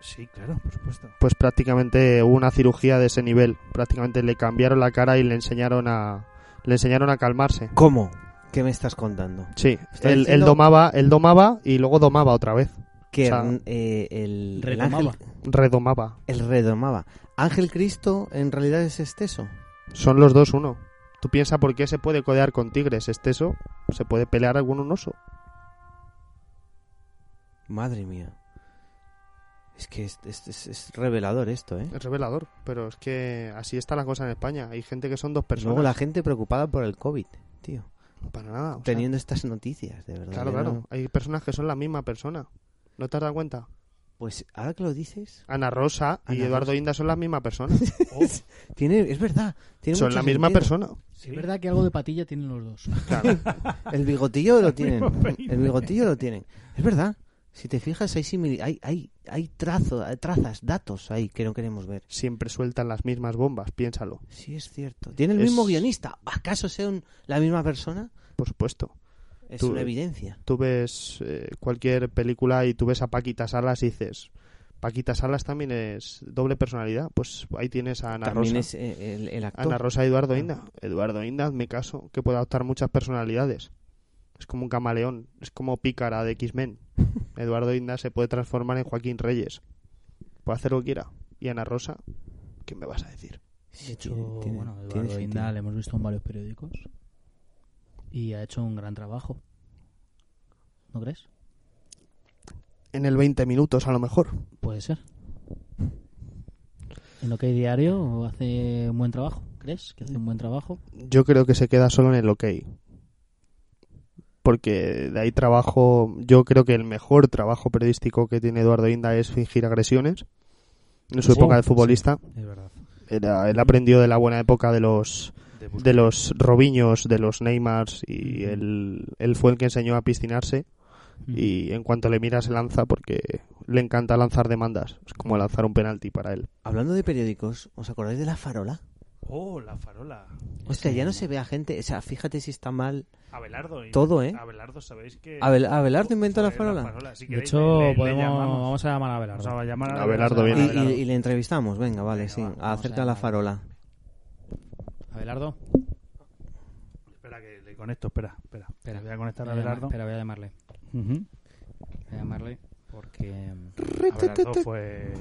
[SPEAKER 3] Sí, claro, por supuesto.
[SPEAKER 1] Pues prácticamente hubo una cirugía de ese nivel. Prácticamente le cambiaron la cara y le enseñaron a, le enseñaron a calmarse.
[SPEAKER 4] ¿Cómo? ¿Qué me estás contando?
[SPEAKER 1] Sí,
[SPEAKER 4] Está
[SPEAKER 1] él, él
[SPEAKER 4] diciendo-
[SPEAKER 1] domaba, él domaba y luego domaba otra vez.
[SPEAKER 4] Que
[SPEAKER 1] O sea,
[SPEAKER 4] mm, eh, el, el ángel,
[SPEAKER 2] Retomaba.
[SPEAKER 1] Redomaba.
[SPEAKER 4] el redomaba. Ángel Cristo en realidad es exceso.
[SPEAKER 1] Son los dos uno. Tú piensas por qué se puede codear con tigres. Esteso se puede pelear algún un oso.
[SPEAKER 4] Madre mía. Es que es, es- es- es revelador esto, ¿eh?
[SPEAKER 1] Es revelador, pero es que así está la cosa en España. Hay gente que son dos
[SPEAKER 4] Y
[SPEAKER 1] personas.
[SPEAKER 4] Luego la gente preocupada por el COVID, tío.
[SPEAKER 1] Para nada. o sea,
[SPEAKER 4] teniendo estas noticias, de verdad.
[SPEAKER 1] claro,
[SPEAKER 4] yo
[SPEAKER 1] claro.
[SPEAKER 4] no-
[SPEAKER 1] Hay personas que son la misma persona. ¿No te has dado cuenta?
[SPEAKER 4] Pues ahora que lo dices,
[SPEAKER 1] Ana Rosa y
[SPEAKER 4] Ana
[SPEAKER 1] Eduardo
[SPEAKER 4] Rosa.
[SPEAKER 1] Inda son la misma persona.
[SPEAKER 4] tiene, es verdad. Tiene
[SPEAKER 1] son
[SPEAKER 4] mucho
[SPEAKER 1] la misma
[SPEAKER 4] sentido.
[SPEAKER 1] persona.
[SPEAKER 3] Sí.
[SPEAKER 2] Es verdad que algo de patilla tienen los dos.
[SPEAKER 1] Claro.
[SPEAKER 4] El bigotillo lo tienen.
[SPEAKER 3] peine.
[SPEAKER 4] El bigotillo lo tienen. Es verdad. Si te fijas, hay, simili- hay, hay, hay trazo, hay trazas, datos ahí que no queremos ver.
[SPEAKER 1] Siempre sueltan las mismas bombas, piénsalo.
[SPEAKER 4] Sí, es cierto. ¿Tiene el
[SPEAKER 1] Es-
[SPEAKER 4] mismo guionista? ¿Acaso sea un- la misma persona?
[SPEAKER 1] Por supuesto.
[SPEAKER 4] Es
[SPEAKER 1] Tú-
[SPEAKER 4] una evidencia.
[SPEAKER 1] tú ves eh, cualquier película y tú ves a Paquita Salas y dices, Paquita Salas también es doble personalidad, pues ahí tienes a Ana
[SPEAKER 4] También
[SPEAKER 1] Rosa.
[SPEAKER 4] es eh, el, el actor.
[SPEAKER 1] Ana Rosa y Eduardo Inda. Eduardo Inda, me caso, que puede adoptar muchas personalidades. Es como un camaleón, es como Pícara de X-Men. Eduardo Inda se puede transformar en Joaquín Reyes. Puede hacer lo que quiera. Y Ana Rosa, ¿qué me vas a decir?
[SPEAKER 4] Sí,
[SPEAKER 2] De hecho,
[SPEAKER 4] tiene- tiene-
[SPEAKER 2] bueno,
[SPEAKER 4] tiene
[SPEAKER 2] Eduardo
[SPEAKER 4] sentido.
[SPEAKER 2] Inda le hemos visto en varios periódicos y ha hecho un gran trabajo. ¿No crees?
[SPEAKER 1] En el 20 minutos, a lo mejor.
[SPEAKER 2] Puede ser. En lo que hay diario hace un buen trabajo. ¿Crees que hace un buen trabajo?
[SPEAKER 1] yo creo que se queda solo en el ok. Porque de ahí trabajo, yo creo que el mejor trabajo periodístico que tiene Eduardo Inda es fingir agresiones. En su
[SPEAKER 2] Sí,
[SPEAKER 1] época de futbolista,
[SPEAKER 3] Es verdad.
[SPEAKER 1] era, él aprendió de la buena época de los
[SPEAKER 3] De buscar-
[SPEAKER 1] de los Robiños, de los Neymars y él, él fue el que enseñó a piscinarse
[SPEAKER 2] Mm.
[SPEAKER 1] y en cuanto le mira se lanza porque le encanta lanzar demandas. Es como lanzar un penalti para él.
[SPEAKER 4] Hablando de periódicos, ¿os acordáis de La Farola?
[SPEAKER 3] Oh, la farola.
[SPEAKER 4] Hostia, ya no se ve a gente. O sea, fíjate si está mal.
[SPEAKER 3] Abelardo. y-
[SPEAKER 4] Todo, ¿eh?
[SPEAKER 3] Abelardo, sabéis que.
[SPEAKER 4] Abel- Abelardo inventó la
[SPEAKER 3] Joder,
[SPEAKER 4] farola.
[SPEAKER 3] Si
[SPEAKER 2] De
[SPEAKER 3] queréis,
[SPEAKER 2] hecho,
[SPEAKER 3] le- le- le
[SPEAKER 2] podemos,
[SPEAKER 3] llamamos.
[SPEAKER 2] vamos a llamar a
[SPEAKER 3] Vamos
[SPEAKER 2] Abelardo.
[SPEAKER 3] a llamar a
[SPEAKER 1] Abelardo
[SPEAKER 4] Y,
[SPEAKER 1] viene.
[SPEAKER 3] Abelardo.
[SPEAKER 4] y- y le entrevistamos, venga, vale, sí.
[SPEAKER 3] va,
[SPEAKER 4] Acerca de La Farola.
[SPEAKER 2] Abelardo.
[SPEAKER 3] Espera, que le conecto, espera, espera.
[SPEAKER 2] Espera.
[SPEAKER 3] Voy a conectar a
[SPEAKER 2] Voy a llamar-
[SPEAKER 3] Abelardo.
[SPEAKER 2] Espera, voy a llamarle.
[SPEAKER 3] Ujú.
[SPEAKER 2] Voy a llamarle porque
[SPEAKER 3] Abelardo fue.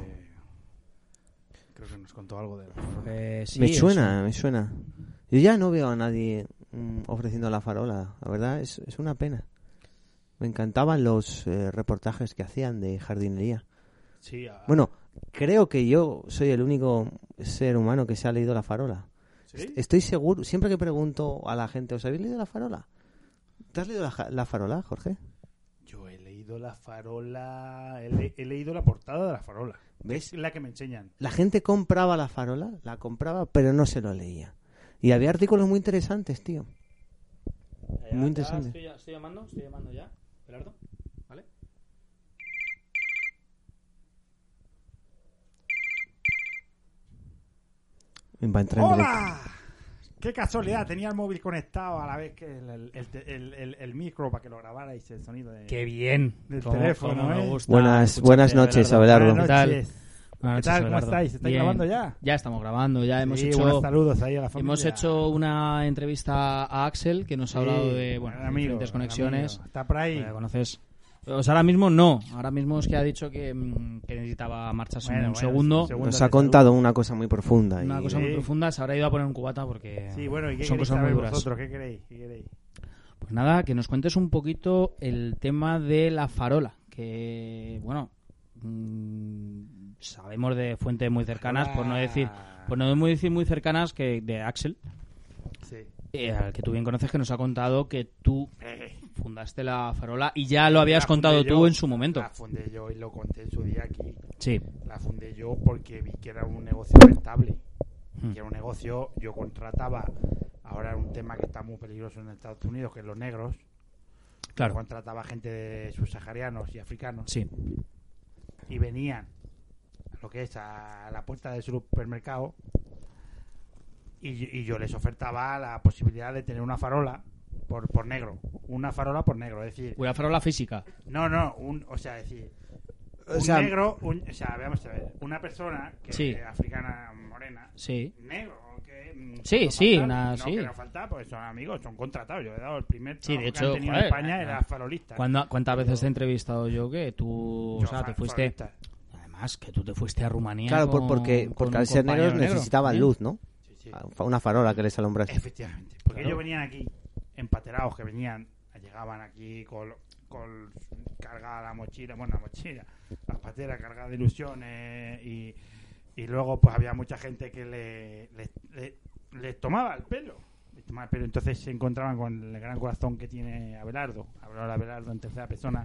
[SPEAKER 3] Creo que nos contó algo de la farola.
[SPEAKER 2] eh, sí,
[SPEAKER 4] me
[SPEAKER 2] es-
[SPEAKER 4] suena, me suena. Yo ya no veo a nadie mm, ofreciendo La Farola. La verdad, es, es una pena. Me encantaban los eh, reportajes que hacían de jardinería.
[SPEAKER 3] Sí, a-
[SPEAKER 4] Bueno, creo que yo soy el único ser humano que se ha leído La Farola.
[SPEAKER 3] ¿Sí?
[SPEAKER 4] Estoy seguro, siempre que pregunto a la gente, ¿os habéis leído La Farola? ¿Te has leído La, ja- la Farola, Jorge?
[SPEAKER 3] Yo he leído la farola. He, le- he leído la portada de la farola.
[SPEAKER 4] ¿Ves?
[SPEAKER 3] La que me enseñan.
[SPEAKER 4] La gente compraba La Farola, la compraba, pero no se lo leía. Y había artículos muy interesantes, tío. Muy interesante.
[SPEAKER 2] Ah, Estoy, estoy llamando, estoy llamando ya. Abelardo. ¿Vale?
[SPEAKER 4] Va a entrar en directo.
[SPEAKER 3] ¡Hola! ¡Qué casualidad! Tenía el móvil conectado a la vez que el, el- el te- el- el- el micro para que lo grabarais el sonido de.
[SPEAKER 2] Qué bien.
[SPEAKER 3] Del
[SPEAKER 2] Cómo-
[SPEAKER 3] teléfono,
[SPEAKER 2] cómo me
[SPEAKER 3] ¿eh?
[SPEAKER 2] gusta
[SPEAKER 4] Buenas,
[SPEAKER 2] escucharte,
[SPEAKER 4] buenas noches, Abelardo.
[SPEAKER 3] Buenas
[SPEAKER 2] tal?
[SPEAKER 3] noches.
[SPEAKER 2] Buenas
[SPEAKER 3] ¿Qué
[SPEAKER 2] noches,
[SPEAKER 3] tal? ¿Cómo
[SPEAKER 2] Abelardo.
[SPEAKER 3] estáis? ¿Estáis
[SPEAKER 2] Bien.
[SPEAKER 3] grabando ya?
[SPEAKER 2] Ya estamos grabando, ya hemos
[SPEAKER 3] Sí,
[SPEAKER 2] hecho
[SPEAKER 3] buenos saludos ahí a la familia.
[SPEAKER 2] hemos hecho una entrevista a Axel que nos ha hablado
[SPEAKER 3] Sí,
[SPEAKER 2] de bueno,
[SPEAKER 3] gran amigo,
[SPEAKER 2] diferentes
[SPEAKER 3] gran
[SPEAKER 2] conexiones. Pues
[SPEAKER 3] amigo. Está por ahí.
[SPEAKER 2] Ya conoces. O sea, ahora mismo no, ahora mismo es que ha dicho que, mm, que necesitaba marcharse
[SPEAKER 3] Bueno,
[SPEAKER 2] un
[SPEAKER 3] bueno,
[SPEAKER 2] segundo.
[SPEAKER 3] sí, segundo.
[SPEAKER 4] Nos ha contado una cosa muy profunda. y-
[SPEAKER 2] Una cosa muy
[SPEAKER 3] Sí.
[SPEAKER 2] profunda, se habrá ido a poner un cubata porque
[SPEAKER 3] Sí, bueno, ¿y qué
[SPEAKER 2] son
[SPEAKER 3] queréis
[SPEAKER 2] cosas muy
[SPEAKER 3] saber
[SPEAKER 2] duras.
[SPEAKER 3] vosotros? ¿Qué queréis? ¿Qué queréis?
[SPEAKER 2] Pues nada, que nos cuentes un poquito el tema de la farola, que bueno, mm, sabemos de fuentes muy cercanas, por no decir, por no muy decir muy cercanas que de Axel,
[SPEAKER 3] Sí.
[SPEAKER 2] eh, al que tú bien conoces que nos ha contado que tú fundaste la farola y ya lo habías
[SPEAKER 3] La
[SPEAKER 2] contado
[SPEAKER 3] fundé
[SPEAKER 2] tú
[SPEAKER 3] yo,
[SPEAKER 2] en su momento.
[SPEAKER 3] La fundé yo y lo conté en su día aquí.
[SPEAKER 2] Sí.
[SPEAKER 3] La fundé yo porque vi que era un negocio rentable.
[SPEAKER 2] Hmm.
[SPEAKER 3] Que era un negocio, yo contrataba, ahora era un tema que está muy peligroso en Estados Unidos, que es los negros.
[SPEAKER 2] Claro.
[SPEAKER 3] Yo contrataba gente de subsaharianos y africanos
[SPEAKER 2] Sí.
[SPEAKER 3] y venían a lo que es a la puerta del supermercado y, yo- y yo les ofertaba la posibilidad de tener una farola por, por negro. Una farola por negro, es decir,
[SPEAKER 2] Una farola física.
[SPEAKER 3] no, no, un, o sea, decir,
[SPEAKER 4] O
[SPEAKER 3] un
[SPEAKER 4] sea-
[SPEAKER 3] negro, un- o sea, vamos a ver, una persona que
[SPEAKER 2] Sí.
[SPEAKER 3] es africana morena,
[SPEAKER 2] Sí.
[SPEAKER 3] negro, que mm,
[SPEAKER 2] Sí,
[SPEAKER 3] que no
[SPEAKER 2] sí,
[SPEAKER 3] falta,
[SPEAKER 2] una-
[SPEAKER 3] no,
[SPEAKER 2] sí.
[SPEAKER 3] que no falta, porque son amigos, son contratados. Yo he dado el primer
[SPEAKER 2] Sí,
[SPEAKER 3] trabajo
[SPEAKER 2] de
[SPEAKER 3] que
[SPEAKER 2] hecho,
[SPEAKER 3] han tenido
[SPEAKER 2] joder,
[SPEAKER 3] en España
[SPEAKER 2] eh,
[SPEAKER 3] era farolista.
[SPEAKER 2] ¿Cuándo- ¿Cuántas veces te he entrevistado yo que tú, o
[SPEAKER 3] Yo,
[SPEAKER 2] sea,
[SPEAKER 3] fa-
[SPEAKER 2] te fuiste...
[SPEAKER 3] farolista.
[SPEAKER 2] Además, que tú te fuiste a Rumanía.
[SPEAKER 4] Claro, por-
[SPEAKER 2] con-
[SPEAKER 4] porque,
[SPEAKER 2] con
[SPEAKER 4] porque
[SPEAKER 2] un
[SPEAKER 4] al ser
[SPEAKER 2] compañero
[SPEAKER 4] negros necesitaban
[SPEAKER 2] ¿eh?
[SPEAKER 4] luz, ¿no?
[SPEAKER 3] Sí, sí.
[SPEAKER 4] Una farola que les alumbrase.
[SPEAKER 3] Efectivamente, porque
[SPEAKER 2] Claro.
[SPEAKER 3] ellos venían aquí empaterados, que venían, llegaban aquí con, con cargada la mochila, bueno, la mochila, la patera cargada de ilusiones y, y luego pues había mucha gente que le, le- le- les tomaba el pelo. les tomaba el pelo. entonces se encontraban con el gran corazón que tiene Abelardo, hablar Abelardo en tercera persona,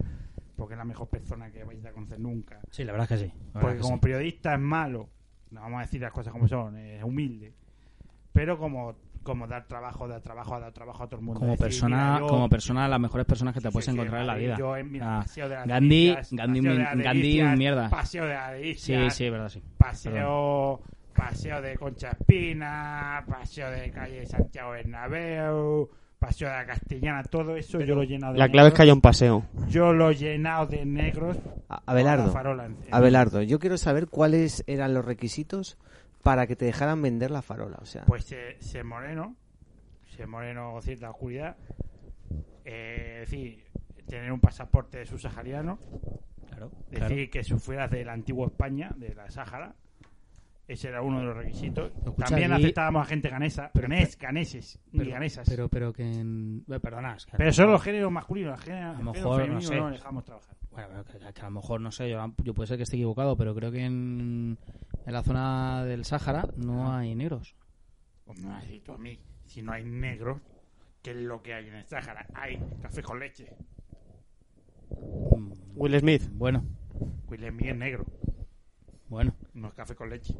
[SPEAKER 3] porque es la mejor persona que vais a conocer nunca.
[SPEAKER 2] Sí, la verdad es que sí. la verdad
[SPEAKER 3] Porque
[SPEAKER 2] que
[SPEAKER 3] como
[SPEAKER 2] sí.
[SPEAKER 3] periodista es malo, no vamos a decir las cosas como son, eh, es humilde. Pero como, como dar trabajo, dar trabajo, dar trabajo a todo el mundo.
[SPEAKER 2] Como
[SPEAKER 3] Decir,
[SPEAKER 2] persona,
[SPEAKER 3] mira, yo-
[SPEAKER 2] como persona, las mejores personas que te
[SPEAKER 3] sí,
[SPEAKER 2] puedes
[SPEAKER 3] sí,
[SPEAKER 2] encontrar en la
[SPEAKER 3] Madrid,
[SPEAKER 2] vida.
[SPEAKER 3] yo en- mira,
[SPEAKER 2] Ah,
[SPEAKER 3] paseo de las
[SPEAKER 2] Gandhi-
[SPEAKER 3] Delicias,
[SPEAKER 2] Gandhi
[SPEAKER 3] paseo de
[SPEAKER 2] mi-
[SPEAKER 3] las
[SPEAKER 2] Gandhi
[SPEAKER 3] Delicias,
[SPEAKER 2] mierda.
[SPEAKER 3] Paseo de la
[SPEAKER 2] sí, sí, es verdad, sí.
[SPEAKER 3] paseo, paseo de Concha Espina, paseo de calle Santiago Bernabéu, paseo de la Castellana, todo eso yo lo he llenado de
[SPEAKER 1] La clave es que
[SPEAKER 3] negros.
[SPEAKER 1] haya un paseo.
[SPEAKER 3] Yo lo he llenado de negros.
[SPEAKER 4] A-
[SPEAKER 3] con la
[SPEAKER 4] Abelardo.
[SPEAKER 3] farola en- en-
[SPEAKER 4] Abelardo, yo quiero saber cuáles eran los requisitos para que te dejaran vender la farola. O sea,
[SPEAKER 3] Pues se, se moreno, se moreno con cierta oscuridad. Eh, es decir, tener un pasaporte subsahariano,
[SPEAKER 2] Claro.
[SPEAKER 3] es decir, que si fueras de la antigua España, de la Sáhara. Ese era uno de los requisitos.
[SPEAKER 2] Escucha,
[SPEAKER 3] También
[SPEAKER 2] allí-
[SPEAKER 3] aceptábamos a gente ganesa,
[SPEAKER 2] Pero-
[SPEAKER 3] ganés, ganeses, ni
[SPEAKER 2] Pero,
[SPEAKER 3] ganesas.
[SPEAKER 2] pero, pero que. En... eh, Perdona, es que-
[SPEAKER 3] Pero solo los géneros masculinos, los géneros,
[SPEAKER 2] A lo
[SPEAKER 3] los géneros
[SPEAKER 2] mejor, no
[SPEAKER 3] femeninos no,
[SPEAKER 2] sé.
[SPEAKER 3] los dejamos trabajar.
[SPEAKER 2] Bueno, pero que, que a lo mejor, no sé, yo, yo puede ser que esté equivocado, pero creo que en, en la zona del Sáhara no hay negros.
[SPEAKER 3] Pues me has dicho a mí, si no hay negros, ¿qué es lo que hay en el Sáhara? Hay café con leche.
[SPEAKER 2] Mm,
[SPEAKER 1] Will Smith.
[SPEAKER 2] Bueno,
[SPEAKER 3] Will Smith Pues es negro,
[SPEAKER 2] bueno.
[SPEAKER 3] no es café con leche.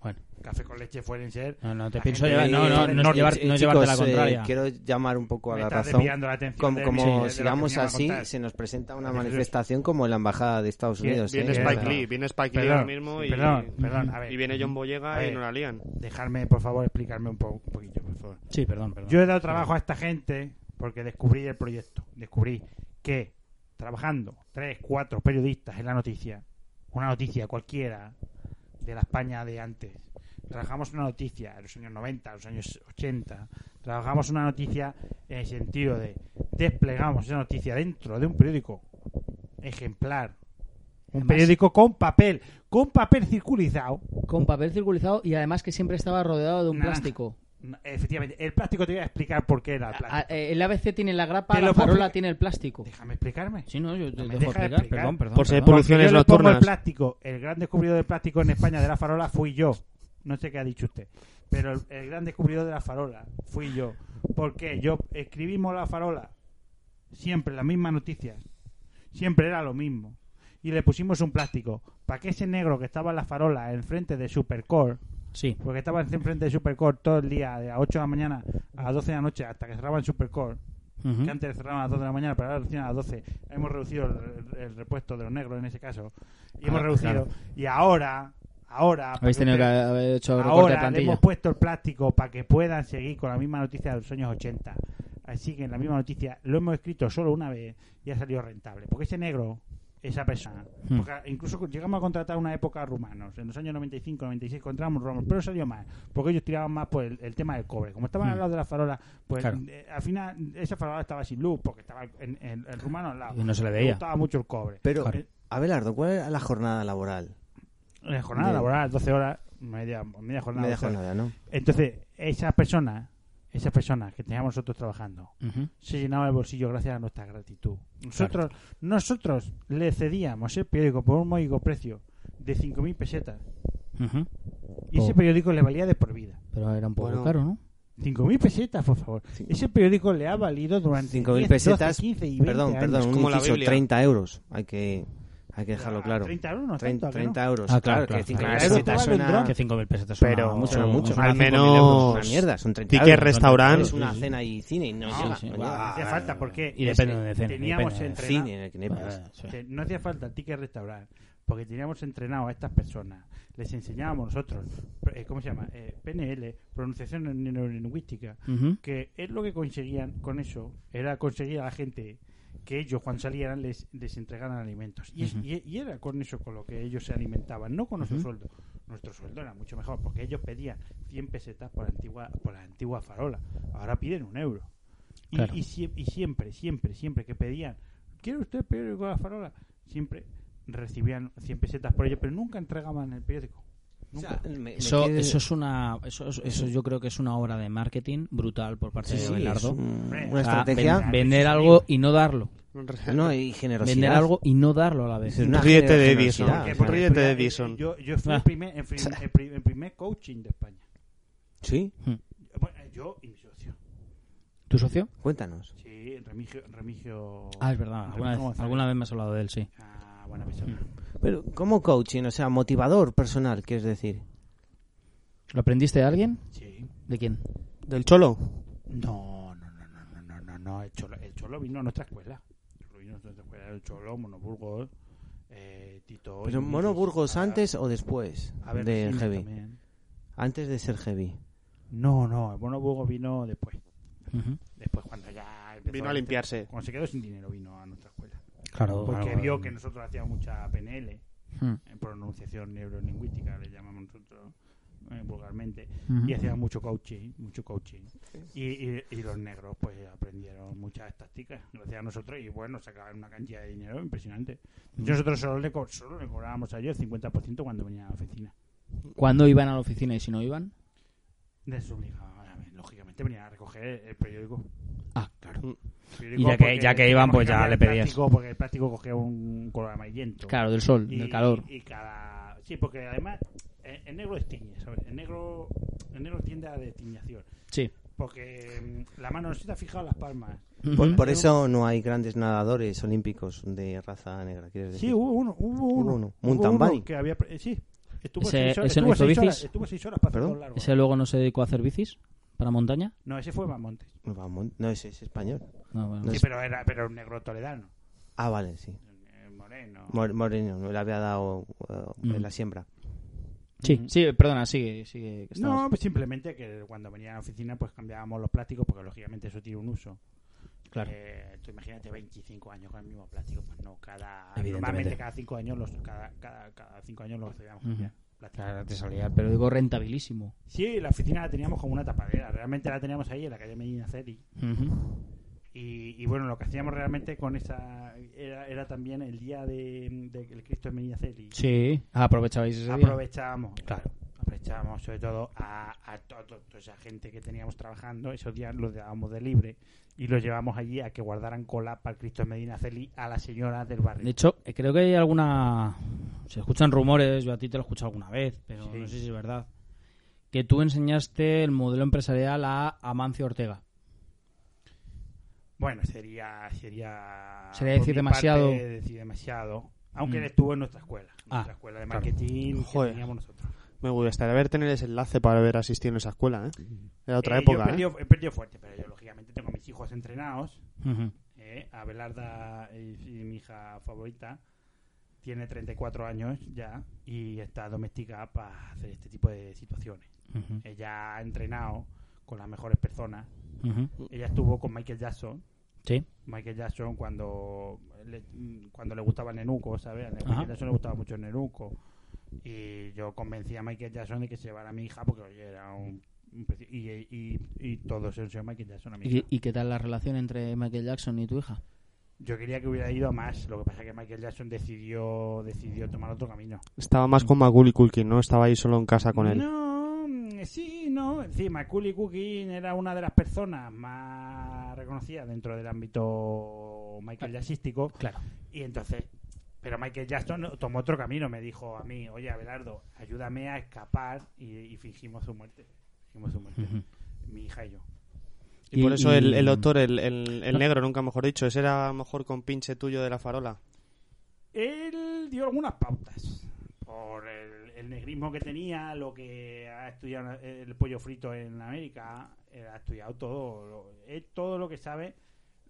[SPEAKER 6] Bueno,
[SPEAKER 3] Café con leche pueden ser.
[SPEAKER 6] no, no te
[SPEAKER 3] La
[SPEAKER 6] pienso
[SPEAKER 3] gente-
[SPEAKER 6] llevar, no, no, no,
[SPEAKER 3] no,
[SPEAKER 6] llevar-
[SPEAKER 4] eh,
[SPEAKER 6] no llevarte la
[SPEAKER 4] chicos, eh,
[SPEAKER 6] contraria.
[SPEAKER 4] quiero llamar un poco a
[SPEAKER 3] Me
[SPEAKER 4] la
[SPEAKER 3] estás
[SPEAKER 4] razón.
[SPEAKER 3] desviando la atención
[SPEAKER 4] Como,
[SPEAKER 3] de-
[SPEAKER 4] como
[SPEAKER 3] sí, de lo que
[SPEAKER 4] sigamos
[SPEAKER 3] tenía que
[SPEAKER 4] así,
[SPEAKER 3] contar.
[SPEAKER 4] se nos presenta una
[SPEAKER 3] Sí, sí, sí.
[SPEAKER 4] manifestación como la embajada de Estados
[SPEAKER 3] Bien,
[SPEAKER 4] Unidos.
[SPEAKER 3] bien,
[SPEAKER 4] ¿eh?
[SPEAKER 1] Pues Viene
[SPEAKER 3] Perdón.
[SPEAKER 1] Spike Lee, viene Spike Lee
[SPEAKER 3] Perdón,
[SPEAKER 1] ahora mismo y,
[SPEAKER 3] perdón, perdón, a ver.
[SPEAKER 1] y viene John
[SPEAKER 3] A
[SPEAKER 1] Boyega
[SPEAKER 3] ver.
[SPEAKER 1] y no la lían.
[SPEAKER 3] Dejarme, por favor, explicarme un, po- un poquillo, por favor.
[SPEAKER 6] Sí, perdón, perdón.
[SPEAKER 3] Yo he dado trabajo a esta gente porque descubrí el proyecto. Descubrí que trabajando tres, cuatro periodistas en la noticia, una noticia cualquiera de la España de antes, trabajamos una noticia en los años 90, en los años 80, trabajamos una noticia en el sentido de desplegamos esa noticia dentro de un periódico ejemplar. Un periódico con papel, con papel circulizado,
[SPEAKER 6] Con papel circulizado y además que siempre estaba rodeado de un
[SPEAKER 3] Naranja.
[SPEAKER 6] plástico.
[SPEAKER 3] Efectivamente, el plástico te voy a explicar por qué era el plástico.
[SPEAKER 6] A- eh, el ABC tiene la grapa,
[SPEAKER 3] Te
[SPEAKER 6] la
[SPEAKER 3] lo puedo
[SPEAKER 6] farola
[SPEAKER 3] explicar.
[SPEAKER 6] tiene el plástico.
[SPEAKER 3] Déjame explicarme.
[SPEAKER 6] Sí, no, yo te
[SPEAKER 3] No me
[SPEAKER 6] dejo
[SPEAKER 3] dejas
[SPEAKER 6] explicar,
[SPEAKER 3] explicar.
[SPEAKER 6] perdón, perdón.
[SPEAKER 1] Por si hay
[SPEAKER 6] perdón.
[SPEAKER 3] Porque
[SPEAKER 1] poluciones
[SPEAKER 3] yo le pongo el
[SPEAKER 1] nocturnas.
[SPEAKER 3] plástico. El gran descubridor del plástico en España de la farola fui yo. No sé qué ha dicho usted. Pero el, el gran descubridor de la farola fui yo. Porque yo escribimos la farola. Siempre las mismas noticias. Siempre era lo mismo. Y le pusimos un plástico. Para que ese negro que estaba en la farola enfrente de Supercore
[SPEAKER 6] Sí,
[SPEAKER 3] porque estaba enfrente de Supercore todo el día, de las 8 de la mañana a las 12 de la noche, hasta que cerraban Supercore.
[SPEAKER 6] Ujú.
[SPEAKER 3] Que antes cerraban a las 2 de la mañana, pero ahora lo cierran a las 12. Hemos reducido el, el repuesto de los negros en ese caso. Y hemos
[SPEAKER 6] Ah,
[SPEAKER 3] reducido.
[SPEAKER 6] claro.
[SPEAKER 3] Y ahora, ahora.
[SPEAKER 6] habéis
[SPEAKER 3] porque
[SPEAKER 6] tenido que
[SPEAKER 3] usted-
[SPEAKER 6] haber hecho recorte de
[SPEAKER 3] Ahora le
[SPEAKER 6] plantilla.
[SPEAKER 3] hemos puesto el plástico para que puedan seguir con la misma noticia de los años 80. Así que en la misma noticia lo hemos escrito solo una vez y ha salido rentable. Porque ese negro, esa persona,
[SPEAKER 6] Hmm.
[SPEAKER 3] porque incluso llegamos a contratar una época rumanos. En los años 95, 96 contratamos rumanos, pero salió mal. Porque ellos tiraban más por el, el tema del cobre. Como estaban
[SPEAKER 6] Hmm.
[SPEAKER 3] al lado de la farola, pues
[SPEAKER 6] Claro.
[SPEAKER 3] eh, al final esa farola estaba sin luz porque estaba en- en- el rumano al lado.
[SPEAKER 6] Y no se le
[SPEAKER 3] Le
[SPEAKER 6] veía.
[SPEAKER 3] gustaba mucho el cobre.
[SPEAKER 4] Pero,
[SPEAKER 3] Claro.
[SPEAKER 4] Abelardo, ¿cuál era la jornada laboral?
[SPEAKER 3] En la jornada
[SPEAKER 4] Bien.
[SPEAKER 3] laboral, 12 horas, media, media jornada.
[SPEAKER 4] Media
[SPEAKER 3] 12 horas.
[SPEAKER 4] jornada, ¿no?
[SPEAKER 3] Entonces, esas personas, esas personas que teníamos nosotros trabajando,
[SPEAKER 6] Ujú.
[SPEAKER 3] se llenaba el bolsillo gracias a nuestra gratitud. Nosotros, nosotros le cedíamos el periódico por un módico precio de 5.000 pesetas
[SPEAKER 6] Ujú.
[SPEAKER 3] y ese
[SPEAKER 6] Oh.
[SPEAKER 3] periódico le valía de por vida.
[SPEAKER 6] Pero era un poco
[SPEAKER 4] Bueno.
[SPEAKER 6] caro, ¿no?
[SPEAKER 3] 5.000 pesetas, por favor.
[SPEAKER 4] Sí.
[SPEAKER 3] Ese periódico le ha valido durante
[SPEAKER 4] 5.000
[SPEAKER 3] 10,
[SPEAKER 4] pesetas.
[SPEAKER 3] 12, 15 y 20
[SPEAKER 4] Perdón,
[SPEAKER 3] años.
[SPEAKER 4] perdón,
[SPEAKER 1] como
[SPEAKER 4] un
[SPEAKER 1] la
[SPEAKER 4] inciso,
[SPEAKER 1] Biblia.
[SPEAKER 4] 30 euros. Hay que, hay que dejarlo claro.
[SPEAKER 3] 30 euros, no
[SPEAKER 4] 30,
[SPEAKER 3] tanto, ¿a que no?
[SPEAKER 4] euros.
[SPEAKER 6] Ah,
[SPEAKER 4] claro, que
[SPEAKER 6] claro, claro.
[SPEAKER 4] 5.000
[SPEAKER 3] Claro,
[SPEAKER 4] pesetas
[SPEAKER 3] eso te vale un
[SPEAKER 4] suena-
[SPEAKER 3] dron.
[SPEAKER 6] Que 5.000 pesetas suena
[SPEAKER 4] Pero-
[SPEAKER 6] mucho.
[SPEAKER 4] suena mucho.
[SPEAKER 6] suena
[SPEAKER 1] Al
[SPEAKER 6] 5.000
[SPEAKER 1] menos-
[SPEAKER 6] euros.
[SPEAKER 4] Una mierda, son 30
[SPEAKER 1] Ticket
[SPEAKER 4] euros.
[SPEAKER 1] restaurant.
[SPEAKER 4] Es una cena y cine y no
[SPEAKER 6] Sí,
[SPEAKER 4] llega,
[SPEAKER 6] sí,
[SPEAKER 4] no
[SPEAKER 6] guau.
[SPEAKER 4] llega.
[SPEAKER 3] No hacía falta porque
[SPEAKER 6] Ah, Y depende
[SPEAKER 3] es que
[SPEAKER 6] de cena,
[SPEAKER 3] teníamos
[SPEAKER 6] depende de
[SPEAKER 4] El
[SPEAKER 3] entrenado-
[SPEAKER 4] cine en el que no hay
[SPEAKER 6] Ah,
[SPEAKER 4] papas.
[SPEAKER 6] sí.
[SPEAKER 3] que no hacía falta el ticket restaurar, porque teníamos entrenado a estas personas, les enseñábamos nosotros, eh, ¿cómo se llama? Eh, PNL, pronunciación neurolingüística,
[SPEAKER 6] Ujú.
[SPEAKER 3] que es lo que conseguían con eso, era conseguir a la gente que ellos cuando salieran les, les entregaran alimentos. Y, es- y- y era con eso con lo que ellos se alimentaban, no con nuestro sueldo. Nuestro sueldo era mucho mejor, porque ellos pedían 100 pesetas por, antigua, por la antigua farola, ahora piden un euro. Y,
[SPEAKER 6] Claro.
[SPEAKER 3] y sie- y siempre, siempre, siempre que pedían, ¿quiere usted periódico de la farola? Siempre recibían 100 pesetas por ello, pero nunca entregaban el periódico.
[SPEAKER 4] O
[SPEAKER 3] Nunca.
[SPEAKER 4] sea, me- me
[SPEAKER 6] Eso,
[SPEAKER 4] quiere-
[SPEAKER 6] eso es una eso, es- eso yo creo que es una obra de marketing brutal por parte
[SPEAKER 2] Eh,
[SPEAKER 4] Sí,
[SPEAKER 6] de
[SPEAKER 4] sí, es
[SPEAKER 6] Belardo.
[SPEAKER 4] un-
[SPEAKER 3] Hombre,
[SPEAKER 2] Ah,
[SPEAKER 4] una
[SPEAKER 3] o sea,
[SPEAKER 4] estrategia.
[SPEAKER 3] venda-
[SPEAKER 6] Vender algo y no darlo.
[SPEAKER 4] No, y generosidad.
[SPEAKER 6] Vender algo y no darlo a la vez.
[SPEAKER 4] Es una
[SPEAKER 1] Ríete de
[SPEAKER 4] generosidad,
[SPEAKER 1] Edison.
[SPEAKER 4] o sea,
[SPEAKER 1] Porque-
[SPEAKER 3] el
[SPEAKER 1] Ríete Ah, de
[SPEAKER 3] primer-
[SPEAKER 1] Edison.
[SPEAKER 3] Yo, yo fui
[SPEAKER 6] Ah.
[SPEAKER 3] el, primer, el, prim- el pri- el primer coaching de España.
[SPEAKER 4] Sí,
[SPEAKER 3] Bueno, eh, yo y mi socio.
[SPEAKER 6] ¿Tu socio?
[SPEAKER 4] cuéntanos.
[SPEAKER 3] Sí, Remigio. Remigio
[SPEAKER 6] Ah, es verdad. Alguna
[SPEAKER 3] Remigio
[SPEAKER 6] vez,
[SPEAKER 3] González.
[SPEAKER 6] alguna vez me Mm. has hablado de él, sí.
[SPEAKER 3] Ah, buena persona.
[SPEAKER 4] Pero, ¿cómo coaching? O sea, motivador personal, ¿qué es decir?
[SPEAKER 6] ¿Lo aprendiste de alguien?
[SPEAKER 3] Sí.
[SPEAKER 6] ¿De quién?
[SPEAKER 1] ¿Del Cholo?
[SPEAKER 3] No, no, no, no, no, no, no, no. El Cholo, el Cholo vino a nuestra escuela. El Cholo vino a nuestra escuela. El Cholo, Monoburgos, eh, Tito.
[SPEAKER 4] ¿Pero
[SPEAKER 3] Iglesias,
[SPEAKER 4] Mono Burgos
[SPEAKER 3] a-
[SPEAKER 4] antes o después
[SPEAKER 3] a ver,
[SPEAKER 4] de
[SPEAKER 3] sí,
[SPEAKER 4] Heavy?
[SPEAKER 3] también.
[SPEAKER 4] Antes de ser Heavy.
[SPEAKER 3] No, no, el Monoburgos vino después.
[SPEAKER 6] Ujú.
[SPEAKER 3] Después, cuando ya. empezó
[SPEAKER 1] Vino a
[SPEAKER 3] este-
[SPEAKER 1] limpiarse.
[SPEAKER 3] Cuando se quedó sin dinero, vino a nuestra escuela.
[SPEAKER 6] Claro.
[SPEAKER 3] Porque
[SPEAKER 6] claro.
[SPEAKER 3] vio que nosotros hacíamos mucha PNL,
[SPEAKER 6] Ah, Hmm.
[SPEAKER 3] en pronunciación neurolingüística, le llamamos nosotros eh, vulgarmente,
[SPEAKER 6] Ujú.
[SPEAKER 3] y hacíamos mucho coaching, mucho coaching. Y, y- y los negros pues aprendieron muchas tácticas gracias a nosotros y bueno, sacaban una cantidad de dinero impresionante. Nosotros solo le, co- solo le cobrábamos a ellos el 50% cuando venían a la oficina.
[SPEAKER 6] ¿Cuándo iban a la oficina y si no iban?
[SPEAKER 3] Les obligaban, a ver, lógicamente venían a recoger el periódico.
[SPEAKER 6] Ah, claro.
[SPEAKER 3] El periódico
[SPEAKER 6] Y ya que-
[SPEAKER 3] porque-
[SPEAKER 6] ya que iban,
[SPEAKER 3] porque
[SPEAKER 6] pues ya
[SPEAKER 3] cambiaba
[SPEAKER 6] le
[SPEAKER 3] el
[SPEAKER 6] pedías.
[SPEAKER 3] plástico, porque el plástico cogía un color amarillento.
[SPEAKER 6] Claro, del sol,
[SPEAKER 3] y,
[SPEAKER 6] del calor.
[SPEAKER 3] Y cada... Sí, porque además el, el negro destiñe, ¿sabes? El negro, el negro tiende a la destiñación.
[SPEAKER 6] Sí.
[SPEAKER 3] Porque mm, la mano no se te ha fijado las palmas.
[SPEAKER 4] Por,
[SPEAKER 6] Ujú.
[SPEAKER 4] por eso no hay grandes nadadores olímpicos de raza negra, ¿quieres decir?
[SPEAKER 3] Sí, uh. hubo uno. Hubo uno.
[SPEAKER 4] uno.
[SPEAKER 3] Hubo
[SPEAKER 4] Mountain Bike.
[SPEAKER 3] que había... pre- eh, Sí, Estuvo
[SPEAKER 6] Ese-
[SPEAKER 3] seis horas-
[SPEAKER 6] ese no
[SPEAKER 3] estuvo
[SPEAKER 6] hizo
[SPEAKER 3] seis horas-
[SPEAKER 6] bicis.
[SPEAKER 3] estuvo seis horas para hacer
[SPEAKER 4] ¿Perdón?
[SPEAKER 3] dos largos.
[SPEAKER 6] ¿Ese luego no se dedicó a hacer bicis para montaña?
[SPEAKER 3] No, ese fue Mamontes.
[SPEAKER 4] Ramón- No, ese es español.
[SPEAKER 6] No, bueno.
[SPEAKER 4] No
[SPEAKER 3] Sí,
[SPEAKER 4] es-
[SPEAKER 3] pero era, pero era un negro toledano.
[SPEAKER 4] Ah, vale, sí.
[SPEAKER 3] eh, Moreno.
[SPEAKER 4] Mor- Moreno, no le había dado eh,
[SPEAKER 6] Mm.
[SPEAKER 4] en la siembra.
[SPEAKER 6] Sí, Mm. sí, perdona, sigue, sigue. que estabas-
[SPEAKER 3] No, pues simplemente que cuando venía a la oficina pues cambiábamos los plásticos porque lógicamente eso tiene un uso.
[SPEAKER 6] Claro.
[SPEAKER 3] Eh, tú imagínate 25 años con el mismo plástico, pues no, cada
[SPEAKER 6] Evidentemente.
[SPEAKER 3] normalmente cada 5 años los cada cada, cada cinco años los recibíamos
[SPEAKER 6] Ujú. Claro, te salía el periódico rentabilísimo.
[SPEAKER 3] Sí, la oficina la teníamos como una tapadera, realmente la teníamos ahí en la calle Medina Celi. Y, y bueno, lo que hacíamos realmente con esa era, era también el día de, de el Cristo en Medina Celi.
[SPEAKER 6] Sí, Ah, aprovechabais ese día.
[SPEAKER 3] aprovechábamos claro aprovechábamos sobre todo a, a to- to- toda esa gente que teníamos trabajando esos días los dábamos de libre y los llevamos allí a que guardaran cola para el Cristo de Medina Celi a la señora del barrio
[SPEAKER 6] De hecho, eh, creo que hay alguna. Se escuchan rumores, yo a ti te lo he escuchado alguna vez, pero
[SPEAKER 3] Sí.
[SPEAKER 6] no sé si es verdad. Que tú enseñaste el modelo empresarial a Amancio Ortega.
[SPEAKER 3] bueno sería sería
[SPEAKER 6] Sería
[SPEAKER 3] por
[SPEAKER 6] decir
[SPEAKER 3] mi
[SPEAKER 6] demasiado.
[SPEAKER 3] parte, decir demasiado aunque
[SPEAKER 6] Mm.
[SPEAKER 3] él estuvo en nuestra escuela en
[SPEAKER 6] Ah,
[SPEAKER 3] nuestra escuela de marketing que
[SPEAKER 1] Joder.
[SPEAKER 3] teníamos nosotros
[SPEAKER 1] Me gustaría haber tenido ese enlace para haber asistido en esa escuela, ¿eh? Era otra
[SPEAKER 3] Eh, yo
[SPEAKER 1] época,
[SPEAKER 3] he
[SPEAKER 1] ¿eh?
[SPEAKER 3] perdido, he perdido fuerte pero yo lógicamente tengo a mis hijos entrenados
[SPEAKER 6] Ujú.
[SPEAKER 3] ¿eh? Abelarda es mi hija favorita. Tiene 34 años ya y está domesticada para hacer este tipo de situaciones.
[SPEAKER 6] Ujú.
[SPEAKER 3] Ella ha entrenado con las mejores personas.
[SPEAKER 6] Ujú.
[SPEAKER 3] Ella estuvo con Michael Jackson.
[SPEAKER 6] Mm. Sí.
[SPEAKER 3] Michael Jackson cuando le, cuando le gustaba Nenuco, ¿sabes? A
[SPEAKER 6] Ajá.
[SPEAKER 3] Michael Jackson le gustaba mucho Nenuco. Y yo convencí a Michael Jackson de que se llevara a mi hija porque oye, era un... un preci- y, y, y todo se lo enseñó Michael Jackson a mi hija.
[SPEAKER 6] ¿Y, y qué tal la relación entre Michael Jackson y tu hija?
[SPEAKER 3] Yo quería que hubiera ido a más, lo que pasa es que Michael Jackson decidió decidió tomar otro camino.
[SPEAKER 1] Estaba más con Macaulay Culkin, ¿no? Estaba ahí solo en casa con él.
[SPEAKER 3] No, mm, sí, no. Encima, Cooley Cookin era una de las personas más reconocidas dentro del ámbito Michael Jacksístico.
[SPEAKER 6] Claro.
[SPEAKER 3] Y entonces, pero Michael Jackson tomó otro camino. Me dijo a mí, oye, Abelardo, ayúdame a escapar y, y fingimos su muerte. Fingimos su muerte, mi hija y yo.
[SPEAKER 1] Y, mm. por eso el, el doctor, el, el- el negro, nunca mejor dicho, ese era mejor compinche tuyo de la farola.
[SPEAKER 3] Él dio algunas pautas por el, el negrismo que tenía, lo que ha estudiado eh, el pollo frito en América, él ha estudiado todo, lo- él todo lo que sabe,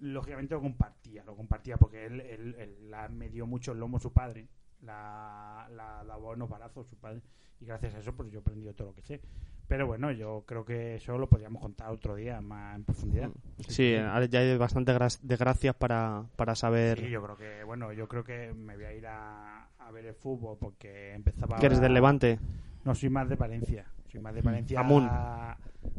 [SPEAKER 3] lógicamente lo compartía, lo compartía porque él, él, él la medió mucho el lomo su padre, la, la daba unos barazos su padre, y gracias a eso pues yo he aprendido todo lo que sé. Pero bueno, yo creo que eso lo podríamos contar otro día más en profundidad.
[SPEAKER 1] Sí, ahora ya hay bastante gra- desgracias para, para saber
[SPEAKER 3] Sí, yo creo que, bueno, yo creo que me voy a ir a, a ver el fútbol porque empezaba.
[SPEAKER 1] que eres
[SPEAKER 3] ahora-
[SPEAKER 1] del Levante.
[SPEAKER 3] No, soy más de Valencia. Soy más de Valencia.
[SPEAKER 1] Amun.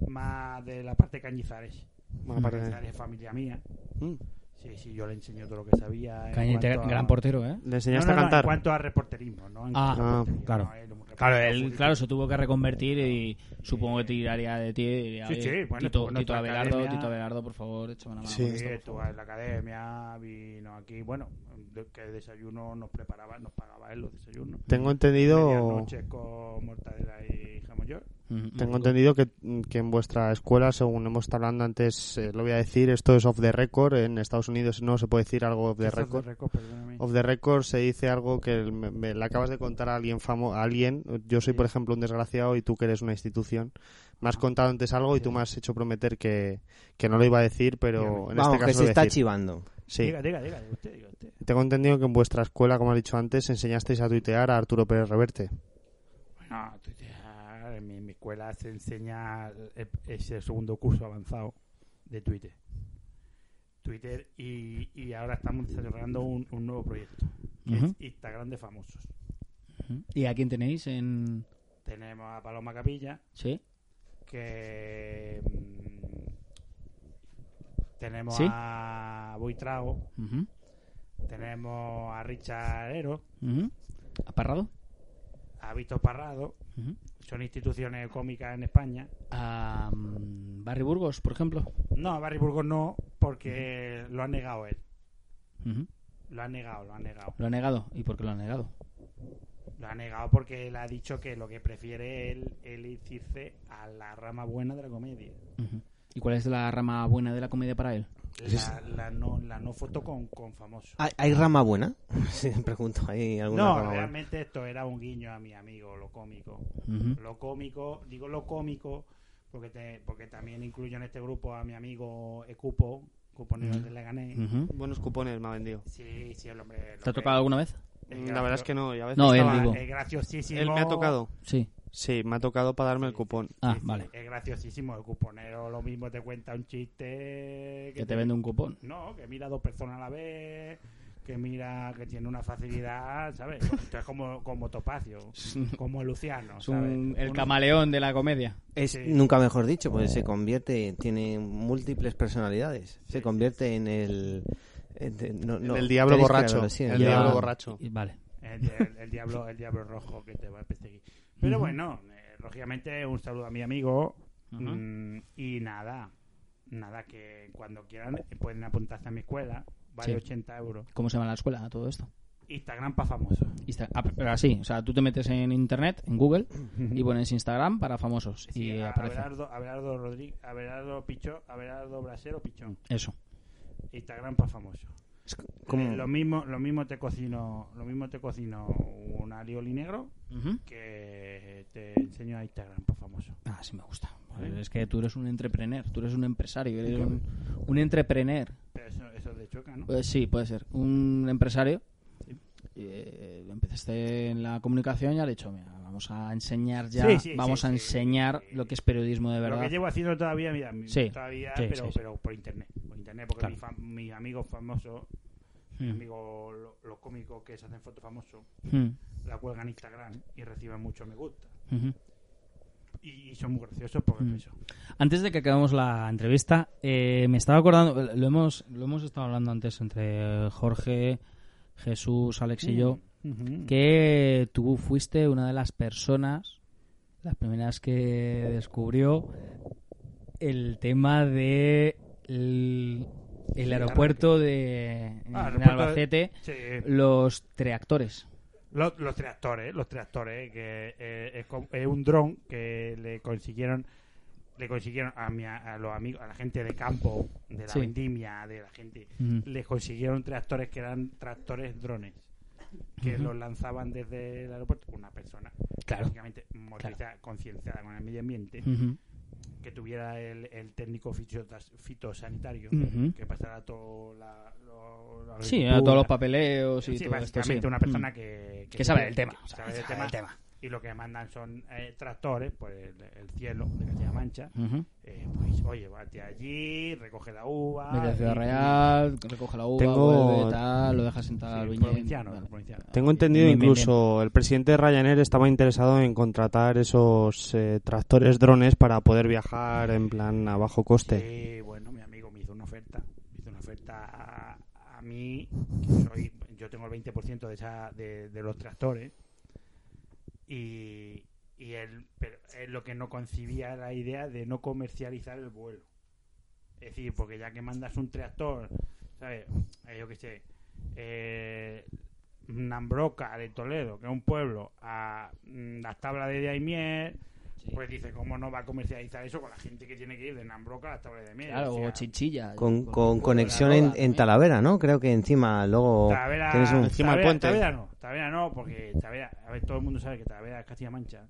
[SPEAKER 3] Más de la parte de Cañizares.
[SPEAKER 1] Bueno, para-
[SPEAKER 3] Cañizares es familia mía.
[SPEAKER 1] Mm.
[SPEAKER 3] Sí, sí, yo le enseñé todo lo que sabía. en
[SPEAKER 6] Cañete,
[SPEAKER 3] cuanto a-
[SPEAKER 6] gran portero, ¿eh?
[SPEAKER 1] Le
[SPEAKER 3] No,
[SPEAKER 1] enseñaste
[SPEAKER 3] no, no,
[SPEAKER 1] a
[SPEAKER 3] en
[SPEAKER 1] cantar.
[SPEAKER 3] cuanto a reporterismo, ¿no? En cuanto
[SPEAKER 6] Ah,
[SPEAKER 3] a
[SPEAKER 1] ah,
[SPEAKER 3] reporterismo,
[SPEAKER 6] claro.
[SPEAKER 3] él, un reportero
[SPEAKER 6] Claro, él
[SPEAKER 3] futbolístico.
[SPEAKER 6] claro, se tuvo que reconvertir y supongo que tiraría de ti. y diría,
[SPEAKER 3] Sí,
[SPEAKER 6] "Oye,
[SPEAKER 3] sí, bueno,
[SPEAKER 6] Tito,
[SPEAKER 3] nuestra
[SPEAKER 6] Tito Abelardo,
[SPEAKER 3] academia-
[SPEAKER 6] Tito Abelardo, por favor, échame una mano.
[SPEAKER 1] Sí.
[SPEAKER 6] con
[SPEAKER 3] Sí,
[SPEAKER 6] esto".
[SPEAKER 3] estuvo en la academia, vino aquí. Bueno, de- que desayuno nos preparaba, nos pagaba él los desayunos.
[SPEAKER 1] Tengo entendido,
[SPEAKER 3] Medianoche con mortadela y jamón york.
[SPEAKER 6] Ujú,
[SPEAKER 1] tengo
[SPEAKER 6] ujú.
[SPEAKER 1] entendido que, que en vuestra escuela, según hemos estado hablando antes, eh, lo voy a decir, esto es off the record. En Estados Unidos no se puede decir algo off the
[SPEAKER 3] Esto es de
[SPEAKER 1] record.
[SPEAKER 3] récord, perdóname.
[SPEAKER 1] Off the record se dice algo que me, me- le acabas de contar a alguien famo, a alguien. Yo soy, por ejemplo, un desgraciado y tú que eres una institución. Me has contado antes algo y tú me has hecho prometer que, que no lo iba a decir, pero en
[SPEAKER 4] Vamos,
[SPEAKER 1] este caso
[SPEAKER 4] que
[SPEAKER 1] lo
[SPEAKER 4] se
[SPEAKER 1] voy a
[SPEAKER 4] está
[SPEAKER 1] decir.
[SPEAKER 4] chivando.
[SPEAKER 1] Sí.
[SPEAKER 3] Diga, diga, diga, usted, diga usted.
[SPEAKER 1] Tengo entendido que en vuestra escuela, como has dicho antes, enseñasteis a tuitear a Arturo Pérez Reverte.
[SPEAKER 3] No, tuitear. En mi, en mi escuela se enseña. el- Es el segundo curso avanzado de Twitter. Twitter y, y ahora estamos desarrollando un, un nuevo proyecto. Que
[SPEAKER 6] Ujú.
[SPEAKER 3] es Instagram de famosos.
[SPEAKER 6] ¿Y a quién tenéis en...?
[SPEAKER 3] Tenemos a Paloma Capilla,
[SPEAKER 6] Sí.
[SPEAKER 3] que. mm, Tenemos
[SPEAKER 6] ¿Sí?
[SPEAKER 3] a Buitrago,
[SPEAKER 6] Ujú,
[SPEAKER 3] tenemos a Richard Hero,
[SPEAKER 6] ujú. ¿Aparrado?
[SPEAKER 3] a Víctor Parrado,
[SPEAKER 6] Ujú.
[SPEAKER 3] son instituciones cómicas en España.
[SPEAKER 6] ¿A mm, Barry Burgos, por ejemplo?
[SPEAKER 3] No, a Barry Burgos no, porque lo ha negado él.
[SPEAKER 6] Ujú.
[SPEAKER 3] Lo ha negado, lo ha negado.
[SPEAKER 6] Lo ha negado. ¿Y por qué lo ha negado?
[SPEAKER 3] Lo ha negado porque él ha dicho que lo que prefiere él es irse a la rama buena de la comedia.
[SPEAKER 6] Ujú. ¿Y cuál es la rama buena de la comedia para él?
[SPEAKER 3] la, la no, la no foto con, con famoso.
[SPEAKER 4] ¿Hay, hay rama buena? Sí, me pregunto, ¿hay alguna
[SPEAKER 3] No,
[SPEAKER 4] Ah, rama buena?
[SPEAKER 3] realmente esto era un guiño a mi amigo, lo cómico. Lo cómico, digo lo cómico, porque te- porque también incluyo en este grupo a mi amigo Ecupo, cuponero de Leganés.
[SPEAKER 1] Buenos cupones me ha vendido.
[SPEAKER 3] Sí, sí, el hombre. el
[SPEAKER 2] ¿Te ha
[SPEAKER 3] hombre
[SPEAKER 2] tocado alguna vez?
[SPEAKER 3] es
[SPEAKER 1] La verdad es que no. y a veces
[SPEAKER 2] No, él,
[SPEAKER 1] estaba-
[SPEAKER 3] gracioso,
[SPEAKER 2] digo.
[SPEAKER 3] Es graciosísimo.
[SPEAKER 4] eh,
[SPEAKER 1] él me ha tocado.
[SPEAKER 2] Sí.
[SPEAKER 1] Sí, me ha tocado para darme el cupón.
[SPEAKER 2] Ah,
[SPEAKER 3] Sí, sí,
[SPEAKER 2] vale.
[SPEAKER 3] Es graciosísimo. El cuponero lo mismo te cuenta un chiste.
[SPEAKER 2] Que te vende un cupón.
[SPEAKER 3] No, que mira dos personas a la vez. Que mira que tiene una facilidad, ¿sabes? Esto es como, como Topacio, como Luciano.
[SPEAKER 2] Es
[SPEAKER 3] ¿sabes?
[SPEAKER 2] un- el
[SPEAKER 3] Uno-
[SPEAKER 2] camaleón de la comedia.
[SPEAKER 4] Es
[SPEAKER 3] Sí.
[SPEAKER 4] nunca mejor dicho, porque se convierte, tiene múltiples personalidades. Se convierte en el. en- en- no, no,
[SPEAKER 1] el diablo
[SPEAKER 4] tenéis que
[SPEAKER 1] borracho.
[SPEAKER 4] verlo, sí,
[SPEAKER 1] el
[SPEAKER 2] Ya.
[SPEAKER 1] diablo borracho.
[SPEAKER 2] Y- Vale.
[SPEAKER 3] El, el- el diablo, el diablo rojo que te va a perseguir. Pero bueno, eh, lógicamente un saludo a mi amigo. mm, y nada, nada, que cuando quieran eh, pueden apuntarse a mi escuela. Vale
[SPEAKER 2] Sí.
[SPEAKER 3] 80 euros.
[SPEAKER 2] ¿Cómo se llama la escuela? Todo esto.
[SPEAKER 3] Instagram para famosos.
[SPEAKER 2] Insta- ah, pero así, o sea, tú te metes en internet, en Google, y pones Instagram para famosos.
[SPEAKER 3] Sí,
[SPEAKER 2] y
[SPEAKER 3] a-
[SPEAKER 2] aparece.
[SPEAKER 3] Abelardo, Abelardo Rodríguez, Abelardo Pichón, Abelardo Brasero Pichón.
[SPEAKER 2] Eso.
[SPEAKER 3] Instagram para famoso.
[SPEAKER 4] Es como-
[SPEAKER 3] Eh, lo mismo, lo mismo te cocino, lo mismo te cocino un alioli negro
[SPEAKER 2] Ujú.
[SPEAKER 3] que te enseño a Instagram para famoso.
[SPEAKER 2] Ah, sí me gusta. Es que tú eres un entrepreneur, tú eres un empresario, eres un, un entrepreneur.
[SPEAKER 3] Pero eso, eso es de chueca, ¿no?
[SPEAKER 2] Pues sí, puede ser. Un empresario. Eh, empezaste en la comunicación y has dicho, mira, vamos a enseñar ya,
[SPEAKER 3] Sí, sí,
[SPEAKER 2] vamos
[SPEAKER 3] sí,
[SPEAKER 2] a
[SPEAKER 3] sí.
[SPEAKER 2] enseñar lo que es periodismo de
[SPEAKER 3] Lo
[SPEAKER 2] verdad.
[SPEAKER 3] que llevo haciendo todavía, mira, mi-
[SPEAKER 2] Sí,
[SPEAKER 3] todavía,
[SPEAKER 2] sí,
[SPEAKER 3] pero,
[SPEAKER 2] sí, sí.
[SPEAKER 3] pero por internet, por internet, porque
[SPEAKER 2] Claro.
[SPEAKER 3] mi fam- mis amigos famosos, mis
[SPEAKER 2] Mm.
[SPEAKER 3] amigos lo- los cómicos que se hacen fotos famosos,
[SPEAKER 2] Mm,
[SPEAKER 3] la cuelgan en Instagram y reciben mucho me gusta.
[SPEAKER 2] ujú.
[SPEAKER 3] Y, y son muy graciosos porque
[SPEAKER 2] Mm.
[SPEAKER 3] eso.
[SPEAKER 2] Antes de que acabemos la entrevista, eh, me estaba acordando, lo hemos, lo hemos estado hablando antes entre Jorge, Jesús, Alex
[SPEAKER 3] Mm.
[SPEAKER 2] y yo, que tú fuiste una de las personas, las primeras que descubrió el tema de el, el aeropuerto de en
[SPEAKER 3] Ah, aeropuerto de-
[SPEAKER 2] Albacete,
[SPEAKER 3] Sí.
[SPEAKER 2] los treactores.
[SPEAKER 3] Los, los tractores, los tractores, que eh, es, co- es un dron que le consiguieron le consiguieron a, mi, a los amigos, a la gente de campo, de la
[SPEAKER 2] Sí.
[SPEAKER 3] vendimia, de la gente,
[SPEAKER 2] Ujú.
[SPEAKER 3] les consiguieron tractores que eran tractores drones, que los lanzaban desde el aeropuerto una persona,
[SPEAKER 2] Claro.
[SPEAKER 3] básicamente motorizada, concienciada con el medio ambiente,
[SPEAKER 2] Ujú.
[SPEAKER 3] que tuviera el, el técnico fitotas- fitosanitario,
[SPEAKER 2] Ujú.
[SPEAKER 3] que pasara todo la, lo- la
[SPEAKER 2] Sí,
[SPEAKER 3] agricultura.
[SPEAKER 2] todos los papeleos y
[SPEAKER 3] Pues Sí,
[SPEAKER 2] todo esto.
[SPEAKER 3] básicamente
[SPEAKER 2] sí.
[SPEAKER 3] una
[SPEAKER 2] Mm.
[SPEAKER 3] persona que,
[SPEAKER 2] Que sabe del tema,
[SPEAKER 3] que
[SPEAKER 2] o sea,
[SPEAKER 3] sabe del
[SPEAKER 2] sabe del
[SPEAKER 3] tema. Y lo que mandan son eh, tractores, pues el, el cielo de Castilla-La Mancha.
[SPEAKER 2] Ujú.
[SPEAKER 3] eh, pues oye, vete allí, recoge la uva.
[SPEAKER 2] Vete a Ciudad
[SPEAKER 3] Ah, y-
[SPEAKER 2] Real, recoge la uva,
[SPEAKER 1] Tengo-
[SPEAKER 2] vuelve, tal, lo dejas en
[SPEAKER 3] Sí,
[SPEAKER 2] tal viñedo,
[SPEAKER 3] provinciano,
[SPEAKER 2] vale.
[SPEAKER 3] provinciano.
[SPEAKER 1] Tengo entendido
[SPEAKER 2] Bien, bien,
[SPEAKER 1] incluso el presidente de Ryanair estaba interesado en contratar esos eh, tractores drones para poder viajar en plan a bajo coste.
[SPEAKER 3] Sí, Eh, bueno, mi amigo me hizo una oferta. Me hizo una oferta a, a mí. que soy- yo tengo el 20% de, esa, de, de los tractores. Y, y él, pero él lo que no concibía era la idea de no comercializar el vuelo. Es decir, porque ya que mandas un tractor, ¿sabes? Eh, yo qué sé. Eh, Nambroca de Toledo, que es un pueblo, a mm, las tablas de Daimiel, pues dice, ¿cómo no va a comercializar eso con la gente que tiene que ir de Nambroca a las tablas de Daimiel?
[SPEAKER 2] Claro,
[SPEAKER 3] O sea,
[SPEAKER 2] o chichilla.
[SPEAKER 4] con, con
[SPEAKER 2] con la
[SPEAKER 4] conexión
[SPEAKER 2] roda
[SPEAKER 4] en, en
[SPEAKER 2] también.
[SPEAKER 4] Talavera, ¿no? Creo que encima luego
[SPEAKER 3] Tavera,
[SPEAKER 4] tienes un...
[SPEAKER 1] Encima del
[SPEAKER 3] Tavera-
[SPEAKER 1] puente.
[SPEAKER 3] Tavera no, Tavera no, porque Tavera, a ver, todo el mundo sabe que Tavera es Castilla Mancha.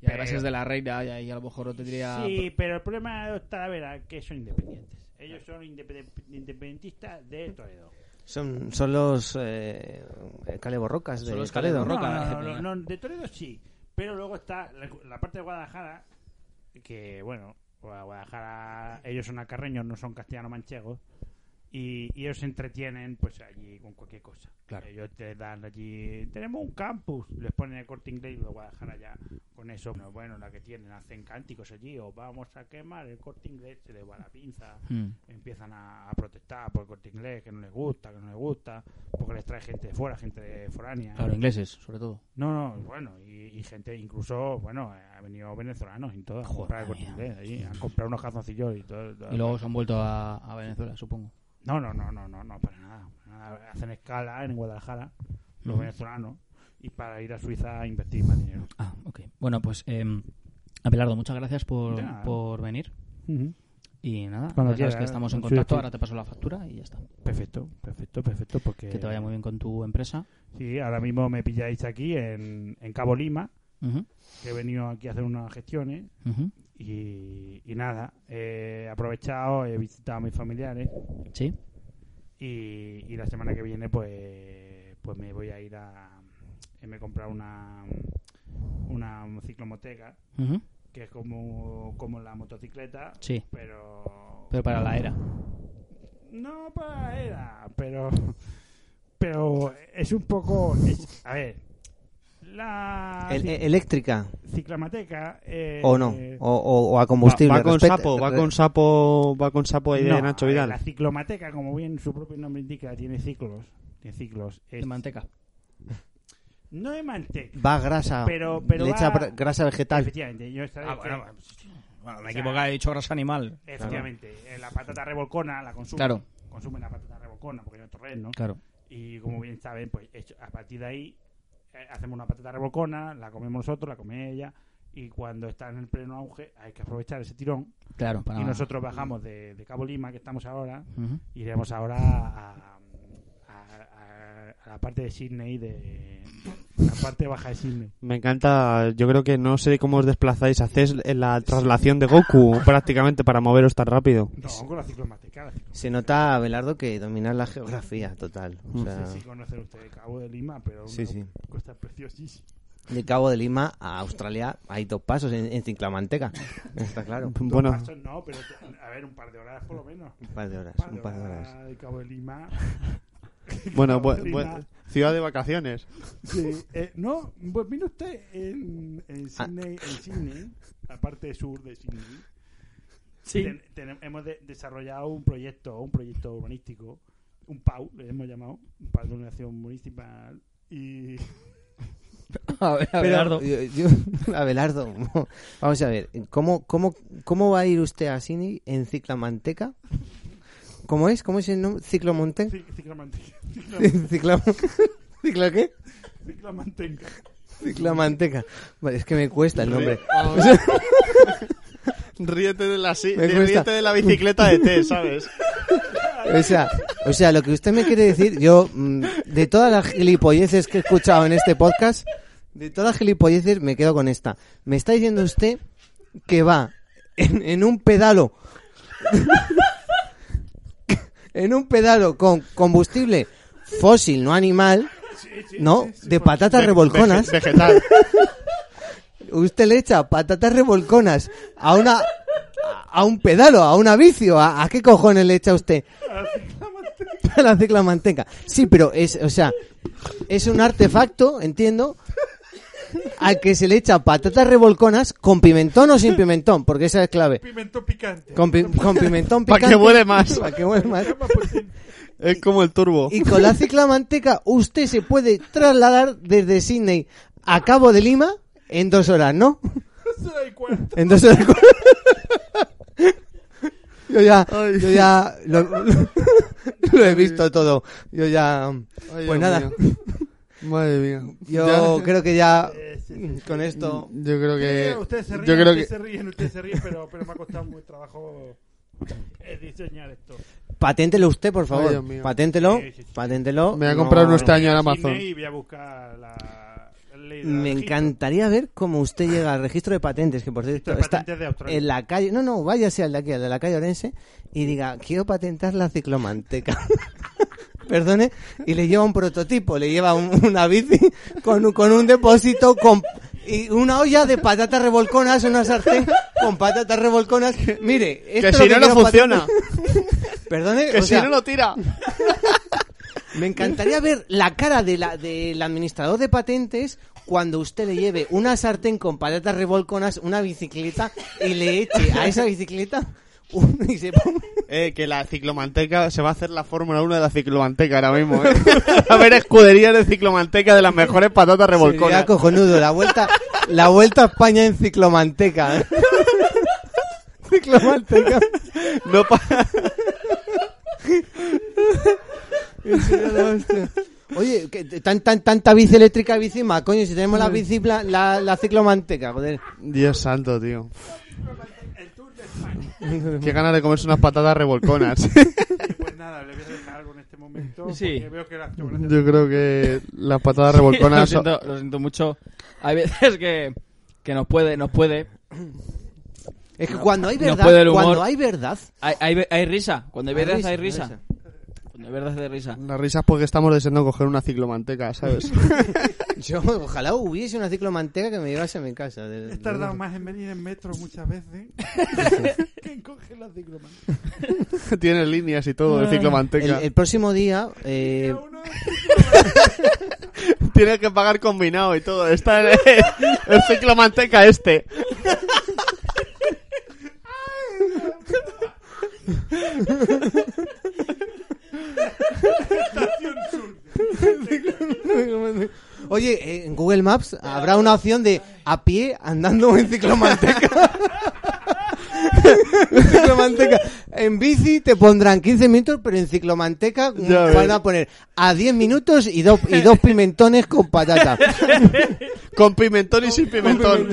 [SPEAKER 2] Y además es de la reina, y ahí a lo mejor no tendría.
[SPEAKER 3] Sí, pero el problema de Talavera que son independientes. Ellos son independen- independentistas de Toledo.
[SPEAKER 4] Son, son los eh, caleborrocas de
[SPEAKER 2] Son los
[SPEAKER 4] Toledo.
[SPEAKER 2] caleborrocas. Roca,
[SPEAKER 3] No, no, no,
[SPEAKER 2] eh,
[SPEAKER 3] no, no, de Toledo sí. Pero luego está la, la parte de Guadalajara, que bueno, Gua- Guadalajara, ellos son acarreños, no son castellano-manchegos. Y, y ellos se entretienen pues allí con cualquier cosa. Ellos te dan allí, tenemos un campus, les ponen el corte inglés y de Guadalajara ya con eso. Bueno, bueno, la que tienen, hacen cánticos allí, o vamos a quemar el corte inglés, se les va la pinza
[SPEAKER 2] Mm.
[SPEAKER 3] empiezan a, a protestar por el corte inglés, que no les gusta, que no les gusta, porque les trae gente de fuera, gente de foránea.
[SPEAKER 2] Claro, ingleses, sobre todo.
[SPEAKER 3] No, no, bueno, y, y gente, incluso, bueno, eh, ha venido venezolanos y todo, a comprar el corte
[SPEAKER 2] madre
[SPEAKER 3] inglés, ahí, han comprado unos cazoncillos y todo. todo.
[SPEAKER 2] Y luego se han vuelto a, a Venezuela, supongo.
[SPEAKER 3] No, no, no, no, no, no, para nada, para nada. Hacen escala en Guadalajara, los
[SPEAKER 2] Ujú.
[SPEAKER 3] venezolanos, y para ir a Suiza a invertir más dinero.
[SPEAKER 6] em,
[SPEAKER 2] Ah, ok. Bueno, pues, eh, Abelardo, muchas gracias por,
[SPEAKER 3] De nada.
[SPEAKER 2] por venir.
[SPEAKER 6] Y nada,
[SPEAKER 5] Cuando
[SPEAKER 6] ya sabes
[SPEAKER 5] quiera,
[SPEAKER 6] que estamos en
[SPEAKER 5] sí,
[SPEAKER 6] contacto,
[SPEAKER 5] sí.
[SPEAKER 6] ahora te paso la factura y ya está.
[SPEAKER 5] Perfecto, perfecto, perfecto, porque...
[SPEAKER 6] Que te vaya muy bien con tu empresa.
[SPEAKER 3] Sí, ahora mismo me pilláis aquí en, en Cabo Lima,
[SPEAKER 6] Ujú,
[SPEAKER 3] que he venido aquí a hacer unas gestiones.
[SPEAKER 6] ujú.
[SPEAKER 3] Y, y nada, eh, he aprovechado, he visitado a mis familiares.
[SPEAKER 6] Sí.
[SPEAKER 3] Y, y la semana que viene, pues, pues me voy a ir a. eh, Me he comprado una, una ciclomoteca,
[SPEAKER 6] ujú.
[SPEAKER 3] que es como, como la motocicleta,
[SPEAKER 6] Sí,
[SPEAKER 3] pero.
[SPEAKER 6] pero para la era.
[SPEAKER 3] No para la era, pero. Pero es un poco. es- a ver. La
[SPEAKER 4] El-
[SPEAKER 3] ci-
[SPEAKER 4] e- eléctrica
[SPEAKER 3] ciclamateca. eh,
[SPEAKER 4] o no
[SPEAKER 3] eh,
[SPEAKER 4] o, o- o a
[SPEAKER 1] Va,
[SPEAKER 4] combustible
[SPEAKER 1] va con
[SPEAKER 4] respeta-
[SPEAKER 1] sapo, va
[SPEAKER 4] re-
[SPEAKER 1] con sapo, va con sapo ahí de
[SPEAKER 3] no, eh,
[SPEAKER 1] Nacho
[SPEAKER 3] a ver,
[SPEAKER 1] Vidal.
[SPEAKER 3] La ciclomateca, como bien su propio nombre indica, tiene ciclos. Tiene ciclos. Es-
[SPEAKER 6] De manteca.
[SPEAKER 3] no de manteca.
[SPEAKER 4] eh, va grasa
[SPEAKER 3] Pero- pero
[SPEAKER 4] le
[SPEAKER 3] va-
[SPEAKER 4] echa bra- grasa vegetal
[SPEAKER 3] Efectivamente, yo esta vez que-
[SPEAKER 6] Ah, Bueno, me
[SPEAKER 3] he equivocado,
[SPEAKER 6] he dicho grasa animal.
[SPEAKER 3] efectivamente, eh, la patata revolcona la consumen.
[SPEAKER 6] Claro.
[SPEAKER 3] Consumen la patata revolcona porque no torres, ¿no?
[SPEAKER 6] Claro.
[SPEAKER 3] Y como bien saben, pues hecho- a partir de ahí eh, hacemos una patata revolcona, la comemos nosotros, la come ella. Y cuando está en el pleno auge, hay que aprovechar ese tirón.
[SPEAKER 6] Claro, para
[SPEAKER 3] Y nosotros bajamos de, de Cabo Lima, que estamos ahora,
[SPEAKER 6] Ujú.
[SPEAKER 3] iremos ahora a, a- a- a la parte de Sydney, de la parte baja de Sydney.
[SPEAKER 1] Me encanta, yo creo que no sé cómo os desplazáis, hacéis la traslación de Goku prácticamente para moveros tan rápido.
[SPEAKER 3] No, con la ciclomateca. La ciclomateca.
[SPEAKER 4] se nota Belardo que dominar la geografía total
[SPEAKER 1] Mm.
[SPEAKER 4] o sea,
[SPEAKER 3] No sé si conocen ustedes Cabo de Lima, pero
[SPEAKER 4] Sí,
[SPEAKER 3] una
[SPEAKER 4] sí.
[SPEAKER 3] costa preciosísima.
[SPEAKER 4] de Cabo de Lima a Australia hay dos pasos en, en Ciclamanteca está claro un
[SPEAKER 3] Dos
[SPEAKER 1] Bueno,
[SPEAKER 3] pasos no, pero te- a ver, un par de horas por lo menos. Un
[SPEAKER 4] par de horas
[SPEAKER 3] par de,
[SPEAKER 4] un par de
[SPEAKER 3] horas.
[SPEAKER 4] horas
[SPEAKER 3] de Cabo de Lima.
[SPEAKER 1] bueno,
[SPEAKER 3] Cabo
[SPEAKER 1] bu-
[SPEAKER 3] de Lima.
[SPEAKER 1] bu- ciudad de vacaciones.
[SPEAKER 3] Sí, eh, no, pues mire usted en,
[SPEAKER 4] Ah.
[SPEAKER 3] en Sydney, en Sydney, la parte sur de Sydney. ten- ten- hemos de- desarrollado un proyecto, un proyecto urbanístico, un PAU, le hemos llamado, un PAU de Ordenación Municipal. Y
[SPEAKER 6] A ver,
[SPEAKER 4] Pero,
[SPEAKER 6] Abelardo.
[SPEAKER 4] yo- yo- Abelardo, vamos a ver, ¿cómo, cómo, ¿cómo va a ir usted a Sydney en Ciclamanteca? ¿Cómo es? ¿Cómo es el nombre? ¿Ciclomonteca?
[SPEAKER 3] ci- ciclamanteca. cicla-
[SPEAKER 4] ¿Cicla, ¿Cicla qué?
[SPEAKER 3] Ciclamanteca.
[SPEAKER 4] Ciclamanteca. Vale, es que me cuesta el nombre.
[SPEAKER 1] Ríete de la, si-
[SPEAKER 4] Me
[SPEAKER 1] de-
[SPEAKER 4] cuesta.
[SPEAKER 1] ríete de la bicicleta de té, ¿sabes?
[SPEAKER 4] O sea, o sea, lo que usted me quiere decir, yo, mm, de todas las gilipolleces que he escuchado en este podcast, de todas las gilipolleces me quedo con esta. Me está diciendo usted que va en, en un pedalo, en un pedalo con combustible fósil, no animal, ¿no? De patatas revolconas.
[SPEAKER 1] Vege- vegetal.
[SPEAKER 4] Usted le echa patatas revolconas a una a un pedalo, a una vicio, a, a qué cojones le echa usted a la ciclamanteca. Sí, pero es, o sea, es un artefacto, entiendo, al que se le echa patatas revolconas con pimentón o sin pimentón, porque esa es clave.
[SPEAKER 3] Pimento picante.
[SPEAKER 4] Con, pi- con pimentón
[SPEAKER 1] Pa' que
[SPEAKER 4] picante.
[SPEAKER 1] huele más.
[SPEAKER 4] pa' que huele más.
[SPEAKER 1] Es como el turbo.
[SPEAKER 4] Y con la ciclamanteca usted se puede trasladar desde Sydney a Cabo de Lima en dos horas, ¿no? En dos horas. Yo ya, yo ya lo, lo he visto todo. Yo ya,
[SPEAKER 1] Ay,
[SPEAKER 4] pues
[SPEAKER 1] Dios
[SPEAKER 4] nada,
[SPEAKER 1] mío. Madre mía.
[SPEAKER 4] yo
[SPEAKER 1] Ya-
[SPEAKER 4] creo que ya
[SPEAKER 3] Eh, sí, sí.
[SPEAKER 4] con esto
[SPEAKER 1] Yo creo que.
[SPEAKER 3] Sí, ustedes se ríen,
[SPEAKER 1] yo creo
[SPEAKER 3] ustedes
[SPEAKER 1] que.
[SPEAKER 3] se ríen, ustedes se ríen, pero, pero me ha costado mucho trabajo eh, diseñar esto.
[SPEAKER 4] paténtelo usted, por
[SPEAKER 1] Ay, Dios
[SPEAKER 4] favor.
[SPEAKER 1] mío.
[SPEAKER 4] paténtelo,
[SPEAKER 3] Sí, sí, sí.
[SPEAKER 4] paténtelo.
[SPEAKER 1] Me voy a
[SPEAKER 4] No,
[SPEAKER 1] comprar uno este año en Amazon.
[SPEAKER 3] Sydney y voy a buscar la... la ley de
[SPEAKER 4] Me
[SPEAKER 3] registro.
[SPEAKER 4] encantaría ver cómo usted llega al registro de patentes, que por cierto
[SPEAKER 3] Registro de
[SPEAKER 4] está
[SPEAKER 3] patentes de Australia.
[SPEAKER 4] en la calle, no, no, váyase al de aquí, al de la calle Orense, y diga, quiero patentar la ciclomanteca. Perdone, y le lleva un prototipo, le lleva un- una bici con, un- con un depósito con, y una olla de patatas revolconas, una sartén con patatas revolconas. Mire, esto
[SPEAKER 1] Que
[SPEAKER 4] es
[SPEAKER 1] si no,
[SPEAKER 4] lo
[SPEAKER 1] no
[SPEAKER 4] quiero
[SPEAKER 1] funciona.
[SPEAKER 4] patentar. Perdone,
[SPEAKER 1] Que
[SPEAKER 4] o
[SPEAKER 1] si
[SPEAKER 4] sea,
[SPEAKER 1] no, no tira.
[SPEAKER 4] me encantaría ver la cara de la, del administrador de patentes cuando usted le lleve una sartén con patatas revolconas, una bicicleta y le eche a esa bicicleta un, y se ponga-
[SPEAKER 1] Eh, que la ciclomanteca se va a hacer la Fórmula 1 de la ciclomanteca ahora mismo. ¿eh? a ver, escuderías de ciclomanteca de las mejores patatas revolconas.
[SPEAKER 4] Sería cojonudo, la vuelta, la vuelta a España en ciclomanteca. ciclomanteca.
[SPEAKER 1] No pa-
[SPEAKER 4] Oye, que t- tan, tan, tanta bici eléctrica, bici más, coño, si tenemos la bici, pla- la, la ciclomanteca, joder.
[SPEAKER 1] Dios santo, tío.
[SPEAKER 3] El Tour de España.
[SPEAKER 1] Qué ganas de comerse unas patatas revolconas.
[SPEAKER 3] Pues nada, le voy a dejar algo en este momento.
[SPEAKER 6] Sí.
[SPEAKER 3] Porque veo que la chocolate
[SPEAKER 1] Yo creo que las patatas revolconas
[SPEAKER 6] lo,
[SPEAKER 1] son-
[SPEAKER 6] siento, lo siento mucho. Hay veces que, que nos puede, nos puede.
[SPEAKER 4] Es que cuando hay
[SPEAKER 6] No puede
[SPEAKER 4] verdad,
[SPEAKER 6] el humor.
[SPEAKER 4] cuando hay verdad,
[SPEAKER 6] Hay, hay, hay risa. Cuando hay
[SPEAKER 4] Hay
[SPEAKER 6] verdad,
[SPEAKER 4] risa,
[SPEAKER 6] hay
[SPEAKER 4] hay
[SPEAKER 6] risa.
[SPEAKER 4] risa.
[SPEAKER 6] Cuando hay verdad, hay risa.
[SPEAKER 1] Las risas porque estamos deseando coger una ciclomanteca, ¿sabes?
[SPEAKER 4] yo ojalá hubiese una ciclomanteca que me llevase a mi casa. de-
[SPEAKER 3] He tardado más en venir en metro muchas veces que en coger la ciclomanía.
[SPEAKER 1] Tiene líneas y todo de
[SPEAKER 4] El,
[SPEAKER 1] ciclomanteca.
[SPEAKER 4] el próximo día, eh,
[SPEAKER 1] Tienes que pagar combinado y todo. Está el, el ciclomanteca este.
[SPEAKER 4] oye, eh, en Google Maps habrá una opción de a pie andando en ciclomanteca. ciclomanteca. En bici te pondrán 15 minutos, pero en ciclomanteca
[SPEAKER 1] Ya ves.
[SPEAKER 4] van a poner a 10 minutos y dos, y dos pimentones con patata.
[SPEAKER 1] Con pimentón y sin pimentón.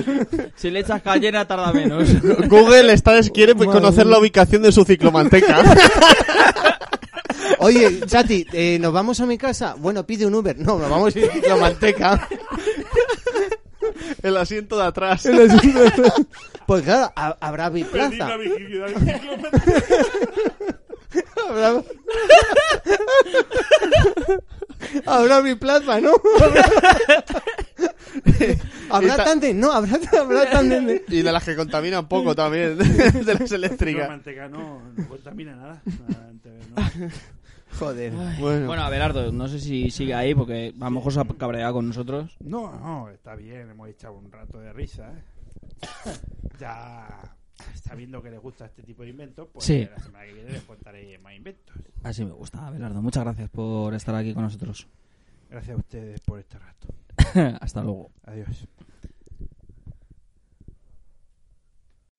[SPEAKER 6] Si le echas cayena, tarda menos.
[SPEAKER 1] Google está des- quiere pues, conocer la ubicación de su ciclomanteca.
[SPEAKER 4] Oye, Chati, eh, ¿nos vamos a mi casa? Bueno, pide un Uber. No, nos vamos en ciclomanteca.
[SPEAKER 1] El asiento de atrás.
[SPEAKER 4] Pues claro, ha- habrá
[SPEAKER 3] Perdí la
[SPEAKER 4] biplaza.
[SPEAKER 3] virginidad del ciclomanteca.
[SPEAKER 4] Habrá... habrá biplaza, ¿no? habrá
[SPEAKER 1] Esta-
[SPEAKER 4] tándem, no, habrá, habrá tándem de-
[SPEAKER 1] Y de las que contaminan poco también. De las eléctricas.
[SPEAKER 3] Ciclomanteca no, no contamina nada. Nada, antes, ¿no?
[SPEAKER 4] Joder.
[SPEAKER 1] Bueno,
[SPEAKER 6] Bueno, Abelardo, no sé si sigue ahí porque a lo mejor se ha cabreado con nosotros.
[SPEAKER 3] No, no, está bien, hemos echado un rato de risa, ¿eh? Ya está viendo que les gusta este tipo de inventos, pues
[SPEAKER 6] Sí.
[SPEAKER 3] la semana que viene les contaré más inventos.
[SPEAKER 6] Así me gusta, Abelardo. Muchas gracias por estar aquí con nosotros.
[SPEAKER 3] Gracias a ustedes por este rato.
[SPEAKER 6] Hasta luego.
[SPEAKER 3] Adiós.